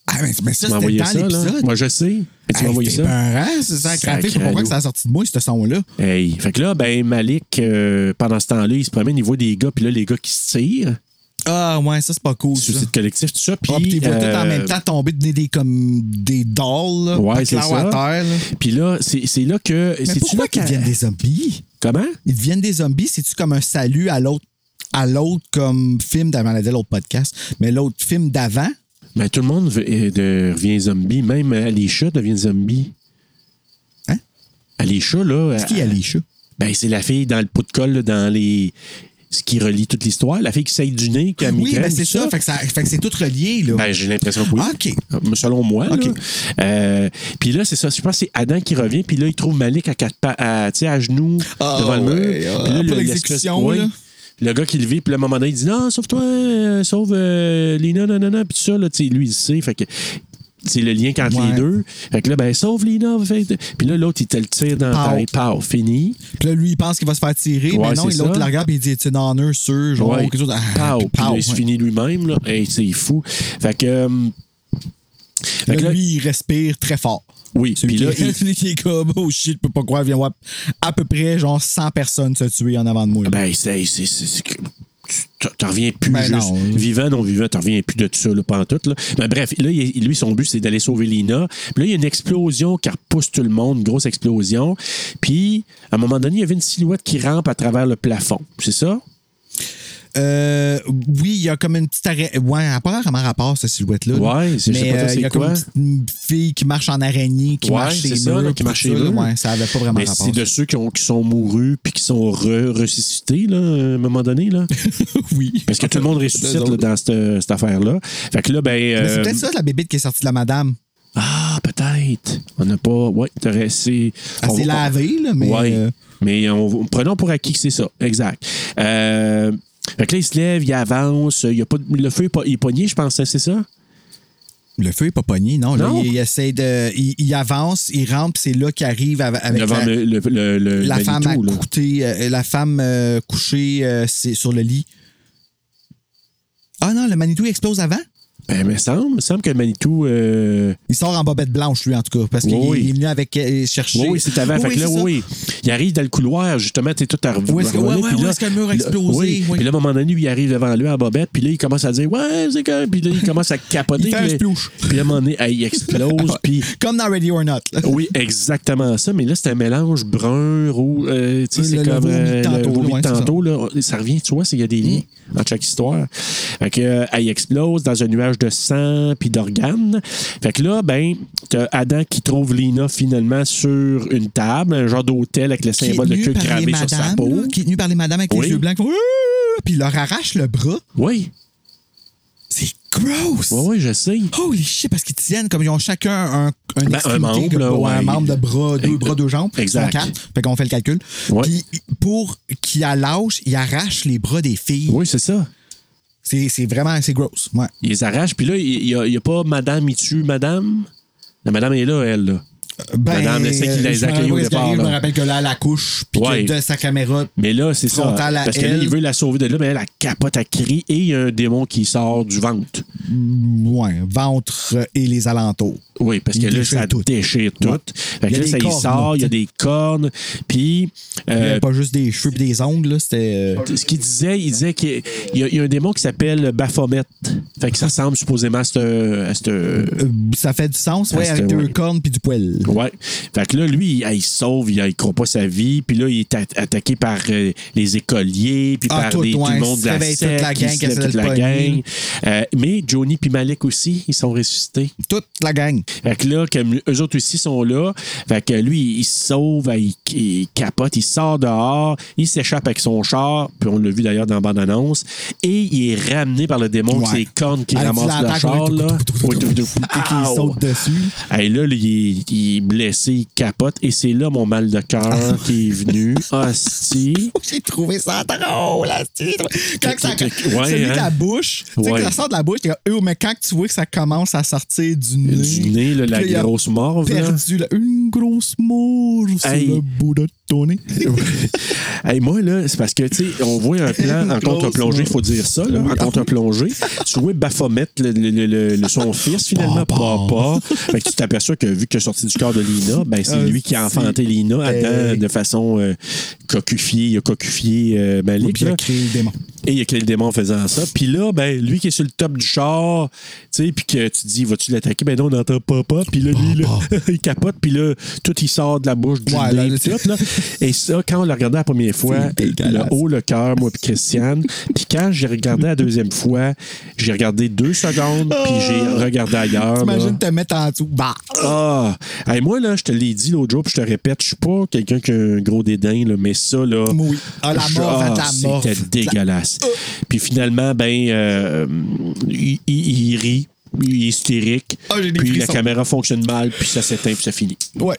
B: Ah, mais, mais ça,
A: Tu m'as
B: c'était
A: envoyé
B: dans
A: ça, là.
B: l'épisode.
A: Moi, je sais. Mais tu m'as
B: Hey,
A: envoyé
B: c'était
A: ça.
B: peurant, c'est ça,
A: Sacré
B: crappé. Je sais pas pourquoi
A: loup.
B: que ça a sorti de moi, ce son-là.
A: Hey. Fait que là, ben, Malik, euh, pendant ce temps-là, il se promène, il voit des gars, puis là, les gars qui se tirent.
B: Ah, ouais, ça, c'est pas cool. ça.
A: Suicide collectif, tout ça. Puis.
B: Ah, puis t'es vois tout en
A: euh,
B: même temps tomber, donner des, comme, des dolls, là,
A: Ouais,
B: pas
A: c'est
B: clairs
A: ça.
B: à terre. là.
A: Puis là, c'est c'est là que.
B: Mais
A: C'est-tu là
B: pourquoi qu'ils
A: qu'à-
B: deviennent des zombies?
A: Comment?
B: Ils deviennent des zombies, c'est-tu comme un salut à l'autre, à l'autre comme film d'avant, on a dit l'autre podcast, mais l'autre film d'avant?
A: Ben, tout le monde veut- euh, de- revient zombie. Même euh, Alisha devient zombie.
B: Hein?
A: Alisha, là.
B: C'est qui
A: elle-
B: Alicia?
A: Ben, c'est la fille dans le pot de colle, là, dans les. Ce qui relie toute l'histoire. La fille qui saille du nez, qui a
B: Oui,
A: migraine,
B: ben c'est
A: tout
B: ça, fait que ça- fait que c'est tout relié, là.
A: Ben, j'ai l'impression que oui.
B: Ah, OK.
A: Selon moi. là.
B: OK.
A: Euh, puis là, c'est ça. Je pense que c'est Adam qui revient. Puis là, il trouve Malik à, quatre pa- à, tu sais, à genoux
B: Ah,
A: devant le mur.
B: ouais,
A: Puis là,
B: ah,
A: le-
B: pour
A: l'espèce-
B: l'exécution,
A: ouais.
B: là.
A: Le gars qui le vit, puis le moment donné, il dit Non, sauve-toi, euh, sauve euh, Lina, non, non, non. Puis ça, là, tu sais, lui, il sait. Fait que c'est le lien entre
B: Ouais.
A: les deux. Fait que là, ben, sauve Lina. fait- Puis là, l'autre, il te le tire dans
B: Pow.
A: la tête. Pow, fini.
B: Puis là, lui, il pense qu'il va se faire tirer,
A: Ouais,
B: mais non,
A: c'est
B: et l'autre,
A: ça.
B: il la regarde et il dit, tu n'en es sûr, genre,
A: Ouais.
B: quelque chose. Ah,
A: Pow,
B: puis
A: puis là,
B: pow,
A: il se
B: ouais.
A: finit lui-même. là. Hey, c'est fou. Fait que. euh, fait que
B: Là,
A: là-
B: lui, il respire très fort.
A: Oui,
B: Celui
A: puis là,
B: qui, [laughs] celui qui est comme, oh shit, je peux pas croire, viens voir à peu près, genre, 100 personnes se tuer en avant de moi. là.
A: Ben, c'est. c'est- c'est- c'est que- tu- t'en- T'en reviens plus
B: Ben
A: juste.
B: non.
A: Vivant, non vivant, t'en reviens plus de tout ça, là, pantoute. Là. Ben, bref, là, il- lui, son but, c'est d'aller sauver Lina. Puis là, il y a une explosion qui repousse tout le monde, une grosse explosion. Puis, à un moment donné, il y avait une silhouette qui rampe à travers le plafond. C'est ça?
B: Euh, oui, il y a comme une petite araignée. Ouais, elle a pas vraiment rapport, cette silhouette-là.
A: Ouais, c'est- je sais
B: Mais,
A: pas trop
B: euh, Il y
A: c'est
B: a comme
A: quoi.
B: une petite une fille qui marche en araignée, qui
A: Ouais,
B: marche
A: c'est
B: ses
A: ça,
B: murs,
A: là, qui
B: puis
A: marche
B: tout
A: ses
B: ça, là.
A: murs.
B: Ouais, ça avait pas vraiment
A: Mais
B: rapport.
A: c'est de ceux qui, ont- qui sont mourus puis qui sont re- ressuscités, là, à un moment donné, là.
B: [laughs] oui.
A: Parce que tout le monde ressuscite, là, dans cette, cette affaire-là. Fait que là, ben.
B: Mais c'est
A: euh,
B: peut-être ça, la bébite qui est sortie de la madame.
A: Ah, peut-être. On n'a pas. Ouais, t'aurais. C'est.
B: Elle
A: on-
B: s'est
A: on-
B: lavée, là, Ah, mais.
A: Ouais.
B: euh,
A: Mais on, prenons pour acquis que c'est ça. Exact. Euh, fait que là, il se lève, il avance. Il y a pas, de- le feu est, pas, il est pogné, je pense, c'est ça?
B: Le feu est pas pogné, non. là,
A: Non.
B: il, il essaie de. Il, il avance, il rampe, c'est là qu'il arrive av- avec
A: Devant
B: la,
A: le, le, le- le
B: la femme
A: Manitou, là.
B: accoutée, euh, la femme euh, couchée euh, c'est sur le lit. Ah non, le Manitou il explose avant?
A: Ben, il me semble, me semble que le Manitou. euh,
B: Il sort en bobette blanche, lui, en tout cas, parce qu'il
A: Oui.
B: est- il est venu avec euh, chercher.
A: Oui, oui, c'est avant. fait que là,
B: c'est
A: oui,
B: ça.
A: oui. Il arrive dans le couloir, justement, tu sais, tout à rev-
B: Où est-ce que-
A: revoler,
B: ouais, ouais,
A: puis
B: où
A: là-
B: est-ce que le mur a
A: là-
B: explosé,
A: Oui.
B: oui.
A: Puis là, à un moment donné, lui, il arrive devant lui en bobette, puis là, il commence à dire Ouais, c'est quoi? Puis là, il commence à capoter.
B: Il fait un
A: puis là-
B: splouche.
A: Puis là, à un moment donné, hey, il
B: [laughs]
A: explose, puis.
B: Comme dans Ready or Not. là.
A: Oui, exactement ça. Mais là, c'est un mélange brun, roux. euh, tu sais, c'est
B: Le- le
A: comme
B: vomi de
A: euh, le
B: tantôt,
A: vomi
B: ouais,
A: de
B: c'est Mm.
A: tantôt. Là, on- ça revient, tu vois, c'est- il y a des liens dans chaque histoire. Fait que, euh, elle explose dans un nuage de sang puis d'organes. Fait que là, ben, t'as Adam qui trouve Lina finalement sur une table, un genre d'hôtel avec le
B: Qui est
A: symbole de
B: tenu
A: queue
B: par les
A: gravé sur sa
B: madames,
A: peau.
B: là, qui est tenu par les madames avec
A: Oui.
B: les yeux blancs. qui font, Ouh Puis il leur arrache le bras.
A: Oui,
B: C'est gross.
A: oui, oui, je sais.
B: Holy shit, parce qu'ils tiennent comme ils ont chacun un, un,
A: Ben, un
B: extrémité,
A: membre,
B: comme,
A: là,
B: ouais, un
A: ouais.
B: membre de bras, deux
A: Ex-
B: bras, deux jambes.
A: Exact.
B: Ils sont quatre. Fait qu'on fait le calcul.
A: Ouais.
B: Puis pour qu'ils la lâchent, ils arrachent les bras des filles.
A: Oui, c'est ça.
B: C'est c'est vraiment, c'est gross. Ouais.
A: Il les arrache, puis là, il n'y a, il y a pas Madame, il tue Madame. La Madame est là, elle, là.
B: Ben,
A: Madame, elle sait qu'il
B: euh,
A: les
B: je me
A: accueille
B: rappelle
A: au
B: pas ce qui
A: départ,
B: arrive, Je
A: là.
B: me rappelle que là, elle accouche, puis
A: Ouais.
B: que de sa caméra.
A: Mais là, c'est ça.
B: Frontal à
A: Parce que là,
B: elle.
A: il veut la sauver de là, mais elle, elle capote, elle crie et il y a un démon qui sort du ventre.
B: Ouais, ventre et les alentours.
A: Oui, parce que
B: Il
A: là,
B: déchire
A: ça
B: tout.
A: déchire tout.
B: Ouais.
A: Fait
B: Il y
A: que
B: a
A: là,
B: des
A: ça y
B: cornes,
A: sort,
B: là,
A: il y a des cornes. Puis,
B: Il y
A: euh,
B: avait pas juste des cheveux et des ongles, là, c'était. euh,
A: ce qu'il disait, il disait qu'il y, a- il y a un démon qui s'appelle Baphomet. Fait que ça ressemble supposément à ce. à ce-
B: euh, ça fait du sens, ouais,
A: Ah,
B: avec
A: c'était-
B: deux
A: ouais.
B: cornes puis du poil.
A: Ouais. Fait que là, lui, il, il se sauve, il, il croit pas sa vie, puis là, il est atta- attaqué par euh, les écoliers, puis
B: Ah,
A: par
B: tout,
A: des- tout
B: ouais,
A: le monde
B: il
A: de la
B: se réveille toute
A: secte,
B: la gang
A: il se
B: qui
A: lève
B: essaie de
A: toute
B: le
A: la gang.
B: pogner.
A: Euh, mais Johnny puis Malek aussi, ils sont ressuscités.
B: Toute la gang.
A: Fait que là, comme eux autres aussi sont là, fait que lui, il se sauve, il, il capote, il sort dehors, il s'échappe avec son char, puis on l'a vu d'ailleurs dans la bande-annonce, et il est ramené par le démon,
B: Ouais.
A: c'est les cornes qui
B: Ah,
A: ramasse
B: tu
A: le
B: l'attaques,
A: char,
B: ouais,
A: là. Ah,
B: tout, tout, tout,
A: Ouais,
B: tout,
A: tout, tout,
B: Et qu'il
A: Ow!
B: saute dessus. [laughs]
A: Hey, là, là, il, est, il est blessé, il capote, et c'est là mon mal de cœur qui est venu. Ah, Hostie.
B: J'ai trouvé ça drôle, là, c'est drôle. Quand que ça.
A: Ouais,
B: celui
A: hein.
B: de la bouche, tu sais,
A: Ouais.
B: que ça sort de la bouche, t'es comme, Euh, mais quand que tu vois que ça commence à sortir du nez.
A: Du nez, là,
B: puis il
A: la
B: a
A: grosse morve. là.
B: [laughs] Perdu, là, une grosse morve sur
A: Hey.
B: le bout de
A: [laughs]
B: ton nez.
A: Hey, moi, là, c'est parce que, tu sais, on voit un plan en
B: Grosse
A: contre-plongée, il faut dire ça, là, en contre-plongée. tu vois Baphomet, le, le- le- le- le- son fils, finalement,
B: Papa.
A: papa. Fait que tu t'aperçois que, vu qu'il est sorti du corps de Lina, ben, c'est
B: Ah,
A: lui qui a
B: si.
A: enfanté Lina Adam
B: Hey.
A: de façon euh, cocufiée, il a cocufié euh,
B: Et
A: Malik.
B: puis il
A: là.
B: a créé [laughs] le démon.
A: Et il y a que le démon en faisant ça. Puis là, ben, lui qui est sur le top du char, tu sais, puis que tu dis, vas-tu l'attaquer? Ben non, on entend papa. Puis là, lui, là, [laughs] il capote. Puis là, tout, il sort de la bouche du
B: Ouais,
A: nez,
B: là,
A: puis tout, là. Et ça, quand on l'a regardé la première fois,
B: C'est
A: le
B: dégueulasse.
A: haut, le cœur, moi, puis Christiane. Puis quand j'ai regardé la deuxième fois, j'ai regardé deux secondes, puis j'ai regardé ailleurs. là.
B: T'imagines te mettre en dessous. Bah!
A: Ah! Hey, moi, là, je te l'ai dit l'autre jour, puis je te répète, je suis pas quelqu'un qui a un gros dédain, là, mais ça, là.
B: Oui. Ah, la
A: je-
B: mort,
A: ah,
B: la mort.
A: C'était dégueulasse. Puis finalement, ben, euh, il, il- il rit. Il est hystérique.
B: Ah, j'ai des
A: puis la
B: frissons.
A: caméra fonctionne mal, puis ça s'éteint, puis ça finit.
B: Ouais.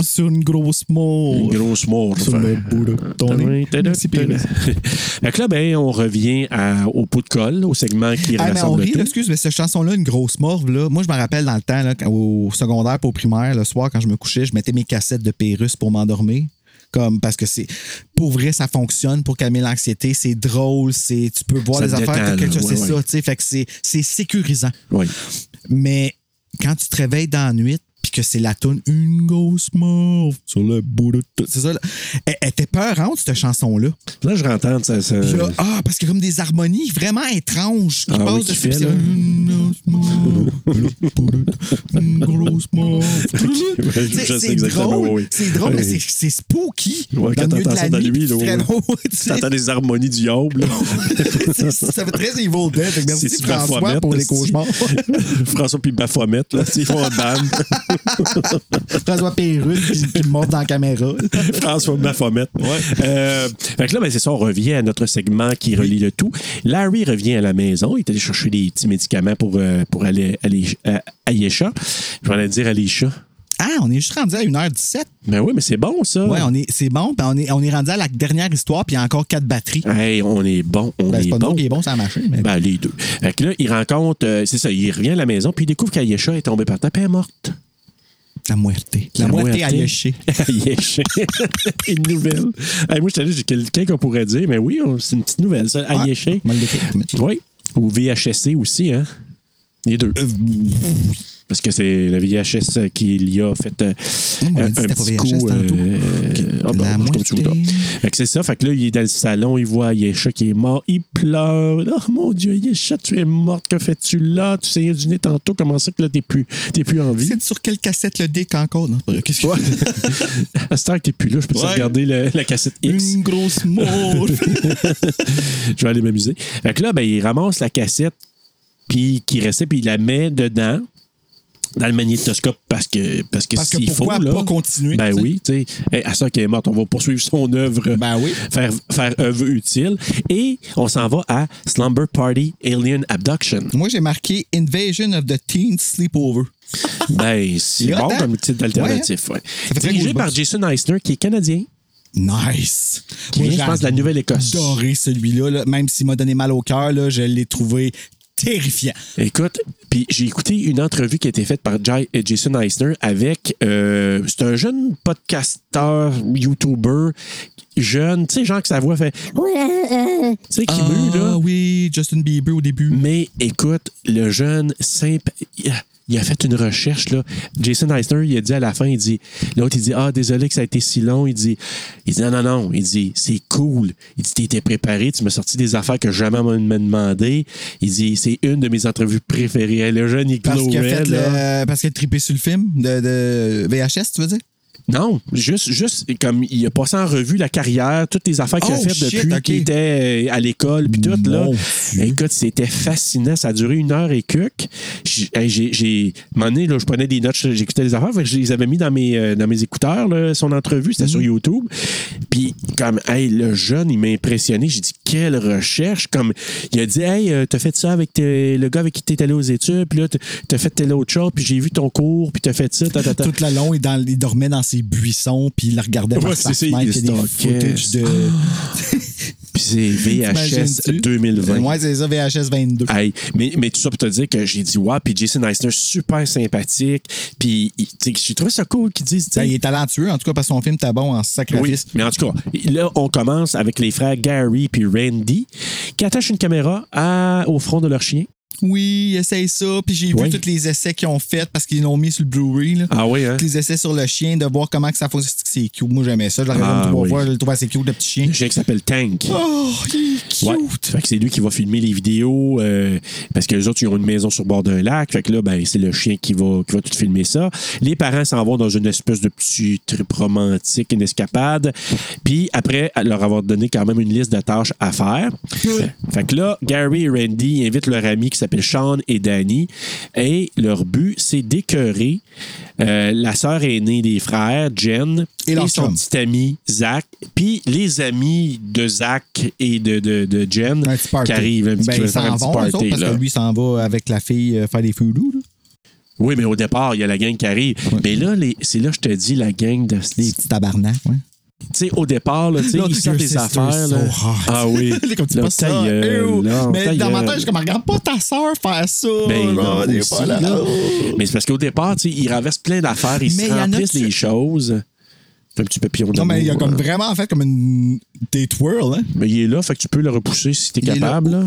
B: Sur une grosse morve.
A: Une grosse mort.
B: Sur le bout de ton nez. Merci, Pérez.
A: Fait que là, ben, on revient à- au pot de colle, au segment qui
B: Ah, mais on
A: rassemble
B: rit,
A: tout.
B: là, excuse, mais cette chanson-là, une grosse morve, là. Moi, je me rappelle dans le temps, là, quand- au secondaire pas au primaire, le soir, quand je me couchais, je mettais mes cassettes de Pérus pour m'endormir. Comme, parce que c'est. Pour vrai, ça fonctionne pour calmer l'anxiété. C'est drôle, c'est. Tu peux voir
A: Ça
B: les
A: te
B: affaires,
A: détend,
B: t'as quelque
A: là,
B: chose,
A: ouais,
B: c'est
A: ouais.
B: ça, tu sais. Fait que c'est- c'est sécurisant.
A: Oui.
B: Mais quand tu te réveilles dans la nuit, puis que c'est la toune Une grosse morve sur le bout de. tout- C'est ça, là. Elle, elle était peurante, cette chanson-là.
A: Là, je rentends. Ça, ça-
B: Puis là, ah, parce qu'il y a comme des harmonies vraiment étranges qui
A: Euh. Ah oui,
B: passent
A: qui
B: dessus.
A: fait,
B: puis c'est
A: là.
B: Une grosse morve, une grosse morve.
A: ouais, [laughs] je
B: C'est-
A: sais
B: C'est
A: exactement,
B: drôle,
A: oui.
B: c'est drôle, mais
A: Oui.
B: c'est- c'est spooky.
A: Ouais, quand
B: dans le milieu
A: t'entends
B: de
A: ça
B: la
A: dans
B: nuit,
A: lui,
B: puis
A: là,
B: c'est
A: ouais.
B: vraiment- tu sais,
A: T'entends des harmonies du yob, là.
B: c'est- [laughs] Ça fait très Evil Dead. Fait que Merci
A: C'est-tu Baphomet,
B: François pour les
A: hostie? [laughs]
B: cauchemars.
A: François puis Baphomet, là, tu sais, ils font un band.
B: [laughs] François Perruque qui, qui monte dans la caméra.
A: François Baphomet. Euh, fait que là, ben, c'est ça, on revient à notre segment qui relie le tout. Larry revient à la maison. Il est allé chercher des petits médicaments pour, euh, pour aller, aller euh, à Aïcha. Je vais aller dire Aïcha.
B: Ah, on est juste rendu à 1h17.
A: Ben oui, mais c'est bon, ça.
B: Ouais, on est, c'est bon. Puis on est, on est rendu à la dernière histoire, puis il y a encore quatre batteries.
A: Hey, on est bon, on
B: Ben,
A: Ah, est
B: c'est pas
A: bon.
B: nous qui est bon, ça a marché. Mais...
A: Ben, les deux. Fait que là, il rencontre, euh, c'est ça, il revient à la maison, puis il découvre qu'Aïcha est tombée par terre, puis elle est morte.
B: La moitié. La,
A: La
B: moitié
A: moitié. [laughs]
B: à lécher.
A: Aïeché. une nouvelle. Hey, moi, je t'allais, j'ai quelqu'un qu'on pourrait dire, mais oui, on- c'est une petite nouvelle, ça. Aïeché.
B: on va le décrire.
A: Oui. Ou VHSC aussi, hein? Les deux.
B: Euh,
A: Parce que c'est la VHS qui l'y a fait euh,
B: Non, mais on
A: un,
B: a
A: un
B: dit que c'était
A: petit
B: pas VHS
A: coup.
B: tantôt.
A: euh, ah, ben,
B: La
A: bouge comme tu
B: moitié.
A: voudras. Fait que c'est ça. Fait que là, il est dans le salon, il voit Yesha qui est mort, il pleure. Oh mon Dieu, Yesha, tu es morte, que fais-tu là? Tu saignais du nez tantôt, comment ça que là, t'es plus, t'es plus en vie?
B: C'est sur quelle cassette le deck encore? Non, c'est pas vrai. Qu'est-ce que
A: Ouais. [laughs] à cette heure que t'es plus là, je peux
B: Ouais.
A: regarder le- la cassette X.
B: Une grosse
A: [laughs]
B: morve.
A: Je vais aller m'amuser. Fait que là, ben, il ramasse la cassette puis qui restait, puis il la met dedans. Dans le magnétoscope parce que parce que
B: Parce que
A: s'il faut
B: pourquoi
A: là,
B: pas continuer,
A: Ben
B: tu sais.
A: oui, tu sais, Hey, à ça qu'elle est morte, on va poursuivre son œuvre.
B: Ben oui.
A: Faire faire œuvre utile et on s'en va à Slumber Party Alien Abduction.
B: Moi, j'ai marqué Invasion of the Teen Sleepover.
A: Ben c'est
B: Ah! C'est hot,
A: bon
B: hein?
A: comme titre alternatif. ouais.
B: fait très
A: Dirigé
B: Goosebumps.
A: par Jason Eisner qui est canadien,
B: Nice.
A: qui
B: Moi,
A: vient, je
B: j'ai
A: pense de la Nouvelle-Écosse.
B: Adoré celui-là, là. même s'il m'a donné mal au cœur, là, je l'ai trouvé terrifiant.
A: Écoute, puis j'ai écouté une entrevue qui a été faite par Jai et Jason Eisner avec. euh, c'est un jeune podcasteur, YouTuber, jeune, tu sais, genre que sa voix fait. Tu
L: hein,
A: sais,
B: Ah,
A: qui meurt, là.
B: Mm. oui, Justin Bieber au début.
A: Mais écoute, le jeune, simple. il a fait une recherche. Là. Jason Eisner, il a dit à la fin, il dit, l'autre, il dit, ah, désolé que ça a été si long. Il dit, il dit non, non, non. Il dit, c'est cool. Il dit, t'étais préparé, tu m'as sorti des affaires que jamais on m'a demandé. Il dit, c'est une de mes entrevues préférées. Le jeune, il
B: Parce qu'il a
A: clouait,
B: fait
A: là.
B: le- parce qu'il a trippé sur le film de, de VHS, tu veux dire?
A: Non, juste, juste comme il a passé en revue la carrière, toutes les affaires qu'il a
B: Oh,
A: faites
B: shit,
A: depuis
B: ok.
A: qu'il était euh, à l'école, puis tout. Là.
B: Mon Dieu.
A: Écoute, c'était fascinant. Ça a duré une heure et quelques. J'ai, hey, j'ai, j'ai- un moment donné, là, je prenais des notes, j'écoutais les affaires, fait que je les avais mis dans mes, euh, dans mes écouteurs, là, son entrevue,
B: Mm-hmm.
A: c'était sur YouTube. Puis, comme, hey, le jeune, il m'a impressionné. J'ai dit, quelle recherche. Comme, il a dit, hey, euh, t'as fait ça avec tes- le gars avec qui t'es allé aux études, puis là, t'as- t'as fait telle autre chose, puis j'ai vu ton cours, puis t'as fait ça, ta, ta, ta.
B: Tout le long, il, dans- il dormait dans ses buissons, puis il le regardait
A: Ouais,
B: par
A: c'est
B: sa
A: ça,
B: fenêtre.
A: il
B: Il y a des
A: stalkait.
B: footage de...
A: Puis c'est VHS
B: T'imagines-tu?
A: 2020.
B: Ouais, c'est ça, VHS 22.
A: Hey, mais, mais tout ça pour te dire que j'ai dit ouais, puis Jason Eisner, super sympathique. Puis, il- tu sais, j'ai trouvé ça cool qu'ils disent. tu sais,
B: Ben, il est talentueux, en tout cas, parce que son film était bon en
A: oui,
B: sacrifice.
A: mais en tout cas, là, on commence avec les frères Gary puis Randy qui attachent une caméra à- au front de leur chien.
B: Oui, essaye ça. Puis j'ai
A: Oui.
B: vu tous les essais qu'ils ont fait parce qu'ils l'ont mis sur le Blu-ray. là.
A: Ah oui, hein?
B: Tous les essais sur le chien, de voir comment que ça fonctionne. C'est cute. Moi, j'aimais ça. Je l'avais
A: Ah,
B: regardé trois
A: oui.
B: fois. Je le trouvais assez cute, le petit chien.
A: Le chien qui s'appelle Tank.
B: Oh, il est cute.
A: Ouais. Fait que c'est lui qui va filmer les vidéos euh, parce que les autres ils ont une maison sur le bord d'un lac. Fait que là, ben, c'est le chien qui va, qui va tout filmer ça. Les parents s'en vont dans une espèce de petit trip romantique, une escapade. Puis après leur avoir donné quand même une liste de tâches à faire. Fait que là, Gary et Randy invitent leur ami qui s'appelle Sean et Danny. Et leur but, c'est d'écœurer euh, la sœur aînée des frères, Jen,
B: Et
A: et,
B: leur
A: son
B: chum.
A: petit ami, Zach. Puis les amis de Zach et de, de, de Jen
B: Un petit
A: qui
B: party.
A: arrivent, un petit,
B: ben,
A: qui veulent
B: ils
A: faire un
B: s'en
A: petit
B: vont, eux
A: party,
B: autres, parce
A: là.
B: que lui, il s'en va avec la fille euh, faire des foulous.
A: Oui, mais au départ, il y a la gang qui arrive. Mais là, les- c'est là que je te dis, la gang de
B: Des
A: Sleep.
B: petits tabarnaks. Ouais. [laughs]
A: Tu sais, au départ, là, tu sais,
B: L'autre,
A: ils sortent
B: Your
A: des
B: Sister's
A: affaires.
B: So
A: là.
B: Hot.
A: Ah
B: [laughs]
A: oui.
B: Là, comme tu dis
A: Là,
B: pas ça.
A: ta gueule,
B: ew.
A: là, ta
B: mais dans ma
A: gueule.
B: tête, je suis comme, regarde pas ta soeur faire ça.
A: Ben, non,
B: là, des
A: aussi,
B: fois, là.
A: là. Mais c'est parce qu'au départ, tu sais, ils renversent plein d'affaires, ils
B: Mais
A: se
B: y en a
A: remplissent
B: qui-
A: des choses. C'est un petit papillon
B: Non, mais il a
A: d'amour,
B: comme
A: hein.
B: vraiment fait comme une. Des twirls, hein?
A: Mais il est là, fait que tu peux le repousser si t'es
B: Il est là. Ah!
A: capable. Là.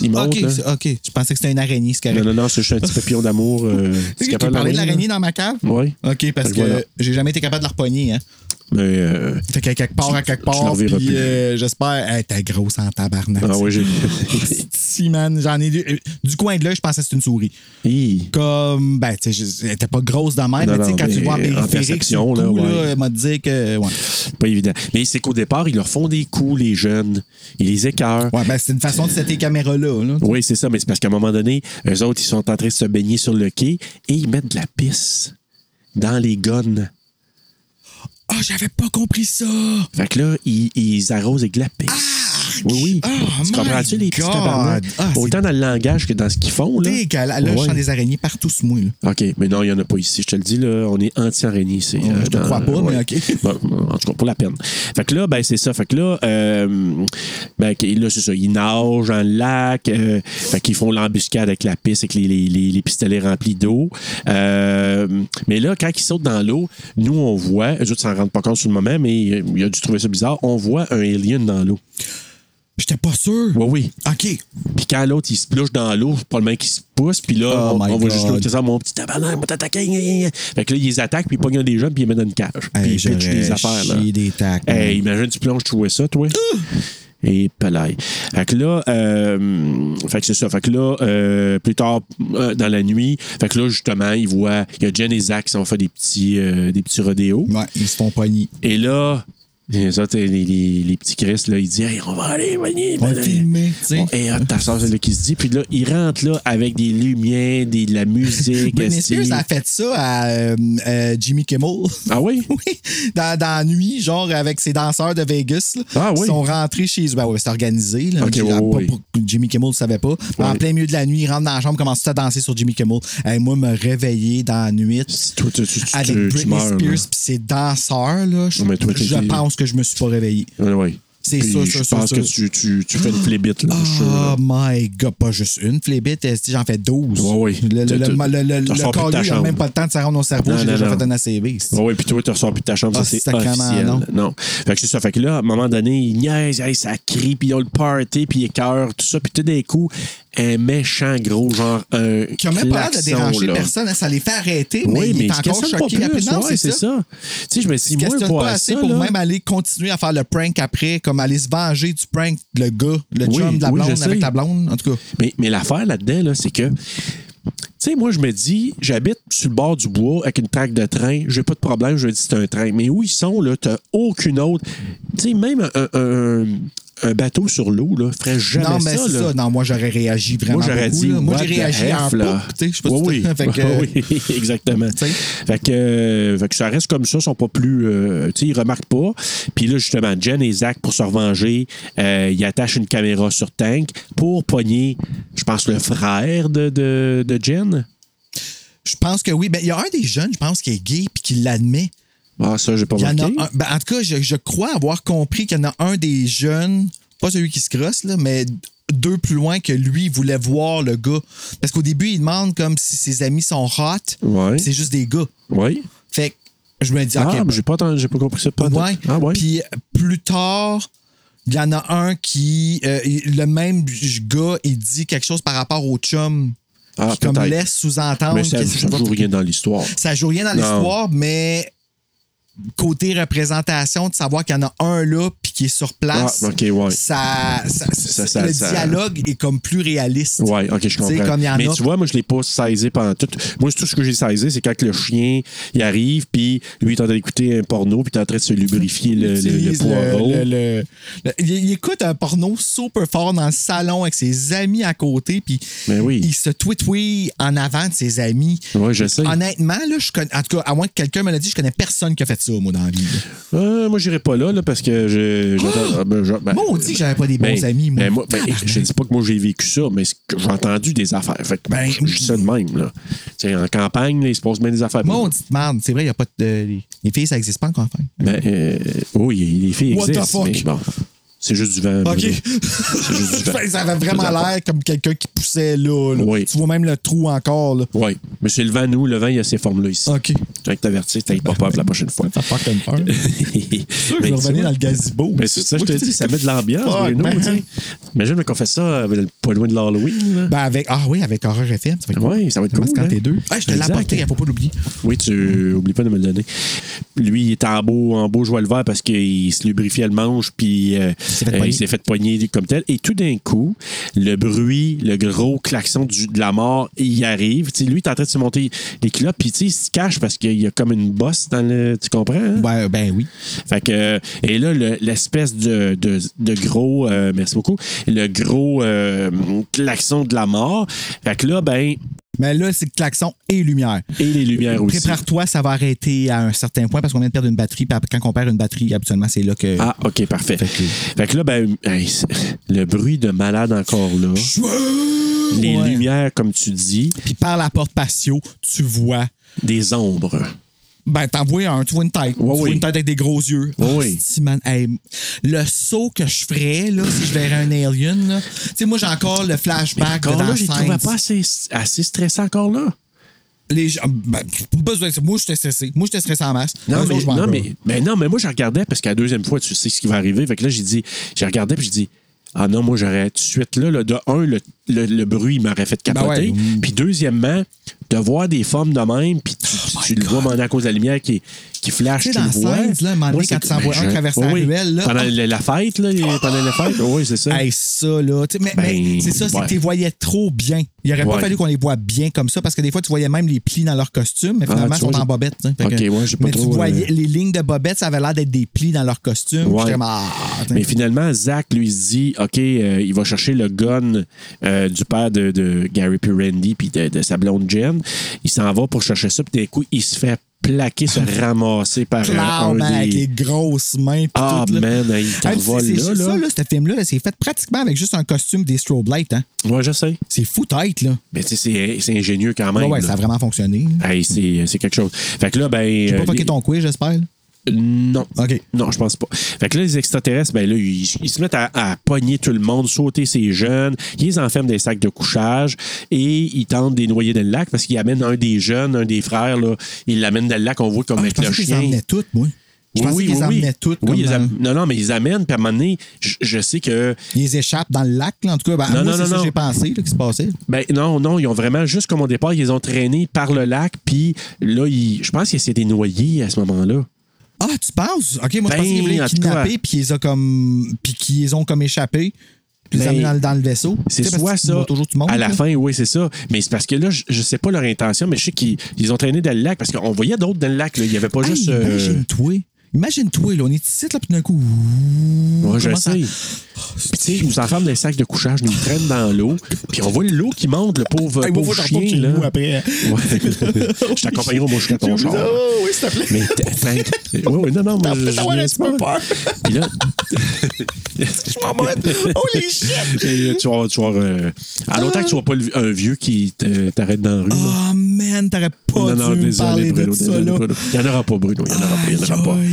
A: il monte.
B: ok,
A: là.
B: c'est- ok. Je pensais que c'était une araignée, ce carré.
A: hein. Non, non, non, c'est juste un petit papillon d'amour. Euh,
B: Tu sais, tu parlais de l'araignée dans ma cave?
A: Oui.
B: OK, parce
A: Fait que
B: que
A: voilà.
B: j'ai jamais été capable de la repogner. Hein.
A: Mais, euh,
B: Fait qu'à quelque part, à quelque
A: tu la
B: part,
A: reverras plus.
B: puis euh, j'espère... Hey, t'es grosse en tabarnak.
A: ah oui, j'ai. [laughs]
B: Si, man, j'en ai... du- euh, Du coin de l'œil, je pensais que c'était une souris.
A: Hi.
B: Comme, ben, tu sais, je- elle était pas grosse dans même,
A: Non,
B: mais tu sais,
A: non,
B: quand
A: mais
B: tu vois en
A: en
B: périphérique, sur
A: perception,
B: le
A: là,
B: coup,
A: ouais.
B: là, elle m'a dit que, ouais.
A: pas évident. Mais c'est qu'au départ, ils leur font des coups, les jeunes. Ils les écœurent.
B: Ouais, ben, c'est une façon de cette caméras-là, là.
A: Oui, c'est ça, mais c'est parce qu'à un moment donné, eux autres, ils sont en train de se baigner sur le quai et ils mettent de la pisse dans les gones.
B: Ah, j'avais pas compris ça!
A: Fait que là, ils, ils arrosent avec de la pisse. oui, oui.
B: Oh
A: tu
B: my
A: comprends-tu les petits
B: God.
A: tabarnak?
B: Ah, c'est-
A: Autant dans le langage que dans ce qu'ils font. Là.
B: Dégueulasse. Là, je
A: Ouais.
B: sens des araignées partout sous moi, là.
A: OK, mais non, il n'y en a pas ici. Je te le dis, là, on est anti-araignée. c'est,
B: Oh, je te crois pas, mais OK.
A: Bon, en tout cas, pour la peine. Fait que là, ben, c'est ça. Fait que là, euh, ben, que- là c'est ça. Ils nagent en lac. euh, fait qu'ils font l'embuscade avec la piste, avec les, les, les- les pistolets remplis d'eau. Euh, mais là, quand ils sautent dans l'eau, nous, on voit, eux autres s'en rendent pas compte sur le moment, mais euh, il a dû trouver ça bizarre, on voit un alien dans l'eau.
B: J'étais pas sûr.
A: Oui, oui.
B: OK.
A: Puis quand l'autre, il se plouche dans l'eau, c'est pas le mec qui se pousse. Puis là,
B: Oh
A: on,
B: my
A: on voit juste
B: God.
A: l'autre qui sort, mon petit tabarnak, va t'attaquer. gna, gna, gna. Fait que là, ils les attaquent, puis ils pognent des gens, puis ils les mettent dans une cage. Puis
B: Hey,
A: ils pitchent
B: Ben, j'aurais
A: des affaires. Là.
B: chié des Ah! tacs,
A: Hey,
B: man.
A: imagine, tu plonges, tu vois ça, toi. Et palais. Fait que là, euh, fait que c'est ça. Fait que là, euh, plus tard euh, dans la nuit, fait que là, justement, ils voient, il y a Jen et Zach qui ont fait des petits, euh, des petits rodéos.
B: Ouais, ils se font pogner.
A: Et là, les autres, les, les- les petits Chris, là, ils disent, Hey, on va aller, venir,
B: On va le filmer, tu sais.
A: et hop, ta soeur, c'est là qui se dit. Puis là, il rentre là avec des lumières, des, de la musique.
B: Britney
A: esti.
B: Spears a fait ça à euh, euh, Jimmy Kimmel.
A: Ah oui?
B: oui, dans, dans Nuit, genre avec ses danseurs de Vegas. là.
A: Ah oui?
B: Ils sont rentrés chez eux. Ben ouais, c'est organisé. Là.
A: Ok,
B: Jimmy,
A: ouais, ouais.
B: Jimmy Kimmel ne savait pas. En plein milieu de la nuit, il rentre dans la chambre, commence tout à danser sur Jimmy Kimmel. Hey, moi, me réveiller dans la nuit
A: Si Toi, tu, tu, tu,
B: avec
A: tu- tu
B: Britney
A: meurs,
B: Spears
A: là.
B: pis ses danseurs, là, je,
A: Non, mais toi, t'es-
B: je pense que je me suis pas réveillé.
A: Ouais, ouais.
B: C'est
A: Ah Puis
B: sûr,
A: je
B: sûr, sûr,
A: pense
B: sûr.
A: que tu, tu, tu fais une flébite, là, je suis sûr,
B: Oh
A: là.
B: my god, pas juste une flébite, esti, j'en fais 12.
A: Ouais, ouais.
B: Le, le,
A: T'as-
B: le,
A: t'as-
B: le, le,
A: t'as
B: le
A: sorti de ta
B: caillou, il a
A: chambre.
B: même pas le temps de ça rendre au cerveau,
A: Non,
B: j'ai
A: non,
B: déjà
A: non.
B: fait un ACV. esti.
A: Ah Oui, puis toi, tu ressors plus de ta chambre,
B: Ah,
A: ça, c'est
B: sacrément,
A: officiel.
B: non.
A: Non. Fait que c'est ça. Fait que là, à un moment donné, ils niaisent, hey, ça crie, puis ils ont le party, puis ils écœurent, tout ça. Puis tout d'un coup, un méchant gros, genre un
B: Qui a même pas l'air de
A: klaxon,
B: déranger
A: là.
B: personne, hein, ça les fait arrêter, mais
A: Oui,
B: il
A: mais
B: est
A: ils se
B: encore
A: questionnent pas
B: choqué
A: plus,
B: rapidement,
A: ouais, c'est ça. Tu sais, je me suis
B: Il
A: dit,
B: se
A: moi,
B: questionne
A: pour
B: pas assez
A: ça,
B: pour
A: là,
B: même aller continuer à faire le prank après, comme aller se venger du prank, le gars, le
A: Oui,
B: chum de la
A: oui, je
B: blonde
A: sais.
B: avec la blonde, en tout cas.
A: Mais, mais l'affaire là-dedans, là, c'est que, tu sais, moi, je me dis, j'habite sur le bord du bois avec une traque de train, j'ai pas de problème, je me dis, c'est un train. Mais où ils sont, là, t'as aucune autre. Tu sais, même un, un- un bateau sur l'eau, là, ferait jamais
B: Non, mais
A: ça,
B: c'est
A: là.
B: ça. Non, moi, j'aurais réagi vraiment.
A: Moi, j'aurais
B: beaucoup,
A: dit,
B: là. Moi,
A: what
B: j'ai
A: the
B: réagi
A: heff,
B: en
A: là.
B: poupe, tu sais, je sais pas si
A: oui,
B: t'as-
A: oui.
B: [laughs] fait
A: [laughs]
B: que,
A: oui, exactement.
B: tu sais.
A: Fait que, euh, fait que ça reste comme ça, ils sont pas plus. euh, tu sais, ils remarquent pas. Puis là, justement, Jen et Zach, pour se revenger, euh, ils attachent une caméra sur Tank pour pogner, je pense, le frère de, de, de Jen.
B: Je pense que oui. Ben, il y a un des jeunes, je pense, qui est gay puis qui l'admet.
A: Ah, ça, j'ai pas
B: Il y en
A: marqué.
B: a un- ben, en tout cas, je, je crois avoir compris qu'il y en a un des jeunes, pas celui qui se crosse, là, mais deux plus loin que lui voulait voir le gars. Parce qu'au début, il demande comme si ses amis sont hot.
A: Ouais.
B: puis C'est juste des gars.
A: Oui.
B: Fait que je me dis,
A: Ah,
B: OK,
A: mais j'ai pas, entendu- j'ai pas compris ça. Pas
B: Ouais.
A: Ah, ouais.
B: Puis euh, plus tard, il y en a un qui. euh, il- le même gars, il dit quelque chose par rapport au chum.
A: Ah,
B: qui comme
A: peut-être.
B: laisse sous-entendre.
A: mais ça,
B: que-
A: ça joue rien dans l'histoire.
B: ça joue rien dans
A: Non.
B: l'histoire, mais côté représentation, de savoir qu'il y en a un là puis qui est sur place,
A: Ah, ok, ouais.
B: ça, ça- ça-
A: ça-
B: le
A: ça-
B: dialogue est comme plus réaliste.
A: Ouais, ok, je
B: Tu sais,
A: comprends.
B: comme il y en
A: mais
B: a-
A: tu vois, moi, je l'ai pas saisi pendant tout. Moi, c'est tout ce que j'ai saisi, c'est quand le chien, il arrive, puis lui, il est en train d'écouter un porno, puis il est en train de se lubrifier le, le- le
B: utilise
A: poireau.
B: le- le- le- il, il écoute un porno super fort dans le salon avec ses amis à côté, puis
A: Mais oui.
B: il se tweet en avant de ses amis.
A: Ouais, je sais.
B: Honnêtement, là, je connais, en tout cas, à moins que quelqu'un me l'a dit, je connais personne qui a fait ça, moi, dans la vie.
A: Euh, moi, j'irai pas là, là, parce que je. j'entends- ah, ben, je- ben,
B: Moi, on dit que j'avais pas des bons
A: ben,
B: amis, moi.
A: ben, ben,
B: Tabarnak.
A: je dis pas que moi, j'ai vécu ça, mais c'est que j'ai entendu des affaires. Fait que
B: Ben,
A: je dis ça de même, là. Tu sais, en campagne, là, il se passe bien des affaires.
B: Moi, on dit merde, c'est vrai, il n'y a pas de. Les, les filles, ça n'existe pas encore. enfin.
A: Ben, euh, oui, les filles
B: What the
A: existent.
B: fuck?
A: mais bon, c'est juste du vent.
B: OK.
A: Bruno.
B: [laughs]
A: juste du vent.
B: ça avait vraiment
A: C'est du vent.
B: l'air comme quelqu'un qui poussait là. là.
A: Oui.
B: Tu vois même le trou encore. Là.
A: Oui. Mais c'est le vent, nous, le vent, il y a ces formes-là ici.
B: OK.
A: Fait que t'avertis, t'as pas peur pour la prochaine fois.
B: Ça fait comme peur.
A: je [laughs]
B: Je vais revenir dans le gazebo.
A: Mais c'est ça, je te dis, ça met de l'ambiance,
B: Fuck,
A: Bruno.
B: man.
A: tu sais. Imagine qu'on fait ça euh, pas loin de l'Halloween.
B: [laughs] Ben avec, ah oui, avec Horreur FM, ça va être cool.
A: Oui, ça va être cool.
B: Parce quand
A: hein.
B: t'es deux. Ah, je te l'ai
A: Exact.
B: apporté, il faut pas l'oublier.
A: Oui, tu oublie pas de me le donner. Lui, il était en beau, en beau joie le vert parce qu'il se lubrifiait le manche, puis euh,
B: s'est fait
A: euh,
B: pogner.
A: il s'est fait poigner comme tel. Et tout d'un coup, le bruit, le gros klaxon du- de la mort, il arrive. Tu sais, lui, il est en train de se monter les culottes, puis tu sais, il se cache parce qu'il y a comme une bosse dans le. Tu comprends? hein?
B: [laughs] Ben, ben oui.
A: Fait que, euh, et là, le- l'espèce de, de, de gros, euh, merci beaucoup, le gros euh, klaxon de la mort. Fait que là, ben,
B: Mais là, c'est klaxon et lumière.
A: et les
B: Ben
A: lumières aussi.
B: Prépare-toi, ça va arrêter à un certain point parce qu'on vient de perdre une batterie. Puis quand on perd une batterie, habituellement, c'est là que.
A: Ah, ok, parfait. Fait que, là, ben, hey, c'est- le bruit de malade encore là. Les
B: Ouais.
A: lumières, comme tu dis,
B: Puis par la porte patio, tu vois.
A: des ombres.
B: Ben, t'en vois un, tu vois une tête.
A: Ouais,
B: tu vois
A: oui.
B: une tête avec des gros yeux.
A: Ouais,
B: Ah,
A: oui.
B: si, man, hey, le saut que je ferais, là, si je verrais un alien, là. Tu sais, moi, j'ai encore le
A: Mais
B: flashback de
A: encore
B: dans
A: là, je les
B: Saints.
A: trouvais pas assez, assez stressant encore là.
B: Les gens- ben, pas besoin de ça. Moi, j'étais stressé. Moi, j'étais stressé en masse. Eux
A: Non, mais,
B: autres, je m'en
A: non,
B: vais.
A: mais, ben non, mais moi, je regardais parce qu'à la deuxième fois, tu sais ce qui va arriver. Fait que là, j'ai dit, j'ai regardé puis j'ai dit, ah non, moi, j'aurais tout de suite là, là, de un, le, le- le bruit m'aurait fait capoter.
B: Ben ouais.
A: Puis deuxièmement, de voir des formes de même, puis tu, tu le vois maintenant à cause de la lumière qui, qui flash,
B: Oh Tu sais,
A: tu le
B: dans
A: vois.
B: Saints, là, un moment donné,
A: Moi, c'est
B: quand tu
A: que-
B: en vois
A: ben,
B: un
A: je-
B: traverser
A: oui,
B: la
A: oui.
B: ruelle, là. oh.
A: Pendant la, la fête, là, les- pendant la fête, oui, c'est ça.
B: Hey, ça, là. tu sais, Mais,
A: Ben,
B: mais c'est ça, c'est
A: ouais.
B: que tu les voyais trop bien. Il aurait pas
A: Ouais.
B: fallu qu'on les voie bien comme ça parce que des fois, tu voyais même les plis dans leur costume, mais finalement,
A: Ah, tu
B: ils sont
A: vois,
B: en
A: j'ai-
B: bobette. tu sais. Fait
A: Ok,
B: que-
A: ouais, j'ai pas
B: mais
A: trop,
B: tu voyais
A: euh,
B: les lignes de bobette, ça avait l'air d'être des plis dans leur costume.
A: Ouais.
B: J'étais comme, ah, tu sais.
A: Mais finalement, Zach lui se dit OK, euh, il va chercher le gun euh, du père de, de Gary Purendi puis de, de sa blonde Jen. Il s'en va pour chercher ça, puis d'un coup, il se fait plaquer,
B: [laughs]
A: se ramasser par euh, un
B: clairement avec les
A: des.
B: grosses mains. pis
A: Ah,
B: tout, là.
A: man, hey, il te
B: Hey,
A: revole
B: c'est-
A: là.
B: c'est- Ça,
A: là.
B: là, ce film-là, là, c'est fait pratiquement avec juste un costume des strobe lights. Hein.
A: Ouais, je sais.
B: C'est fou tête, là.
A: Mais tu sais, c'est- c'est ingénieux quand même.
B: Ouais, ouais,
A: là.
B: ça a vraiment fonctionné.
A: Hey, c'est c'est quelque chose. Fait que là, ben.
B: J'ai
A: euh,
B: pas fucké
A: les-
B: ton quiz, j'espère. Ah, là.
A: Non.
B: OK.
A: Non, je pense pas. Fait que là, les extraterrestres, ben là, ils, ils se mettent à, à pogner tout le monde, sauter ces jeunes. Ils les enferment dans des sacs de couchage et ils tentent de les noyer dans le lac parce qu'ils amènent un des jeunes, un des frères, là. Ils l'amènent dans le lac, on voit comme
B: Ah, je
A: avec le
B: pensais qu'ils
A: chien.
B: emmenaient toutes, moi. Je pensais qu'ils emmenaient toutes.
A: Oui,
B: comme euh,
A: ils
B: dans-
A: am- Non, non, mais ils amènent, puis à un moment donné, je, je sais que.
B: Ils échappent dans le lac, là, en tout cas. Ben,
A: Non,
B: moi,
A: non,
B: c'est
A: non,
B: ça que
A: non.
B: j'ai pensé là, qui se passait.
A: Ben non, non, ils ont vraiment, juste comme au départ, ils les ont traînés par le lac, puis là, ils- je pense qu'ils s'étaient noyés à ce moment-là.
B: Ah, tu penses? OK, moi,
A: Ben,
B: je pensais qu'ils voulaient
A: en
B: les
A: tout
B: kidnapper, puis ils ont comme, puis qu'ils ont comme échappé. Puis ils les
A: Ben,
B: amenés dans, le- dans le vaisseau.
A: C'est
B: Tu sais, parce
A: soit
B: que tu
A: ça.
B: vois toujours tout le monde,
A: à la
B: là.
A: fin, oui, c'est ça. Mais c'est parce que là, je, je sais pas leur intention, mais je sais qu'ils ils ont traîné dans le lac parce qu'on voyait d'autres dans le lac. là. Il y avait pas
B: Hey,
A: juste. euh,
B: Imagine-toi. Imagine-toi, là, on est ici, là, puis d'un coup. ouh,
A: ouais, je
B: comment ça- Oh,
A: sais. Puis, tu sais, ils nous enferment dans des sacs de couchage, ils nous traînent dans l'eau. Puis on voit l'eau qui monte, le pauvre,
B: Hey, moi,
A: pauvre
B: faut que je reporte
A: chien.
B: chez
A: Là.
B: nous après. [laughs]
A: Ouais. [laughs] je t'accompagnerai au mouche à ton char.
B: Oh, oui, s'il te plaît.
A: Mais t'attends. Oui, oui, non, non, mais. je-
B: T'as ouais,
A: je-
B: un petit peu peur.
A: Puis là,
B: Je m'en mode. [laughs] Holy
A: [laughs]
B: shit!
A: et là, tu vas. Tu vas euh, à longtemps que tu vois pas le- un vieux qui te- t'arrête dans la rue. là.
B: Oh man, t'aurais pas
A: Non, non,
B: dû me
A: désolé,
B: parler de
A: Bruno.
B: ça
A: désolé,
B: là.
A: Bruno. Il n'y en aura pas, Bruno. Il n'y en aura pas. Il y en aura pas.
B: Aïe,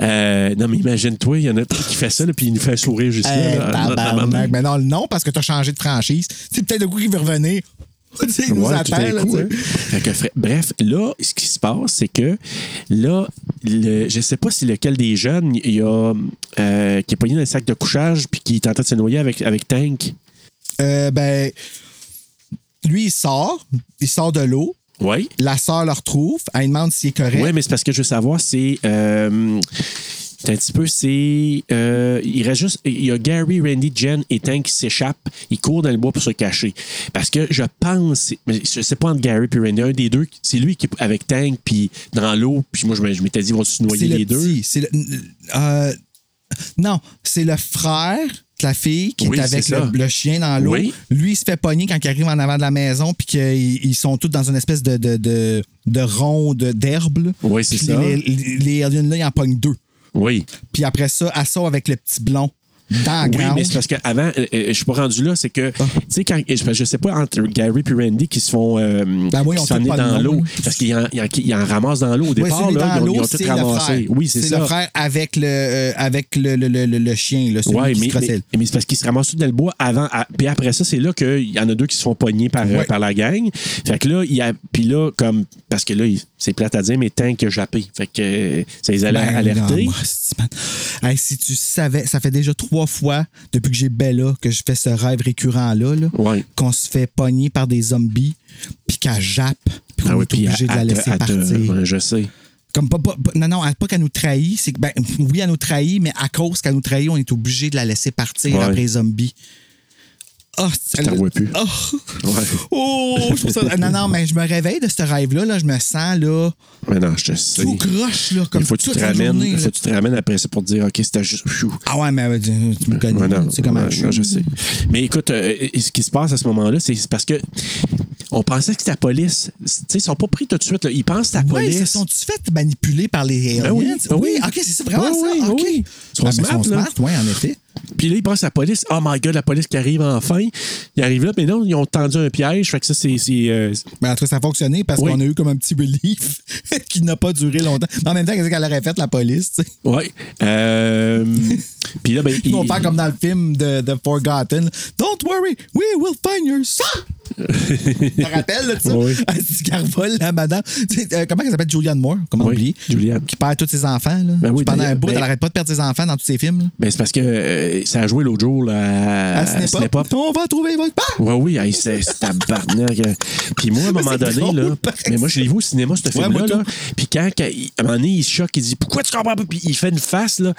A: Euh, non, mais imagine-toi, il y en a qui fait ça, là, puis il nous fait un sourire juste là,
B: Hey,
A: là. Ah,
B: Eh, tabarnak. Mais non, non, parce que t'as changé de franchise. C'est peut-être le coup qu'il veut revenir. [laughs] Tu sais, il nous
A: Ouais, tout
B: attend,
A: d'un
B: là,
A: coup,
B: tu sais.
A: hein. Fait que, fra- bref, là, ce qui se passe, c'est que là, le- je sais pas si lequel des jeunes il y a, euh, qui est pogné dans un sac de couchage puis qui est en train de se noyer avec, avec Tank.
B: Euh, ben, lui, il sort. Il sort de l'eau.
A: Oui.
B: La sœur le retrouve. Elle demande s'il est correct.
A: Oui, mais c'est parce que je veux savoir, c'est. euh, c'est un petit peu, c'est. euh, il reste juste. Il y a Gary, Randy, Jen et Tank qui s'échappent. Ils courent dans le bois pour se cacher. Parce que je pense. mais Je sais pas entre Gary et Randy, un des deux, c'est lui qui est avec Tank, puis dans l'eau. Puis moi, je me- je m'étais dit, ils vont se
B: c'est
A: noyer
B: le
A: les deux.
B: petit, C'est le- euh, non, c'est le frère de la fille qui
A: Oui,
B: est avec
A: c'est ça.
B: le, le chien dans l'eau.
A: Oui.
B: Lui, il se fait pogner quand il arrive en avant de la maison, puis qu'ils ils sont tous dans une espèce de, de, de, de rond de- d'herbe. là.
A: Oui, c'est
B: Puis
A: ça.
B: Les, les- les aliens, là, ils en pognent deux.
A: Oui.
B: Puis après ça, elle sort avec le petit blond dans la
A: Oui,
B: grange.
A: mais c'est parce qu'avant, euh, je suis pas rendu là, c'est que,
B: Ah.
A: tu sais, quand, je je sais pas, entre Gary et Randy qui se font euh,
B: Ben oui,
A: qui
B: on
A: se font
B: sait
A: amener
B: pas le
A: dans
B: nom,
A: l'eau,
B: hein.
A: parce qu'ils en, ils en- ils en ramassent dans l'eau au
B: Ouais,
A: départ,
B: celui
A: là,
B: dans
A: ils ont- ils
B: l'eau,
A: ont tout
B: c'est le
A: ramassé.
B: frère.
A: Oui, c'est ça.
B: le frère avec le, euh, avec le, le, le, le- le chien, là, celui
A: Oui,
B: qui
A: mais,
B: se crossait.
A: mais, mais c'est parce qu'ils se ramassent tout dans le bois avant. à- puis après ça, c'est là qu'il y en a deux qui se font pogner par, euh,
B: Ouais.
A: par la gang. Fait que là, il y a. Puis là, comme. Parce que là, il- c'est plate à dire, mais Tank a jappé. Fait que euh, ça les a
B: Ben,
A: alertés.
B: non, moi, c'est- man. Hey, si tu savais, ça fait déjà trois fois depuis que j'ai Bella que je fais ce rêve récurrent-là, là,
A: Ouais.
B: qu'on se fait pogner par des zombies, puis qu'elle jappe, puis qu'on
A: Ah oui,
B: est
A: puis
B: obligé
A: à-
B: de la
A: à te-
B: laisser
A: à te-
B: partir.
A: ouais, je sais.
B: Comme pas, pas- pas- non, non, elle- pas qu'elle nous trahit, c'est que, ben, oui, elle nous trahit, mais à cause qu'elle nous trahit, on est obligé de la laisser partir
A: Ouais.
B: après les zombies. Ah, c'est-
A: Je t'en vois plus.
B: Oh,
A: Ouais.
B: Oh, je trouve ça. Non, non, mais je me réveille de ce rêve-là, là, je me sens là,
A: Mais non, je te sais.
B: tout croche, là, comme
A: Il faut que tu
B: toute
A: te
B: la
A: ramènes,
B: journée,
A: il
B: là.
A: faut que tu te ramènes après ça pour te dire OK, c'était juste pfiou.
B: Ah ouais, mais euh, tu tu me connais.
A: Ouais, non,
B: tu sais comment
A: ouais,
B: je
A: non,
B: suis.
A: je sais. Mais écoute, euh, et- et ce qui se passe à ce moment-là, c'est c'est parce que on pensait que c'était la police. Tu sais, ils sont pas pris tout de suite. là. Ils pensent que c'est la
B: Ouais, ils
A: police.
B: se sont-tu fait manipuler par les aliens?
A: Ben oui, ben oui.
B: OK, c'est ça, vraiment
A: Ben
B: ça?
A: oui, ben
B: OK.
A: oui. Ils sont
B: Ah, ben,
A: smart,
B: ils sont
A: là.
B: smart, ouais, en effet.
A: Puis là, ils pensent à la police. Oh my God, la police qui arrive enfin. Ils arrivent là, mais non, ils ont tendu un piège. Fait que ça, c'est. c'est, euh,
B: Mais Ben, en tout cas, ça a fonctionné parce
A: Oui.
B: qu'on a eu comme un petit belief [laughs] qui n'a pas duré longtemps. Mais en même temps, qu'est-ce qu'elle aurait fait, la police? tu sais?
A: ouais. Euh, Puis là, ben.
B: Ils vont
A: ils-
B: faire comme dans le film de, de Forgotten. Don't worry, we will find your
A: [laughs]
B: son! Tu te rappelles de ça?
A: Oui.
B: Elle se carvole, la madame. Tu sais, euh, comment elle s'appelle? Julianne Moore, comment
A: Oui,
B: oublier?
A: Julianne.
B: Qui perd tous ses enfants. Là.
A: Ben oui,
B: Pendant un
A: d'ailleurs,
B: bout,
A: ben-
B: elle n'arrête pas de perdre ses enfants dans tous ses films. là.
A: Ben, c'est parce que euh, ça a joué l'autre jour là, à,
B: À Cinépop.
A: Cinépop.
B: On va trouver votre père.
A: Ouais, oui, hey, c'est c'est tabarnak. euh. Puis moi, à un moment
B: [laughs] c'est
A: donné,
B: drôle,
A: là,
B: pareil.
A: mais moi, je l'ai vu au cinéma, ce film-là.
B: moi,
A: là.
B: tout.
A: Puis quand, quand il- à un moment donné, il se choque, il dit Pourquoi tu comprends pas Puis il fait une face, là,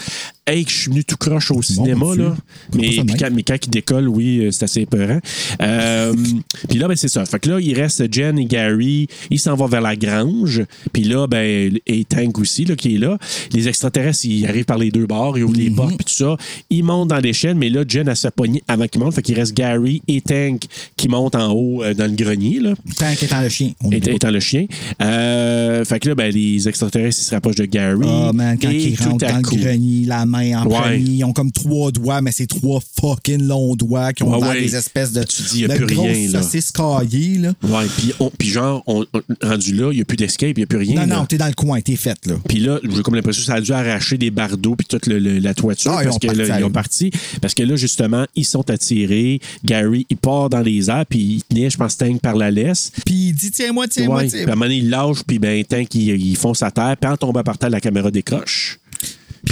A: hey, que je suis venu tout croche au cinéma,
B: Dieu.
A: là.
B: Faut
A: Mais,
B: pas ça
A: puis
B: de même.
A: quand, mais quand il décolle, oui, euh, c'est assez épeurant. Euh, [laughs] puis là, ben, c'est ça. Fait que là, il reste Jen et Gary, ils s'en vont vers la grange. Puis là, ben,
B: Mhm.
A: et Tank aussi, là, qui est là. Les extraterrestres, ils arrivent par les deux bords, ils ouvrent les portes, puis tout ça. Ils monte dans l'échelle, mais là, Jen, elle se pogne avant qu'il monte. Fait qu'il reste Gary et Tank qui montent en haut euh, dans le grenier, là,
B: Tant qu'étant le chien. on
A: étant,
B: oublie pas.
A: étant le chien. Euh, fait que là, ben, les extraterrestres, ils se rapprochent de Gary.
B: Ah, man, quand
A: et
B: ils
A: tout
B: rentrent
A: à
B: dans
A: coup-
B: le grenier, la main en
A: Ouais.
B: premier, ils ont comme trois doigts, mais c'est trois fucking longs doigts qui ont
A: Ouais,
B: ouvert
A: ouais.
B: des espèces de,
A: Tu dis, y a
B: de
A: plus
B: grosses
A: rien, là.
B: saucisses caillées, là.
A: Ouais, puis on- puis genre, on, on- rendu là, il n'y a plus d'escape, il n'y a plus rien.
B: Non,
A: là.
B: non, t'es dans le coin, t'es faite, là.
A: Puis là, j'ai comme l'impression que ça a dû arracher des bardeaux puis toute le- le- la toiture
B: Ah, ils
A: parce
B: ont
A: que là,
B: parti.
A: ils ont parti. Parce que là, justement, ils sont attirés. Gary, il part dans les airs puis il tenait, je pense, Tank par la laisse.
B: Puis il dit, tiens-moi, tiens-moi,
A: Ouais. Puis à un
B: tiens-moi.
A: moment donné, il lâche puis ben, Tank, il, il fonce à terre. Puis en tombant par terre, la caméra décroche. Puis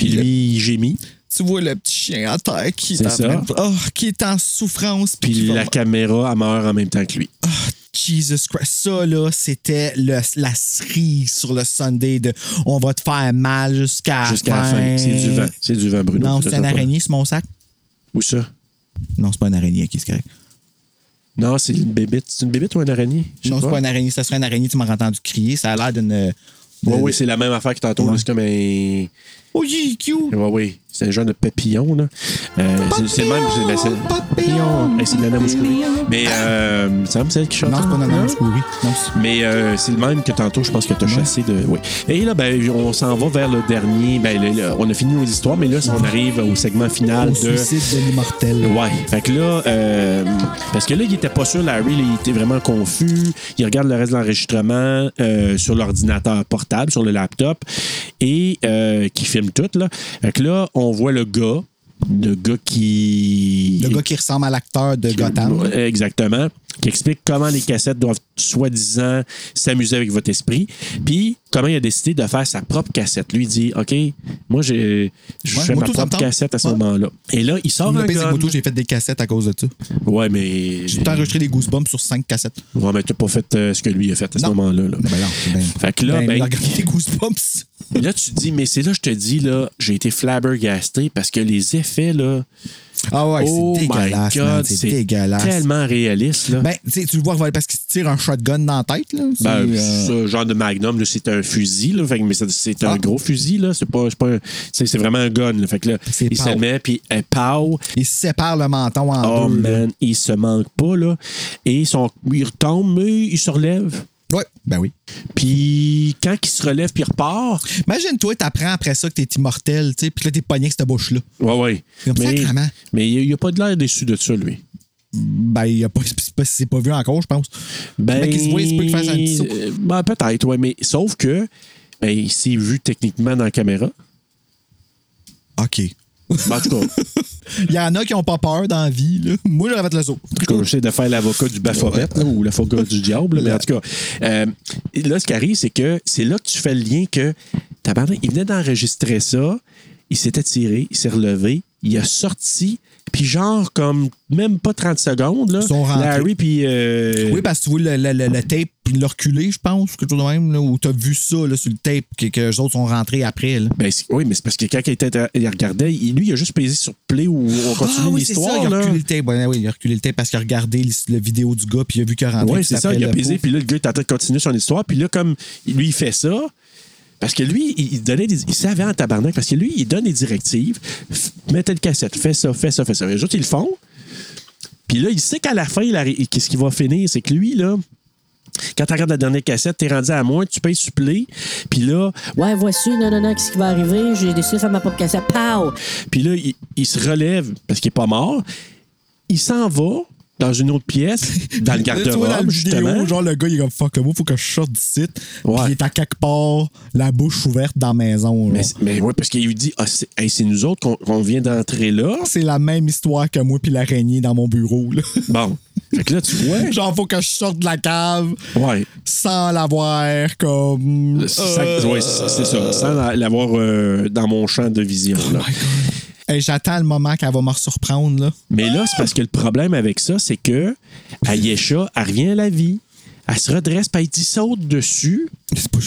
B: Puis euh,
A: lui, il gémit.
B: Tu vois le petit chien à terre qui est,
A: C'est
B: en,
A: ça.
B: oh, qui est en souffrance. Puis qui
A: Puis
B: va
A: la
B: mourir.
A: caméra, elle meurt en même temps que lui.
B: Jesus Christ. Ça, là, c'était le- la cerise sur le Sunday de on va te faire mal jusqu'à
A: Jusqu'à la fin. C'est du vent. C'est du vent, Bruno.
B: Ah, Non,
A: Ça,
B: c'est
A: ça,
B: une
A: ça.
B: araignée, c'est mon sac.
A: Où ça?
B: Non, c'est pas une araignée, qui c'est correct.
A: Non, c'est une bébite. C'est une bébite ou une araignée? Je sais
B: Non, c'est
A: pas.
B: pas une araignée, ça serait une araignée, tu m'aurais entendu crier, ça a l'air d'une.
A: Ouais, oui, c'est la même affaire que tantôt. là. C'est comme un.
B: Oh, il est cute!
A: Oui, oui. C'est un genre de papillon, là. Euh, c'est- c'est le même. c'est- ben, c'est-
B: Papillon!
A: Hey, c'est Nana Mouskouri. Mais, euh, ça me semble que c'est elle qui chante.
B: Non, c'est pas une araignée, c'est pourri. Non, c'est-
A: Mais euh, c'est le même que tantôt, je pense que tu as chassé de. Oui. Et là, ben, on s'en va vers le dernier. Ben, le- le- on a fini nos histoires, mais là, on arrive au segment final
B: Au
A: de.
B: suicide de l'immortel.
A: Ouais. Fait que là, euh, parce que là, il était pas sûr, Larry, là, il était vraiment confus. Il regarde le reste de l'enregistrement euh, sur l'ordinateur portable, sur le laptop, et euh, qui filme tout, là. Fait que là, on voit le gars, le gars qui.
B: Le gars qui ressemble à l'acteur de Gotham.
A: Ouais, Exactement. Qui explique comment les cassettes doivent soi-disant s'amuser avec votre esprit. Puis comment il a décidé de faire sa propre cassette. Lui, il dit OK, moi, j'ai, je
B: Ouais,
A: fais
B: moi,
A: ma
B: tout, ça me
A: propre
B: tente.
A: cassette à ce
B: Ouais.
A: moment-là. Et là, il sort
B: Le
A: un
B: pire, c'est que
A: gun.
B: moi, tout, j'ai fait des cassettes à cause de ça.
A: Ouais, mais.
B: J'ai tout enregistré des goosebumps sur cinq cassettes.
A: Ouais, mais t'as pas fait euh, ce que lui a fait à ce
B: Non.
A: moment-là. là.
B: Ben non, c'est bien-
A: Fait que là, ben,
B: il a regardé des goosebumps.
A: là, tu te dis, mais c'est là, je te dis, là, j'ai été flabbergasté parce que les effets, là.
B: Ah ouais,
A: oh
B: c'est dégueulasse,
A: my
B: man,
A: God,
B: c'est dégueulasse.
A: Tellement réaliste, là.
B: Ben, tu sais, tu le vois revoler parce qu'il se tire un shotgun dans la tête, là. C'est,
A: Ben,
B: euh,
A: ce genre de magnum, là, c'est un fusil, là, fait que- mais c'est- c'est un
B: Ah.
A: gros fusil, là. C'est pas, c'est pas un- c'est c'est vraiment un gun. là. fait que là,
B: C'est
A: il se
B: pow.
A: le met, puis un pow.
B: Il se sépare le menton en
A: Oh
B: deux. là.
A: man, il se manque pas, là. Et son, il retombe, mais il se relève.
B: Ouais, ben oui.
A: Puis quand il se relève, puis il repart.
B: Imagine-toi, t'apprends après ça que t'es immortel, tu sais, puis là, t'es pogné avec cette bouche-là.
A: Ouais, ouais.
B: Comme
A: Mais,
B: sacrement.
A: mais il n'y a pas de l'air déçu de ça, lui.
B: Ben, il a pas, [laughs] c'est pas, c'est pas vu encore, je pense.
A: Ben,
B: Ben, qu'il se voit, il se peut qu'il fasse un petit saut.
A: euh, ben, peut-être, ouais, mais sauf que ben, il s'est vu techniquement dans la caméra.
B: OK.
A: Ben, en
B: [laughs]
A: tout cas, en
B: Il y en a qui ont pas peur dans la vie, là. Moi, j'aurais fait le saut.
A: tout cas, j'essaie de faire l'avocat du Baphomet là, ou l'avocat du diable, là, mais en tout cas, euh, là, ce qui arrive, c'est que c'est là que tu fais le lien que tabarnak, il venait d'enregistrer ça, il s'est attiré, il s'est relevé, il a sorti, puis genre, comme même pas 30 secondes, là,
B: Ils sont rentrés.
A: Larry, puis. euh,
B: Oui, parce que tu vois le, le- le- le tape, puis le reculer, je pense, quelque chose de même, là, où t'as vu ça, là, sur le tape, que, que les autres sont rentrés après, là.
A: Ben, c'est- oui, mais c'est parce que quand il, était, il regardait, il- lui, il a juste pesé sur play ou on continue
B: Ah oui, c'est ça,
A: l'histoire.
B: il a
A: là.
B: reculé le tape. Ouais, oui, il a reculé le tape parce qu'il a regardé le- la vidéo du gars, puis il a vu qu'il a rentré.
A: Oui,
B: puis
A: c'est ça,
B: après,
A: il a
B: le
A: pesé,
B: pauvre-
A: puis là, le gars est en train de continuer son histoire, puis là, comme lui, il fait ça. Parce que lui, il il donnait des, il savait en tabarnak, parce que lui, il donne des directives. F- Mets telle cassette, fais ça, fais ça, fais ça. Les autres, ils le font. Puis là, il sait qu'à la fin, la ré- qu'est-ce qui va finir, c'est que lui, là, quand tu regardes la dernière cassette, t'es rendu à moins, tu payes supplé. Puis là,
L: Ouais, voici, non, non, non, qu'est-ce qui va arriver? J'ai décidé de faire ma propre cassette. Pow!
A: Puis là, il, il se relève parce qu'il est pas mort. Il s'en va dans une autre
B: [laughs]
A: pièce, dans le
B: Tu vois, dans la
A: garde-robe,
B: vidéo,
A: justement.
B: genre, le gars, il est comme fuck, le mot, faut que je sorte du site. Puis
A: Ouais.
B: il est à quelque part, la bouche ouverte dans la maison. là.
A: Mais, mais ouais, parce qu'il lui dit Ah, c'est hey, c'est nous autres qu'on qu'on vient d'entrer là.
B: C'est la même histoire que moi, puis l'araignée dans mon bureau. là. [laughs]
A: Bon. Fait que là, tu vois.
B: genre, faut que je sorte de la cave
A: Ouais.
B: sans l'avoir comme.
A: Ça-
B: Euh,
A: ouais, c'est c'est ça. Sans la- l'avoir euh, dans mon champ de vision. là.
B: Oh Hey, J'attends le moment qu'elle va me surprendre. Là.
A: Mais là, c'est parce que le problème avec ça, c'est que Ayesha, elle revient à la vie. Elle se redresse, puis elle dit saute dessus.
B: C'est pas-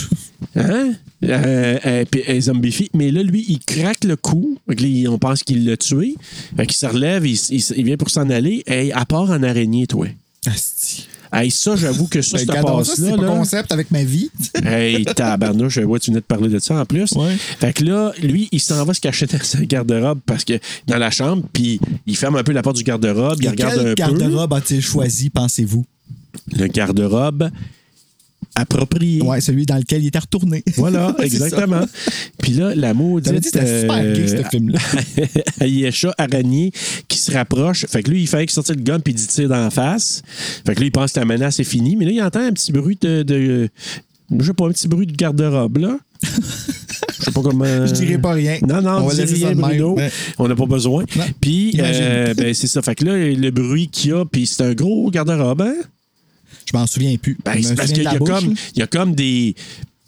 A: Hein? Euh, euh, puis elle zombifie. Mais là, lui, il craque le cou. Fait que là, il- on pense qu'il l'a tué. Fait qu'il se relève, il, s- il s- il vient pour s'en aller. Hey, à part en araignée, toi.
B: Asti.
A: Hey, ça, j'avoue que ça,
B: Ben,
A: cette
B: gardons ça,
A: passe-là.
B: c'est pas
A: là,
B: concept avec ma vie. [laughs]
A: Hey, tabarnouche, je vois, tu venais de parler de ça en plus.
B: Ouais.
A: Fait que là, lui, il s'en va se cacher dans sa garde-robe parce que dans la chambre, puis il ferme un peu la porte du garde-robe, il regarde un
B: Quel
A: peu
B: garde-robe a-t-il choisi, pensez-vous?
A: le garde-robe approprié.
B: Ouais, celui dans lequel il était retourné.
A: [laughs] Voilà,
B: [laughs] C'est ça.
A: exactement. Puis là, la
B: T'avais dit
A: maudite euh,
B: que c'était super gay, ce film-là.
A: [laughs] Ayesha Araignée qui se rapproche. Fait que lui, il fait qu'il sorte le gun puis il dit tire dans la face. Fait que là, il pense que la menace est finie. Mais là, il entend un petit bruit de. de je sais pas, un petit bruit de garde-robe,
B: [laughs]
A: là. Je sais pas comment.
B: Je dirais pas rien.
A: Non, non,
B: On
A: on
B: va laisser ça de même.
A: Bruno.
B: Ouais.
A: On n'a pas besoin.
B: Non,
A: Puis,
B: imagine.
A: euh, ben, c'est ça. Fait que là, le bruit qu'il y a, puis c'est un gros garde-robe, hein?
B: Je m'en souviens plus.
A: Ben,
B: Je me
A: c'est parce
B: souviens de
A: qu'il y,
B: la
A: a
B: bouche,
A: comme-
B: là.
A: il y a comme des.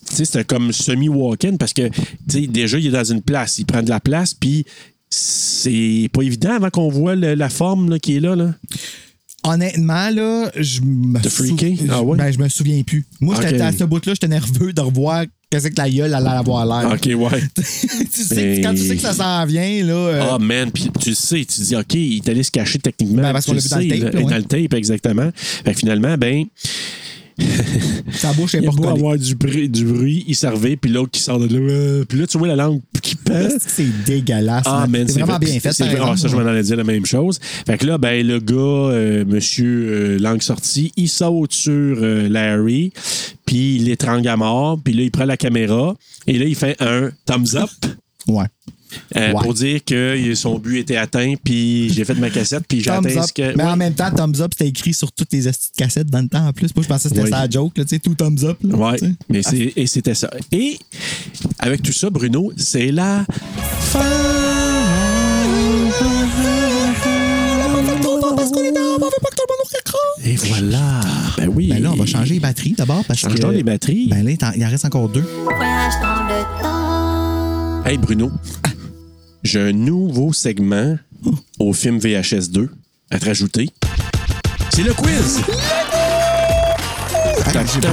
A: Tu sais, c'est comme semi-walk-in parce que, tu sais, déjà, il est dans une place. Il prend de la place, puis c'est pas évident avant qu'on voit le- la forme là, qui est là. là.
B: Honnêtement, là, je me,
A: T'as freaké?
B: je-
A: Ah ouais?
B: ben, je me souviens plus. Moi, j'étais
A: Ok.
B: à ce bout-là, j'étais nerveux de revoir qu'est-ce que la gueule allait avoir l'air.
A: OK, Ben- ouais.
B: [laughs] tu sais, que Quand tu sais que ça s'en vient, là. euh,
A: Ah, man, puis tu le sais, tu te dis, OK, il est allé se cacher techniquement.
B: Ben, parce
A: tu
B: qu'on l'a vu dans le
A: sais,
B: tape,
A: là,
B: ouais.
A: Dans le tape, exactement. Fait que finalement, ben,
B: sa bouche est
A: Ah. il y a
B: pas
A: beau
B: recollée.
A: avoir du, bruit- du bruit, il s'en revient, puis l'autre qui sort de là. euh, Puis là, tu vois la langue qui pèse.
B: C'est dégueulasse.
A: Ah,
B: man.
A: man,
B: c'est vraiment bien fait.
A: c'est
B: par
A: vrai. Ah,
B: exemple.
A: ça, je m'en allais dire la même chose. Fait que là, ben, le gars, euh, monsieur euh, Langue Sortie, il saute sur euh, Larry, puis il l'étrangle à mort, puis là, il prend la caméra, et là, il fait un thumbs up.
B: Ouais.
A: euh,
B: Ouais.
A: Pour dire que son but était atteint, puis j'ai fait ma cassette, puis j'ai
B: Thumbs
A: atteint
B: up.
A: ce que.
B: Mais en
A: Ouais.
B: même temps, Thumbs Up, c'était écrit sur toutes les hosties de cassettes dans le temps en plus. Moi, je pensais que c'était
A: Oui.
B: ça la joke, là, tu sais, tout Thumbs Up. là,
A: Ouais,
B: tu sais.
A: mais c'est, et c'était ça. Et avec tout ça, Bruno, c'est la fin. Et voilà. Ben oui.
B: Ben là, on va changer les batteries d'abord parce
A: Change
B: que.
A: donc les batteries.
B: Ben là, il t'en- il en reste encore deux.
A: Ah.
C: Voyage dans le temps.
A: Hey Bruno, j'ai un nouveau segment au film VHS 2 à te rajouter. C'est le
B: [laughs]
A: quiz.
B: J'ai pas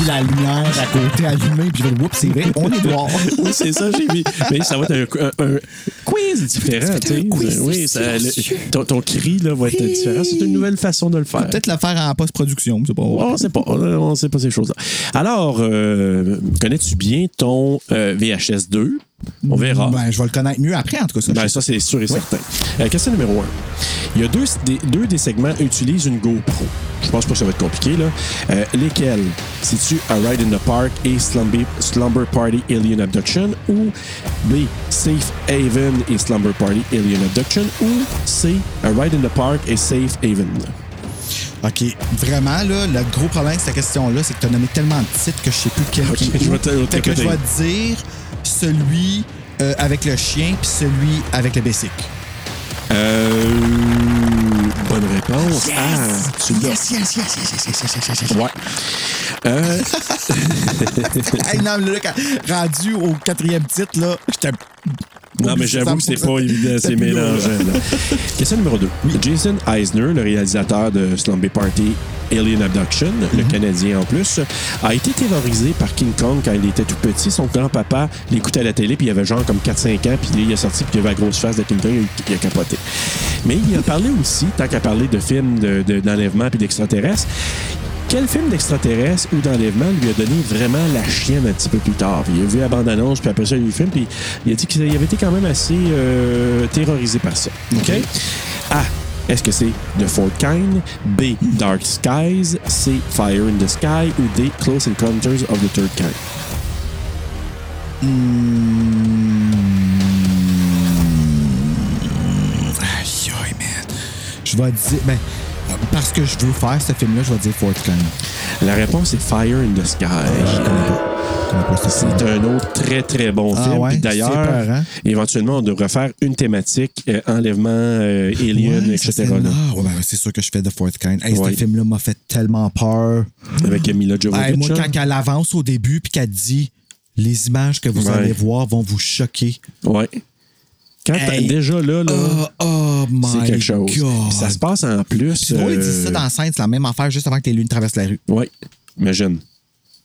B: vu la lumière à côté allumée, puis je vais oups, c'est vrai, on est noir.
A: Oui, c'est ça, j'ai vu. Mais ça va être un, un- un quiz différent. tu sais. oui, ça- le- ton, ton cri là, va être différent. C'est une nouvelle façon de le faire.
B: Peut-être le faire en post-production, c'est pas vrai.
A: On sait pas, on sait pas ces choses-là. Alors, euh, connais-tu bien ton euh, VHS 2? On verra.
B: Ben, je vais le connaître mieux après, en tout cas. Ça,
A: Ben, ça, c'est sûr et certain. Euh, question numéro 1. Il y a deux des, deux des segments utilisent une GoPro. Je pense pas que ça va être compliqué, là. Euh, lesquels? C'est-tu A Ride in the Park et Slumber, Slumber Party Alien Abduction ou B. Safe Haven et Slumber Party Alien Abduction ou C. A Ride in the Park et Safe Haven?
B: OK. Vraiment, là, le gros problème de cette question-là, c'est que tu as nommé tellement de titres que je sais plus quel
A: Ok,
B: qui est
A: je
B: où.
A: vais te- je vais
B: Fait que je
A: t'écouter.
B: vais te dire celui euh, avec le chien puis celui avec le basic.
A: Euh, bonne réponse. Ah, tu l'as.
B: yes, yes, yes, yes, yes, yes, yes, yes, yes, yes.
A: Ouais. Euh,
B: Hey, non, mais là, quand- rendu au quatrième titre, là, j'étais...
A: Non, mais j'avoue que c'est pas évident, c'est
B: plus lourd,
A: mélangeant. là. [laughs] Question numéro 2. Jason Eisner, le réalisateur de Slumber Party Alien Abduction, le Canadien en plus, a été terrorisé par King Kong quand il était tout petit. Son grand-papa l'écoutait à la télé, puis il avait genre comme 4-5 ans, puis il est sorti, puis il avait la grosse face de King Kong, il a- il a capoté. Mais il a parlé aussi, tant qu'à parler de films de- de- d'enlèvement puis d'extraterrestres, quel film d'extraterrestre ou d'enlèvement lui a donné vraiment la chienne un petit peu plus tard? Il a vu la bande-annonce, puis après ça, il a vu le film, puis il a dit qu'il avait été quand même assez euh, terrorisé par ça. OK? A. Est-ce que c'est The Fourth Kind? B. Dark Skies? C. Fire in the Sky? Ou D. Close Encounters of the Third Kind?
B: Aïe, aïe, man. Je vais dire... Ben, parce que je veux faire ce film-là, je vais dire Fort Clan.
A: La réponse est Fire in the Sky. C'est un autre très très bon
B: Ah
A: film.
B: ouais?
A: Puis D'ailleurs,
B: C'est peur, hein?
A: éventuellement, on devrait faire une thématique euh, enlèvement euh, alien,
B: Ouais, ce
A: etc. là,
B: film-là. Ouais, ben, c'est sûr que je fais The Fourth Kind. Hey,
A: Ouais.
B: Ce film-là m'a fait tellement peur.
A: avec Mila Jovovich.
B: Hey, Ah, moi,
A: là.
B: quand elle avance au début puis qu'elle dit les images que vous
A: Ouais.
B: allez voir vont vous choquer.
A: hein? Ouais. Quand t'as-
B: Hey.
A: déjà là, là
B: Oh, oh my
A: c'est quelque chose. Puis
B: God.
A: Ça se passe en plus.
B: C'est drôle, ils disent
A: euh,
B: ça dans la scène, c'est la même affaire juste avant que les lunes traversent la rue.
A: Ouais, imagine.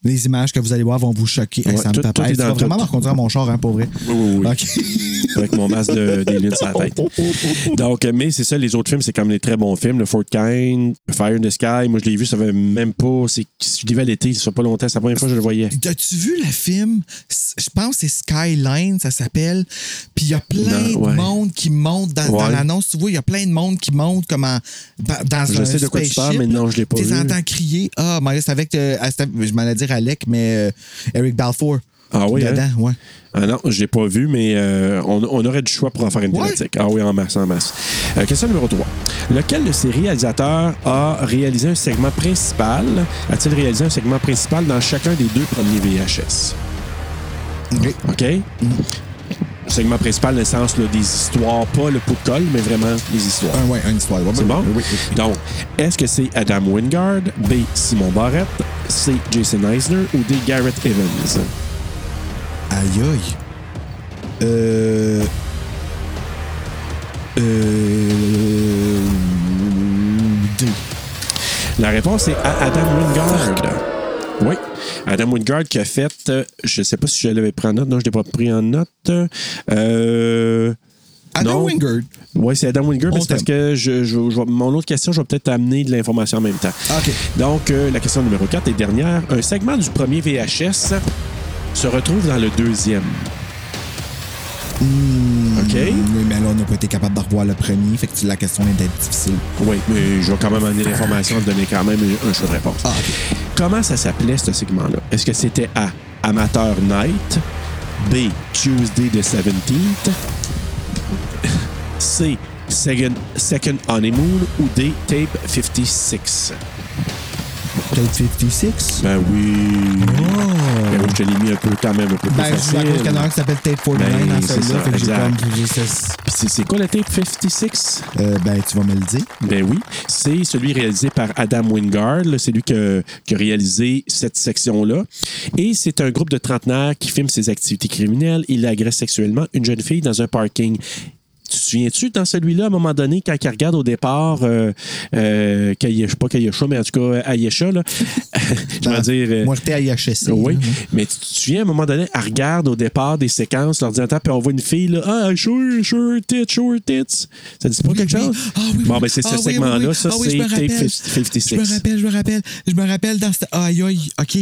B: Les images que vous allez voir vont vous choquer. Hey,
A: Ouais,
B: ça me
A: tout-
B: tape.
A: tout
B: Hey,
A: est
B: tu
A: dans
B: vas
A: tout.
B: vraiment me reconduire à mon char, hein, pour vrai.
A: Oui, oui, oui.
B: OK. [laughs]
A: avec mon masque de, des lunes sur la tête. Donc, euh, mais c'est ça, les autres films, c'est comme les très bons films. Le Fort Kind, Fire in the Sky, moi je l'ai vu, ça fait même pas. c'est- Je l'ai vu à l'été, ça fait pas longtemps, c'est la première fois que je le voyais.
B: As-tu vu le film? S- Je pense que c'est Skyline, ça s'appelle. Puis il y a plein
A: Non, ouais.
B: de monde qui monte dans, dans
A: Ouais.
B: l'annonce. Tu vois, il y a plein de monde qui monte comme en- ba- dans
A: Je
B: un
A: sais de quoi tu
B: spaceship,
A: parles, mais
B: là.
A: non, je l'ai pas
B: Tu les
A: vu.
B: entends crier. Ah, mais c'est avec, euh, ah, c'était- je m'en allais dire Alec, mais euh, Eric Balfour.
A: Ah oui, hein?
B: Dedans, ouais.
A: Ah non, je l'ai pas vu, mais euh, on, on aurait du choix pour en faire une
B: Ouais.
A: thématique. Ah oui, en masse, en masse. Euh, question numéro 3. Lequel de ces réalisateurs a réalisé un segment principal? A-t-il réalisé un segment principal dans chacun des deux premiers VHS?
B: Ok.
A: OK? Segment principal, dans le sens là, des histoires, pas le pot de colle, mais vraiment les histoires.
G: Ah
B: Un, ouais, une histoire. Ouais,
A: C'est
B: ouais,
A: bon?
B: Ah, Oui. oui.
A: Donc, est-ce que c'est Adam Wingard, B. Simon Barrett, C. Jason Eisner ou D. Garrett Evans?
B: Aïe aïe. Euh. Euh. D.
A: La réponse est à Adam Wingard. Oui. Adam Wingard qui a fait, euh, je ne sais pas si je l'avais pris en note, non, je ne l'ai pas pris en note. Euh,
B: Adam Wingard.
A: Oui, c'est Adam Wingard, mais
B: On
A: c'est parce que je, je- je vais- mon autre question, je vais peut-être amener de l'information en même temps.
B: Ah, OK.
A: Donc, euh, la question numéro 4 et dernière. Un segment du premier VHS se retrouve dans le deuxième.
B: Hmm.
A: OK?
B: Oui, mais là, on n'a pas été capable de revoir le premier. Fait que la question était difficile.
A: Oui, mais je vais quand même amener l'information, te donner quand même un choix de réponse.
B: Ah, ok.
A: Comment ça s'appelait ce segment-là? Est-ce que c'était A. Amateur Night, B. Tuesday the 17th, C. Second, Second Honeymoon ou D. Tape 56?
B: Tape 56?
A: Ben oui. Ben oui, je te l'ai mis un peu quand même un peu plus
B: Oh. Ben, je suis
A: facile.
B: à cause qu'il y en a un qui s'appelle Tape 49
A: Ben,
B: dans
A: c'est ça,
B: celle-là. Fait que j'ai
A: exact.
B: comme. j'ai- c'est-
A: Puis c'est- C'est quoi la Tape 56?
B: Euh, ben, tu vas me le dire.
A: Ben oui, c'est celui réalisé par Adam Wingard, là, c'est lui que- qui a réalisé cette section-là. Et c'est un groupe de trentenaires qui filme ses activités criminelles. Il agresse sexuellement une jeune fille dans un parking. Tu te souviens-tu dans celui-là, à un moment donné, quand il regarde au départ, euh, euh, Kaye- je sais pas Kayesha, mais en tout cas Ayesha, là, [laughs] je vais dire... euh,
B: Moi, j'étais à IHSC.
A: oui,
B: là, ouais.
A: mais tu te souviens, à un moment donné, elle regarde au départ des séquences, l'ordinateur, puis on voit une fille, là, ah, sure, sure, tits, sure, tits. Ça dit pas quelque
B: oui.
A: chose?
B: Ah oui, oui,
A: Bon,
B: oui.
A: ben, c'est ce
B: Ah oui, oui,
A: segment-là,
B: oui.
A: ça,
B: Ah oui, je me
A: c'est
B: rappelle.
A: Tape
B: Je me
A: 56.
B: rappelle, je me rappelle. Je me rappelle dans cette. Aïe, aïe, OK.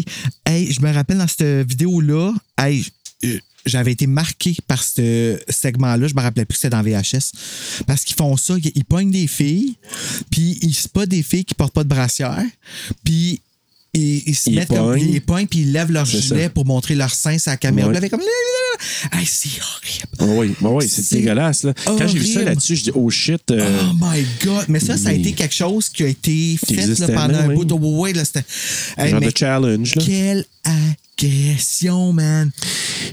B: Hey, je me rappelle dans cette vidéo-là. Hey, j- euh, j'avais été marqué par ce segment-là. Je me rappelais plus que c'était dans VHS. Parce qu'ils font ça. Ils, ils pognent des filles. Puis ils spotent des filles qui portent pas de brassière. Puis. Ils, ils se
A: Ils
B: mettent comme
A: pognent.
B: ils pognent puis ils lèvent leur
A: C'est
B: gilet
A: ça.
B: pour montrer leur sein sur la caméra.
A: Ouais.
B: Puis là, comme. Hey, c'est horrible.
A: Oui, oui, oui, c'est
B: C'est
A: dégueulasse. Là. Quand j'ai vu ça
B: horrible.
A: là-dessus, je dis, oh shit. euh,
B: Oh my God! Mais ça, ça a
A: mais-
B: été quelque chose qui a été fait là,
A: existait
B: pendant
A: avant,
B: un
A: oui.
B: bout de ouais, là, c'était. Hey,
A: Genre
B: Ah, mais
A: de challenge. Là.
B: Quelle agression, man!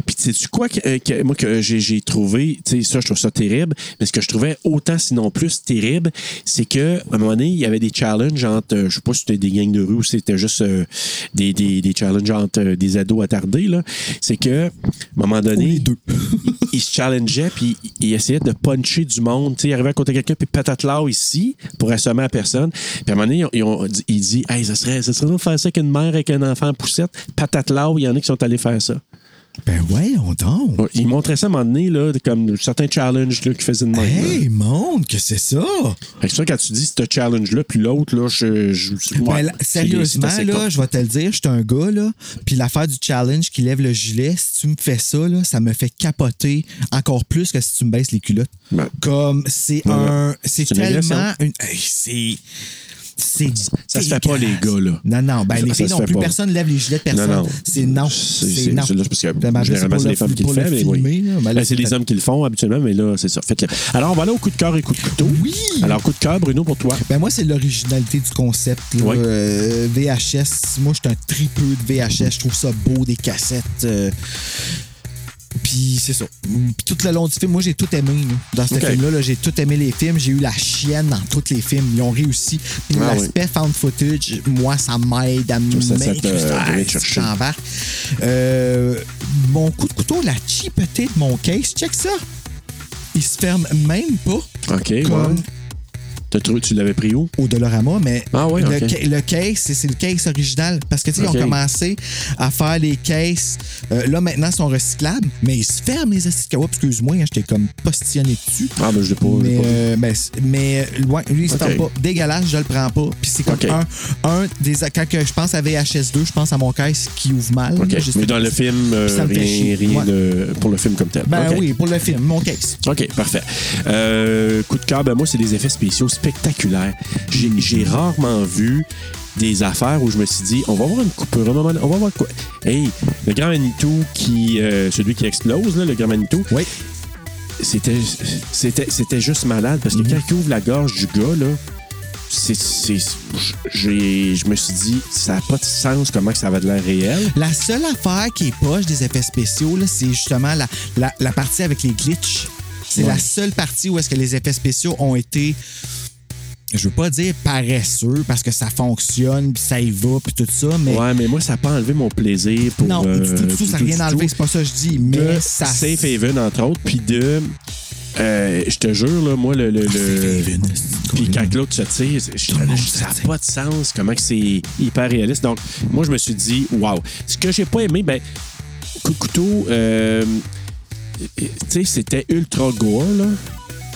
A: Puis, tu sais quoi que, euh, que- moi que j'ai j'ai trouvé, tu sais, ça, je trouve ça terrible, mais ce que je trouvais autant, sinon plus terrible, c'est que à un moment donné, il y avait des challenges entre, euh, je sais pas si c'était des gangs de rue ou si c'était juste euh, des, des, des challenges entre euh, des ados attardés, là. C'est que, à un moment donné, [laughs] ils- ils se challengeaient, puis ils essayaient de puncher du monde, tu sais, ils arrivaient à côté de quelqu'un, puis patate là ici, pour assommer la personne. Puis, à un moment donné, ils ont- ils ont dit- il dit, hey, ça serait, ça serait drôle de faire ça avec une mère avec un enfant en poussette, patate là, il y en a qui sont allés faire ça.
B: Ben voyons donc!
A: Ouais, il montrait ça à un moment donné, là, de- comme certains challenges là, qu'il faisait de même. là.
B: Hey, monde, que c'est ça?
A: Fait que ça, quand tu dis ce challenge-là, puis l'autre, là, je. je- ouais,
B: Ben, là,
A: c'est-
B: sérieusement,
A: c'est assez
B: là,
A: con.
B: je vais te le dire, je suis un gars, là, puis l'affaire du challenge qui lève le gilet, si tu me fais ça, là, ça me fait capoter encore plus que si tu me baisses les culottes.
A: Ben.
B: Comme c'est
A: Ouais,
B: un.
A: ouais.
B: C'est
A: C'est une agression.
B: tellement. Une, hey, c'est. C'est
A: Ça se fait pas, les
B: dégueulasse.
A: gars, là.
B: Non, non. Ben,
A: Ça-
B: les
A: ça
B: filles
A: se
B: non
A: fait
B: plus.
A: pas.
B: Personne ne lève les gilets de personne.
A: Non, non.
B: C'est non.
A: C'est-
B: C'est
A: c'est-
B: non.
A: c'est là, parce que
B: Ben, ben,
A: généralement,
B: pour
A: c'est
B: le-
A: les femmes qui le
B: pour
A: font. mais oui.
B: filmer, là, ben, là,
A: Ben, c'est les hommes qui le font habituellement, mais là, c'est ça. Faites-le. Alors, on va aller au coup de cœur et coup de couteau.
B: Oui!
A: Alors, coup de cœur, Bruno, pour toi.
B: Ben moi, c'est l'originalité du concept. là.
A: Ouais.
B: Euh, VHS, moi, je suis un tripeux de VHS. Je trouve ça beau, des cassettes. euh, Puis c'est ça. Mm, Puis tout le long du film, moi, j'ai tout aimé. là. Dans ce
A: Ok.
B: film-là, là, j'ai tout aimé les films. J'ai eu la chienne dans tous les films. Ils ont réussi. Puis
A: Ah
B: l'aspect found footage, moi, ça m'aide à me
A: Ça, ça te-
B: mettre-
A: ça vient te
B: Ah,
A: chercher.
B: j'embarque. Euh, Mon coup de couteau, la cheapeté de mon case, check ça. Il se ferme même pas.
A: OK, ouais.
B: Comme
A: T'as trouvé- tu l'avais pris où?
B: au Dolorama, mais
A: Ah oui,
B: le,
A: ok.
B: ca- le case, c'est c'est le case original. Parce que, tu sais, ils
A: Ok.
B: ont commencé à faire les cases. euh, là, maintenant, ils sont recyclables, mais ils se ferment, les acides Kawa. Excuse-moi, hein, j'étais comme postillonné dessus.
A: Ah, ben, je l'ai pas. je l'ai
B: Mais,
A: pas vu.
B: euh, mais, mais, euh, ouais, lui, il se
A: Ok.
B: ferme pas. Dégueulasse, je le prends pas. Puis c'est comme
A: Ok.
B: un, un des. Quand que je pense à VHS2, je pense à mon case qui ouvre mal.
A: OK.
B: là, je sais
A: Mais dans
B: pas.
A: le film, euh,
B: Puis ça me fait chier.
A: rien, rien
B: Ouais.
A: de- pour le film comme tel.
B: Ben
A: OK.
B: oui, pour le film, mon case.
A: OK, parfait. Euh, coup de cœur, ben moi, c'est des effets spéciaux spectaculaires. J'ai j'ai rarement vu des affaires où je me suis dit, on va voir une coupure, un moment, on va voir quoi. Hey, le grand Manitou qui, euh, celui qui explose, là, le grand Manitou.
B: Oui.
A: C'était, c'était, c'était juste malade parce
B: Mhm.
A: que quand il ouvre la gorge du gars, là, c'est, c'est, j'ai, je me suis dit, ça n'a pas de sens comment que ça va de l'air réel.
B: La seule affaire qui est poche des effets spéciaux, là, c'est justement la, la, la partie avec les glitches. C'est la seule partie où est-ce que les effets spéciaux ont été, je veux pas dire paresseux, parce que ça fonctionne, puis ça y va, puis tout ça, mais
A: Ouais, mais moi, ça n'a pas enlevé mon plaisir pour.
B: non,
A: euh,
B: du tout, du tout, ça n'a
A: du
B: rien
A: du
B: enlevé,
A: tout.
B: c'est pas ça que je dis, mais
A: de
B: ça...
A: Safe Haven, entre autres, puis de. euh, je te jure, là, moi, le. le, le- puis quand l'autre se tire, c'est- je- oh, ça n'a pas de sens comment que c'est hyper réaliste. Donc, moi, je me suis dit, waouh. Ce que j'ai pas aimé, ben, coup de couteau, euh, tu sais, c'était ultra gore, là.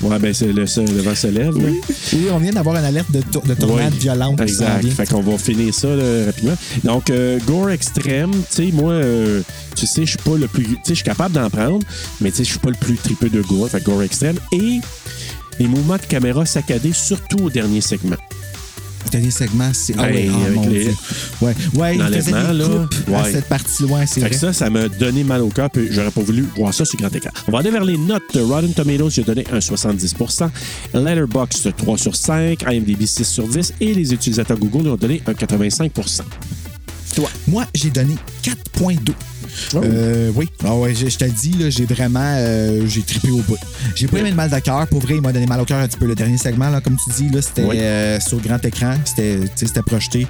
A: Ouais, ben, c'est le, le vent se lève, là.
B: Oui, on vient d'avoir une alerte de, tour- de tornade
A: Oui,
B: violente. qui s'en
A: Exact.
B: vient.
A: Fait qu'on va finir ça là, rapidement. Donc, euh, gore extrême, tu sais, moi, euh, tu sais, je suis pas le plus. Tu sais, je suis capable d'en prendre, mais tu sais, je suis pas le plus tripeux de gore. Fait que gore extrême et les mouvements de caméra saccadés, surtout au dernier segment.
B: dernier segment, c'est... Ah
A: Ben,
B: ouais, ah,
A: avec
B: mon
A: les-
B: Dieu. Ouais, ouais il faisait
A: L'enlèvement,
B: des
A: là.
B: coupes à
A: Ouais.
B: cette partie loin, c'est
A: Fait
B: vrai.
A: que ça, ça m'a donné mal au cœur, puis j'aurais pas voulu voir ça sur grand écran. On va aller vers les notes. Rotten Tomatoes, j'ai donné un 70%, Letterboxd 3 sur 5, IMDb 6 sur 10, et les utilisateurs Google nous ont donné un 85%.
B: Moi, j'ai donné 4.2.
A: Oh.
B: Euh, oui. Ah ouais, je, je te le dis, là, j'ai vraiment. euh, j'ai trippé au bout. J'ai pas aimé le mal de cœur. Pour vrai, il m'a donné mal au cœur un petit peu. Le dernier segment, là, comme tu dis, là, c'était
A: Oui.
B: euh, sur grand écran. C'était tu sais, c'était projeté.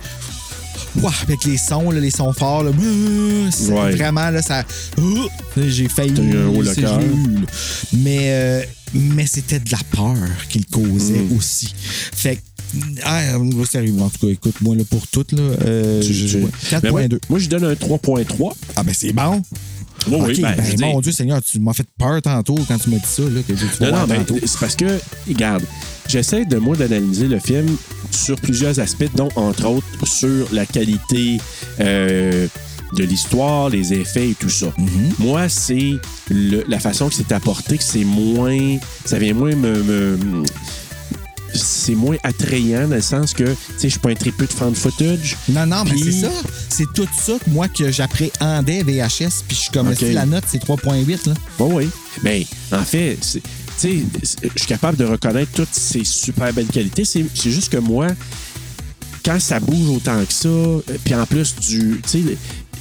B: Ouah, avec les sons, là, les sons forts. Là, Ouh, c'est
A: Ouais.
B: Vraiment, là, ça. Ouh, j'ai failli.
A: T'as eu un haut le
B: c'est-
A: cœur.
B: je l'ai eu, là. Mais, euh, mais c'était de la peur qu'il causait
A: Mm.
B: aussi. Fait que. Ah, sérieux, en tout cas, écoute, moi, là, pour toutes, là, euh,
A: Tu-
B: je-
A: tu-
B: ouais,
A: Ben, moi,
B: 4.2.
A: Moi, je donne un 3.3.
B: Ah ben c'est bon.
A: Oui,
B: Ok,
A: oui, ben,
B: ben,
A: je veux dire-
B: mon Dieu Seigneur, tu m'as fait peur tantôt quand tu m'as dit ça. Là, que tu vas
A: Non, ben, non,
B: voir
A: mais
B: tantôt.
A: c'est parce que, regarde, j'essaie de moi d'analyser le film sur plusieurs aspects, dont entre autres sur la qualité euh, de l'histoire, les effets et tout ça.
B: Mm-hmm.
A: Moi, c'est le- la façon que c'est apporté, que c'est moins. Ça vient moins me. me- c'est moins attrayant dans le sens que, tu sais, je suis pas un tripeux de fan footage.
B: Non, non, mais
A: Puis-
B: c'est ça. C'est tout ça que moi que j'appréhendais VHS, puis je suis comme
A: Ok.
B: si la note c'est 3.8 là.
A: Oui, Bah oui. Mais en fait, c'est- tu sais, c'est- je suis capable de reconnaître toutes ces super belles qualités. C'est c'est juste que moi, quand ça bouge autant que ça, euh, puis en plus du. Tu sais, le-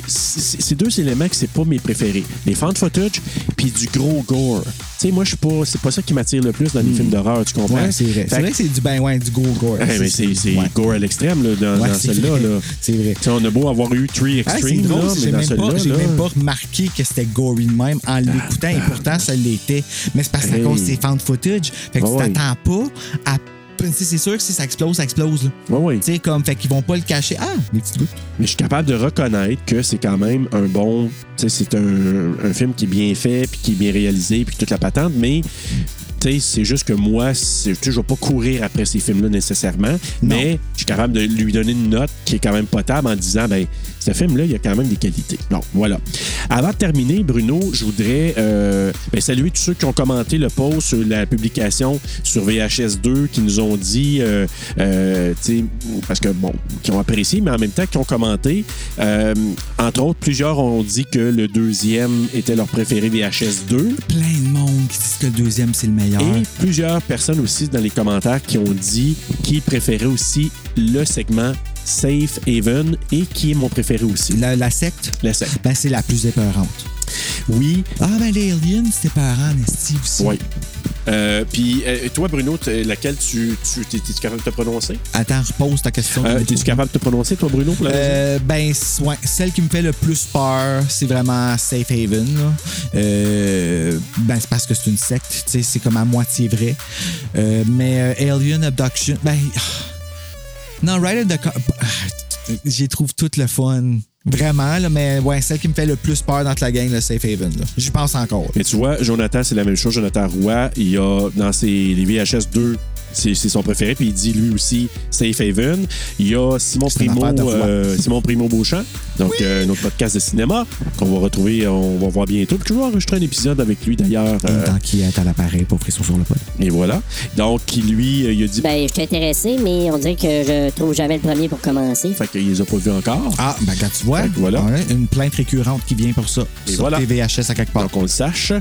A: c- c- c'est deux éléments que c'est pas mes préférés. Les fan footage, puis du gros gore. Tu sais, moi, je suis pas. C'est pas ça qui m'attire le plus dans les films d'horreur, tu comprends?
B: Hmm. Ouais, c'est vrai.
A: Fait
B: C'est
A: que-
B: vrai que c'est du ben ouais, du go gore.
A: Ouais, mais c'est c'est
B: Ouais.
A: gore à l'extrême là, dans,
B: Ouais,
A: dans
B: c'est
A: celle-là.
B: vrai.
A: là.
B: C'est vrai.
A: Tu sais, on a beau avoir eu Three
B: Ah,
A: Extreme,
B: c'est drôle,
A: là, mais
B: j'ai
A: dans
B: même, pas-
A: celui-là.
B: j'ai
A: là- Ah.
B: même pas remarqué que c'était gory de même en l'écoutant et pourtant ça l'était. Mais c'est parce que
A: Hey.
B: à cause de ces fan footage, fait que
A: Ouais, ouais.
B: tu t'attends pas à. Tu sais, C'est sûr que si ça explose, ça explose. là.
A: Ouais, ouais.
B: Tu sais, comme, fait qu'ils vont pas le cacher. Ah, des petites gouttes.
A: Mais je suis capable de reconnaître que c'est quand même un bon. Tu sais, c'est un, un film qui est bien fait, puis qui est bien réalisé, puis toute la patente, mais. tu sais, C'est juste que moi, c'est- tu sais, je ne vais pas courir après ces films-là nécessairement, mais je suis capable de lui donner une note qui est quand même potable en disant ben ce film-là, il y a quand même des qualités. Donc, voilà. Avant de terminer, Bruno, je voudrais euh, ben, saluer tous ceux qui ont commenté le post sur la publication sur VHS2 qui nous ont dit, euh, euh, tu sais, parce que bon, qui ont apprécié, mais en même temps qui ont commenté. Euh, entre autres, plusieurs ont dit que le deuxième était leur préféré VHS2.
B: Plein de monde qui disent que le deuxième, c'est le meilleur.
A: Et plusieurs personnes aussi dans les commentaires qui ont dit qu'ils préféraient aussi le segment Safe Haven et qui est mon préféré aussi,
B: La, la secte,
A: la secte.
B: ben, c'est la plus épeurante.
A: Oui,
B: Ah, ben, les aliens, c'était épeurant, en esti aussi.
A: oui. Euh, Puis euh, toi, Bruno, t'es- laquelle tu, tu t'es- t'es-tu capable de te prononcer?
B: Attends, repose ta question.
A: Euh, T'es-tu capable de te prononcer, toi, Bruno, pour la raison?
B: Euh, ben, ouais, celle qui me fait le plus peur, c'est vraiment Safe Haven. là. Euh, ben, c'est parce que c'est une secte, tu sais, c'est comme à moitié vrai. Euh, mais euh, Alien Abduction, ben. [sighs] Non, Ride of the Co- [sighs] J'y trouve tout le fun. Vraiment, là, mais ouais, celle qui me fait le plus peur dans toute la gang, le Safe Haven. là. J'y pense encore.
A: Mais tu vois, Jonathan, c'est la même chose. Jonathan Roy, il a dans ses les VHS 2, c'est c'est son préféré. Puis il dit lui aussi Safe Haven. Il y a Simon
B: C'est une
A: Primo,
B: affaire de Roy.
A: euh, [laughs] Simon Primo Beauchamp, donc euh, notre podcast de cinéma qu'on va retrouver, on va voir bientôt. Puis je vais enregistrer un épisode avec lui d'ailleurs.
B: Et
A: euh,
B: tant qu'il est à l'appareil pour Frisson sur le pod.
A: et voilà. Donc qui, lui, euh, il a dit.
I: Ben, je suis intéressé, mais on dirait que je trouve jamais le premier pour commencer.
A: Fait qu'il les a pas vus encore.
B: Ah, ben quand tu vois,
A: Fait que voilà.
B: ouais, une plainte récurrente qui vient pour ça.
A: Et
B: Sur
A: voilà.
B: tes VHS à quelque part.
A: Pour qu'on le sache.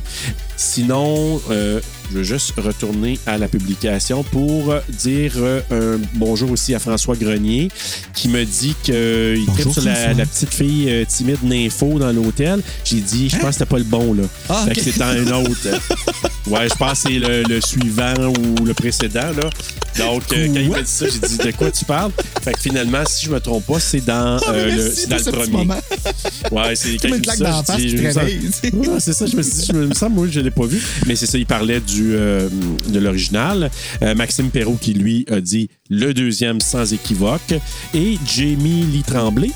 A: Sinon, euh, je veux juste retourner à la publication pour euh, dire euh, un bonjour aussi à François Grenier qui me dit qu'il
B: Bonjour,
A: tripe sur la,
B: François.
A: la petite fille euh, timide Ninfo dans l'hôtel. J'ai dit, je pense que c'était pas le bon, là.
B: Hein? Ah,
A: fait
B: ok.
A: que c'était un
B: [laughs]
A: autre. ouais, je pense que c'est le, le suivant ou le précédent, là. Donc, euh, quand il m'a dit ça, j'ai dit, de quoi tu parles? Fait que finalement, si je me trompe pas, c'est dans,
B: Ah,
A: euh, le, c'est dans le premier. Ouais, c'est quand
B: Comme
A: il
B: une
A: me dit
B: claque
A: ça,
B: d'en
A: je
B: face
A: dis,
B: qui te
A: je me sens-
B: réveille, tu sais.
A: Ouais, c'est ça, je me suis dit, je me il me semble, moi, je l'ai pas vu. Mais c'est ça, il parlait du, euh, de l'original. Euh, Maxime Perrault qui, lui, a dit le deuxième sans équivoque. Et Jamie Lee Tremblay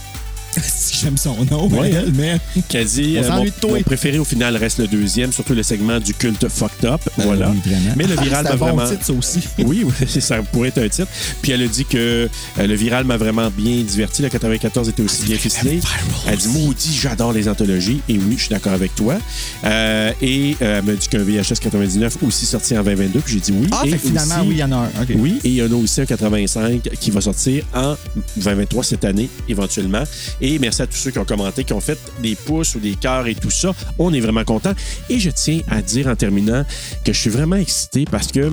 B: J'aime son nom,
A: Ouais,
B: elle, mais.
A: qui a dit euh,
B: On
A: mon,
B: s'ennuie de toi.
A: mon préféré au final reste le deuxième, surtout le segment du culte fucked up. voilà.
B: Ben oui, vraiment. Ah,
A: Mais le viral
B: C'est
A: m'a
B: un bon
A: vraiment.
B: titre, ça aussi.
A: [laughs] Oui, oui, ça pourrait être un titre. Puis elle a dit que euh, le viral m'a vraiment bien diverti. Le 94 était aussi bien ficelé. Elle dit Maudit, j'adore les anthologies. Et oui, je suis d'accord avec toi. Euh, et euh, elle m'a dit qu'un VHS 99 aussi sorti en 2022. Puis j'ai dit oui.
B: Ah,
A: et
B: fait que finalement,
A: aussi-
B: oui, il y en a un. OK.
A: oui, et il y en a aussi un 85 qui va sortir en 2023 cette année, éventuellement. Et merci à tous ceux qui ont commenté, qui ont fait des pouces ou des cœurs et tout ça. On est vraiment contents. Et je tiens à dire en terminant que je suis vraiment excité parce que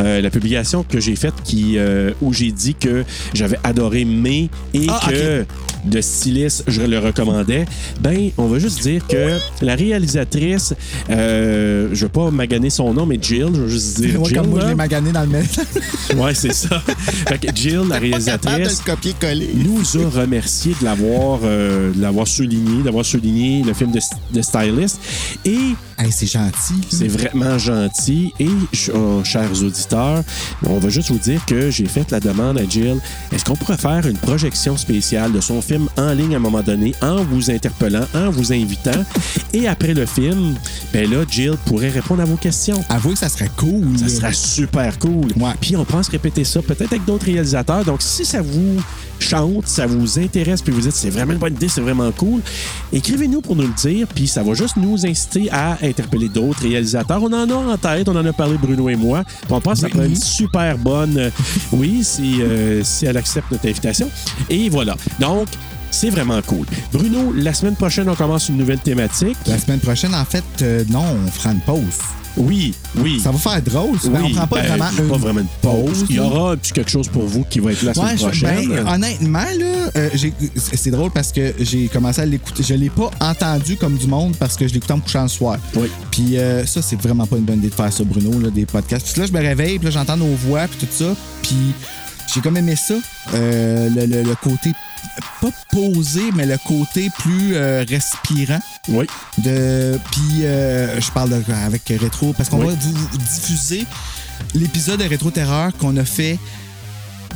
A: euh, la publication que j'ai faite qui, euh, où j'ai dit que j'avais adoré May et
B: Ah,
A: que de styliste, je le recommandais. Ben, on va juste dire que la réalisatrice, euh, je ne vais pas maganer son nom, mais Jill, je vais juste dire
B: Moi,
A: Jill.
B: comme moi, je
A: là.
B: l'ai magané dans le même.
A: Ouais, c'est ça. Fait que Jill, la réalisatrice,
B: copier-coller.
A: nous a remercié de l'avoir euh, de l'avoir souligné, d'avoir souligné le film de, de Stylist. Et
B: Hey, c'est gentil.
A: c'est vraiment gentil. Et, ch- euh, chers auditeurs, on va juste vous dire que j'ai fait la demande à Jill. Est-ce qu'on pourrait faire une projection spéciale de son film en ligne à un moment donné, en vous interpellant, en vous invitant? Et après le film, ben là, Jill pourrait répondre à vos questions.
B: Avouez que ça serait cool.
A: Ça sera super cool.
B: Ouais.
A: Puis on pense répéter ça peut-être avec d'autres réalisateurs. Donc si ça vous chante, ça vous intéresse, puis vous dites c'est vraiment une bonne idée, c'est vraiment cool, écrivez-nous pour nous le dire. Puis ça va juste nous inciter à interpeller d'autres réalisateurs. On en a en tête, on en a parlé Bruno et moi. Puis on pense que ça pourrait être une super bonne. euh, oui, si, euh, si elle accepte notre invitation. Et voilà. Donc c'est vraiment cool. Bruno, la semaine prochaine on commence une nouvelle thématique.
B: La semaine prochaine, en fait, euh, non, on fera une pause.
A: Oui, oui.
B: Ça va faire drôle. ça.
A: Oui,
B: on prend pas,
A: ben,
B: vraiment,
A: pas
B: une
A: vraiment une pause. Il y
B: là.
A: aura un petit quelque chose pour vous qui va être la semaine
B: Ouais, je-
A: prochaine.
B: ben, honnêtement, là, euh, j'ai- c'est c'est drôle parce que j'ai commencé à l'écouter. Je l'ai pas entendu comme du monde parce que je l'écoutais en me couchant le soir.
A: Oui.
B: Puis euh, ça, c'est vraiment pas une bonne idée de faire ça, Bruno, là, des podcasts. Puis là, je me réveille, puis là, j'entends nos voix, puis tout ça. Puis j'ai comme aimé ça, euh, le, le- le côté, pas posé, mais le côté plus euh, respirant.
A: oui,
B: De, puis euh, je parle de- avec Rétro parce qu'on
A: Oui.
B: va vous, vous diffuser l'épisode de Rétro Terreur qu'on a fait.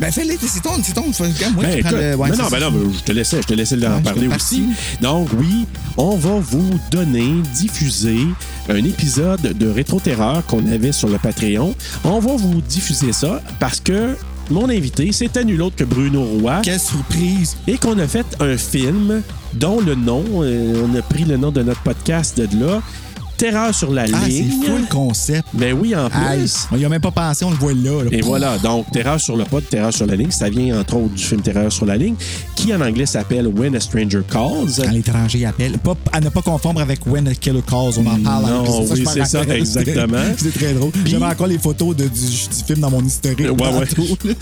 B: Ben fais-le, c'est ton, c'est ton. faut- regarde, moi
A: Ben,
B: qui prends
A: écoute,
B: le- ouais,
A: non,
B: c'est
A: non, ben
B: ça.
A: non, ben, je te laissais, je te laissais en
B: Ouais, je
A: parler
B: suis
A: aussi.
B: parti.
A: Donc oui, on va vous donner, diffuser un épisode de Rétro Terreur qu'on avait sur le Patreon. On va vous diffuser ça parce que mon invité, c'était nul autre que Bruno Roy.
B: Quelle surprise!
A: et qu'on a fait un film dont le nom, euh, on a pris le nom de notre podcast de là, Terreur sur la
B: Ah, c'est
A: ligne.
B: fou le concept.
A: Ben oui, en
B: Aïe,
A: plus.
B: on y a même pas pensé, on le voit là. là.
A: Et voilà, donc Terreur sur le pod, Terreur sur la ligne, ça vient entre autres du film Terreur sur la ligne, qui en anglais s'appelle When a Stranger Calls.
B: Quand l'étranger appelle. Pas, à ne pas confondre avec When a Killer Calls. On en parle.
A: Non,
B: après,
A: oui,
B: je
A: c'est
B: m'en
A: ça,
B: rappelle.
A: exactement.
B: [laughs] C'est très drôle. J'avais encore les photos de, du, du film dans mon historique.
A: Ouais, ouais.
B: tantôt.
A: [laughs]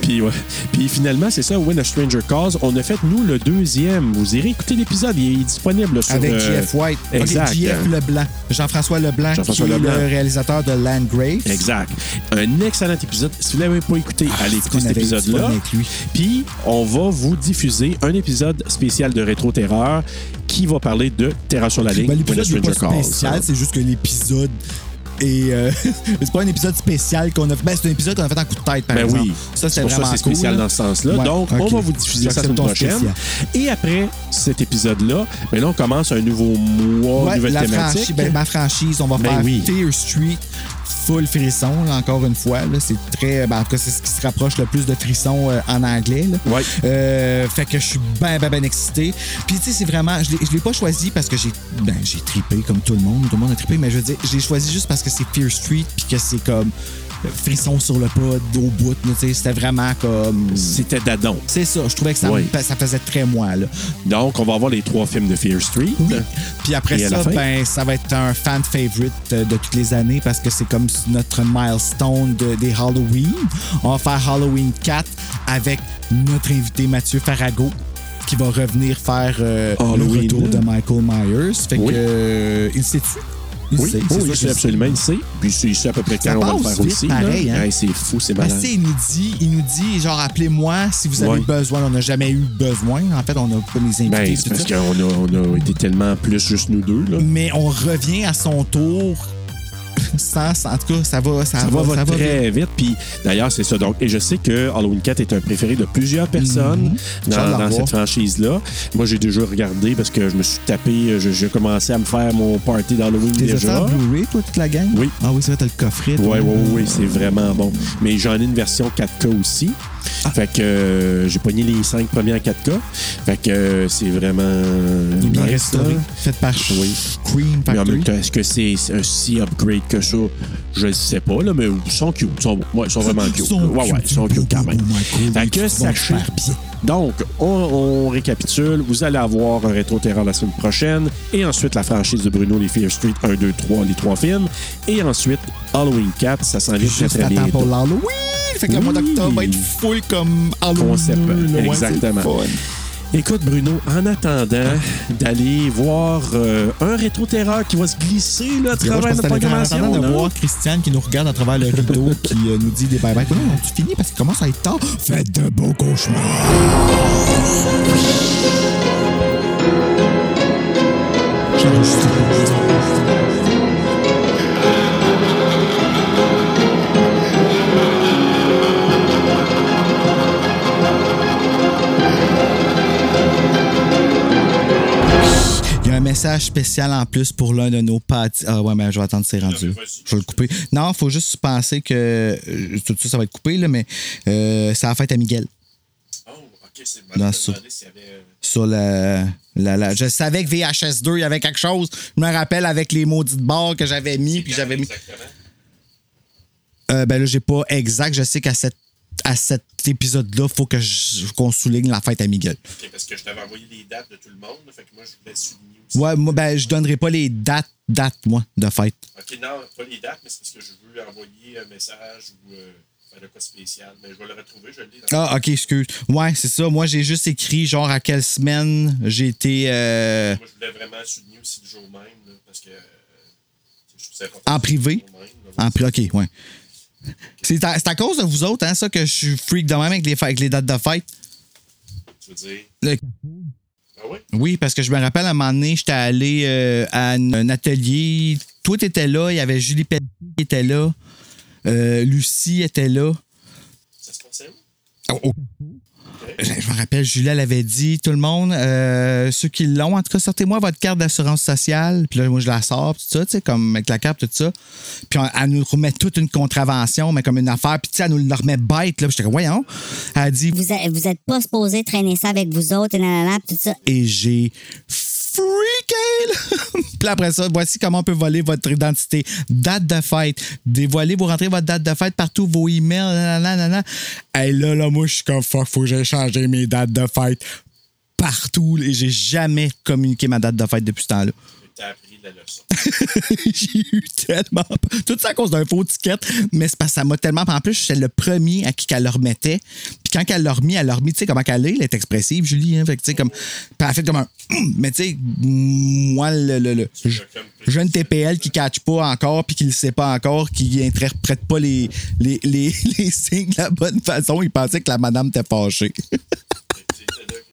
A: Puis, ouais. Puis finalement, c'est ça, When a Stranger Calls. On a fait, nous, le deuxième. Vous irez écouter l'épisode. Il est disponible sur...
B: Avec
A: euh,
B: Jeff White.
A: Exact.
B: Ok, Jeff Leblanc. Jean-François Leblanc,
A: Jean-François
B: qui
A: Leblanc.
B: est le réalisateur de Landgrave.
A: Exact. Un excellent épisode. Si vous ne l'avez pas écouté, allez
B: Ah, c'est
A: écouter
B: qu'on
A: cet
B: avait du
A: épisode-là.
B: fun avec lui.
A: Puis, on va vous diffuser un épisode spécial de Rétro Terreur qui va parler de Terreur sur la ligne.
B: Ben,
A: When a
B: l'épisode n'est
A: Stranger
B: pas
A: Calls.
B: spécial, c'est juste que l'épisode est. euh, [laughs] c'est pas un épisode spécial qu'on a fait. Ben, c'est un épisode qu'on a fait en coup de tête, par
A: Ben
B: exemple.
A: oui.
B: Ça,
A: C'est
B: c'est
A: pour ça
B: vraiment
A: que c'est spécial
B: cool,
A: dans ce sens-là.
B: Ouais,
A: Donc, on
B: ok.
A: va vous diffuser ça la
B: J'accepte
A: semaine
B: ton
A: prochaine.
B: spécial.
A: Et après cet épisode-là, ben là, on commence un nouveau mois,
B: Ouais,
A: nouvelle
B: la
A: thématique.
B: franchise, ben, ma franchise, on va
A: Ben
B: faire
A: oui.
B: Fear Street full frisson, là, encore une fois. là. C'est très. Ben, en tout cas, c'est ce qui se rapproche le plus de frisson euh, en anglais. là.
A: Ouais.
B: Euh, fait que je suis ben, ben, ben excité. Puis, tu sais, c'est vraiment. Je l'ai- je l'ai pas choisi parce que j'ai. Ben, j'ai trippé comme tout le monde. Tout le monde a trippé, mais je veux dire, je l'ai choisi juste parce que c'est Fear Street, puis que c'est comme. euh, Frisson sur le pod, au bout, là, tu sais, c'était vraiment comme.
A: C'était Dadon.
B: C'est ça, je trouvais que ça, me-
A: Mm. Ouais.
B: ça faisait très moi, là.
A: Donc, on va avoir les trois films de Fear Street.
B: Oui. Puis après
A: Et à la
B: ça,
A: fin?
B: ben, ça va être un fan favorite euh, de toutes les années parce que c'est comme notre milestone de- des Halloween. On va faire Halloween 4 avec notre invité Mathieu Farago qui va revenir faire euh, le
A: Halloween,
B: retour
A: là.
B: de Michael Myers. Fait
A: Oui.
B: que, euh, il sait-tu? Il
A: Oui,
B: sait,
A: oh,
B: c'est
A: oui,
B: sûr
A: je sais
B: qu'il sait.
A: absolument, il sait. Puis c'est c'est à peu près quand
B: Ça
A: on va le
B: passe
A: faire
B: vite,
A: aussi. là.
B: pareil, hein?
A: Hey, c'est fou, c'est
B: Ben,
A: malade.
B: c'est- il nous dit, il nous dit, genre, appelez-moi si vous avez
A: Ouais.
B: besoin. On n'a jamais eu besoin. En fait, on n'a pas les invités.
A: Ben,
B: tout
A: c'est parce
B: ça.
A: qu'on a, on a été tellement plus juste nous deux. Là.
B: mais on revient à son tour sans, sans- en tout cas ça va Ah, ça,
A: Ça va,
B: ça va bien.
A: très vite. Puis d'ailleurs, c'est ça. Donc, et je sais que Halloween 4 est un préféré de plusieurs
B: Mhm.
A: personnes
B: J'ai hâte
A: dans,
B: d'en
A: dans
B: voir.
A: cette franchise-là. Moi, j'ai déjà regardé parce que je me suis tapé, euh, je, je commençais à me faire mon party d'Halloween
B: T'es acheté
A: déjà.
B: en Blu-ray toi toute la gang
A: Oui.
B: ah oui c'est vrai t'as le coffret toi.
A: Oui, oui, oui, c'est
B: Ah.
A: vraiment bon. Mais j'en ai une version 4K aussi.
B: Ah.
A: Fait que euh, j'ai pogné les cinq premiers en 4K. Fait que euh, c'est vraiment.
B: il est bien
A: nice,
B: restauré
A: là.
B: fait par
A: Oui.
B: Cream
A: Mais en
B: Factory
A: même temps, est-ce que c'est un si upgrade que ça? Je ne sais pas, là, mais ils sont cute. Ils sont, ouais, ils sont vraiment cute.
B: Ils sont
A: ouais, ouais,
B: cute.
A: ils sont cute quand même.
B: Oh my God,
A: Fait
B: ils
A: que
B: vont
A: sachez.
B: faire bien.
A: Donc, on, on récapitule. Vous allez avoir un rétro terreur la semaine prochaine. Et ensuite, la franchise de Bruno, les Fear Street 1, 2, 3, les trois films. Et ensuite, Halloween 4, ça s'en vient très,
B: juste
A: très
B: attends
A: bien.
B: pour l'Halloween fait que le mois
A: Oui.
B: d'octobre va être full comme Halloween
A: Concept,
B: là, ouais,
A: exactement.
B: c'est le fun.
A: Écoute, Bruno, en attendant d'aller voir euh, un rétro terreur qui va se glisser là, à
B: Puis moi,
A: travers
B: je
A: notre
B: pense que t'allais en
A: programmation.
B: attendant de
A: là.
B: voir Christiane qui nous regarde à travers le rideau qui euh, nous dit des bye-bye. Non, non, tu finis parce qu'il commence à être tard. Faites de beaux cauchemars. J'enregistre pas. Il y a un message spécial en plus pour l'un de nos pâtes. Ah ouais, mais je vais attendre que c'est rendu. Je vais le couper. Non, faut juste penser que euh, tout ça, ça va être coupé, là, mais euh, c'est la fête à Miguel. Oh, Dans ça. Sur la, la, la- Je savais que VHS2, il y avait quelque chose. Je me rappelle avec les maudites barres que j'avais mis, puis j'avais mis. Euh, ben là, j'ai pas exact. Je sais qu'à cette- à cet épisode-là, faut que je- qu'on souligne la fête à Miguel.
A: Parce que je t'avais envoyé les dates de tout le monde. Fait que moi, je voulais souligner aussi.
B: Ouais, moi, ben, je donnerai pas les dates, dates, moi, de fête.
A: OK, non, pas les dates, mais c'est parce que je veux envoyer un message ou euh, faire de quoi spécial. Mais je vais le retrouver, je l'ai dans
B: Ah, ok, excuse. Ouais, c'est ça. Moi, j'ai juste écrit, genre, à quelle semaine j'ai été euh,
A: Moi, je voulais vraiment souligner aussi le jour même, là, parce que euh, je trouve ça important.
B: en privé.
A: Le jour même, là.
B: En privé, ok, ouais. C'est à, c'est à cause de vous autres, hein, ça, que je suis freak de même avec les, fêtes- avec les dates de fête.
A: Tu veux dire.
B: Le-
A: Ah ouais?
B: Oui, parce que je me rappelle, à un moment donné, j'étais allé euh, à un un atelier. Toi, t'étais là. Il y avait Julie Pelletier qui était là. Euh, Lucie était là.
A: Ça se passait où?
B: Euh, Je je me rappelle, Julie, elle avait dit, tout le monde, euh, ceux qui l'ont, en tout cas, sortez-moi votre carte d'assurance sociale. Puis là, moi, je la sors, puis tout ça, tu sais, comme avec la carte, tout ça. Puis on- elle nous remet toute une contravention, mais comme une affaire. Puis tu sais, elle nous la remet bête, là. Puis j'étais comme, voyons. Elle a dit,
H: Vous, a- vous êtes pas supposé traîner ça avec vous autres et nanana, pis tout ça.
B: et j'ai freaké, là. [laughs] Puis après ça, voici comment on peut voler votre identité. Date de fête. Dévoiler, vous rentrez votre date de fête partout, vos emails, nanana, nanana. Hey, là, là, moi, je suis comme, fuck, faut que j'ai changé mes dates de fête. partout et j'ai jamais communiqué ma date de fête depuis ce temps-là.
I: T'as appris la leçon.
B: [laughs] j'ai eu tellement. Tout ça à cause d'un faux ticket, mais c'est parce que ça m'a tellement. En plus, j'étais le premier à qui qu'elle le remettait. Puis quand elle l'a remis, elle l'a remis. Tu sais comment elle est, elle est expressive, Julie. Hein? Fait que, tu sais, comme. Puis elle a fait comme un. [clears throat] Hum Mais tu sais, moi, le, le- le- jeune TPL qui ne catch pas encore, puis qui le sait pas encore, qui [laughs] interprète pas les, les, les, les signes de la bonne façon, il pensait que la madame était fâchée.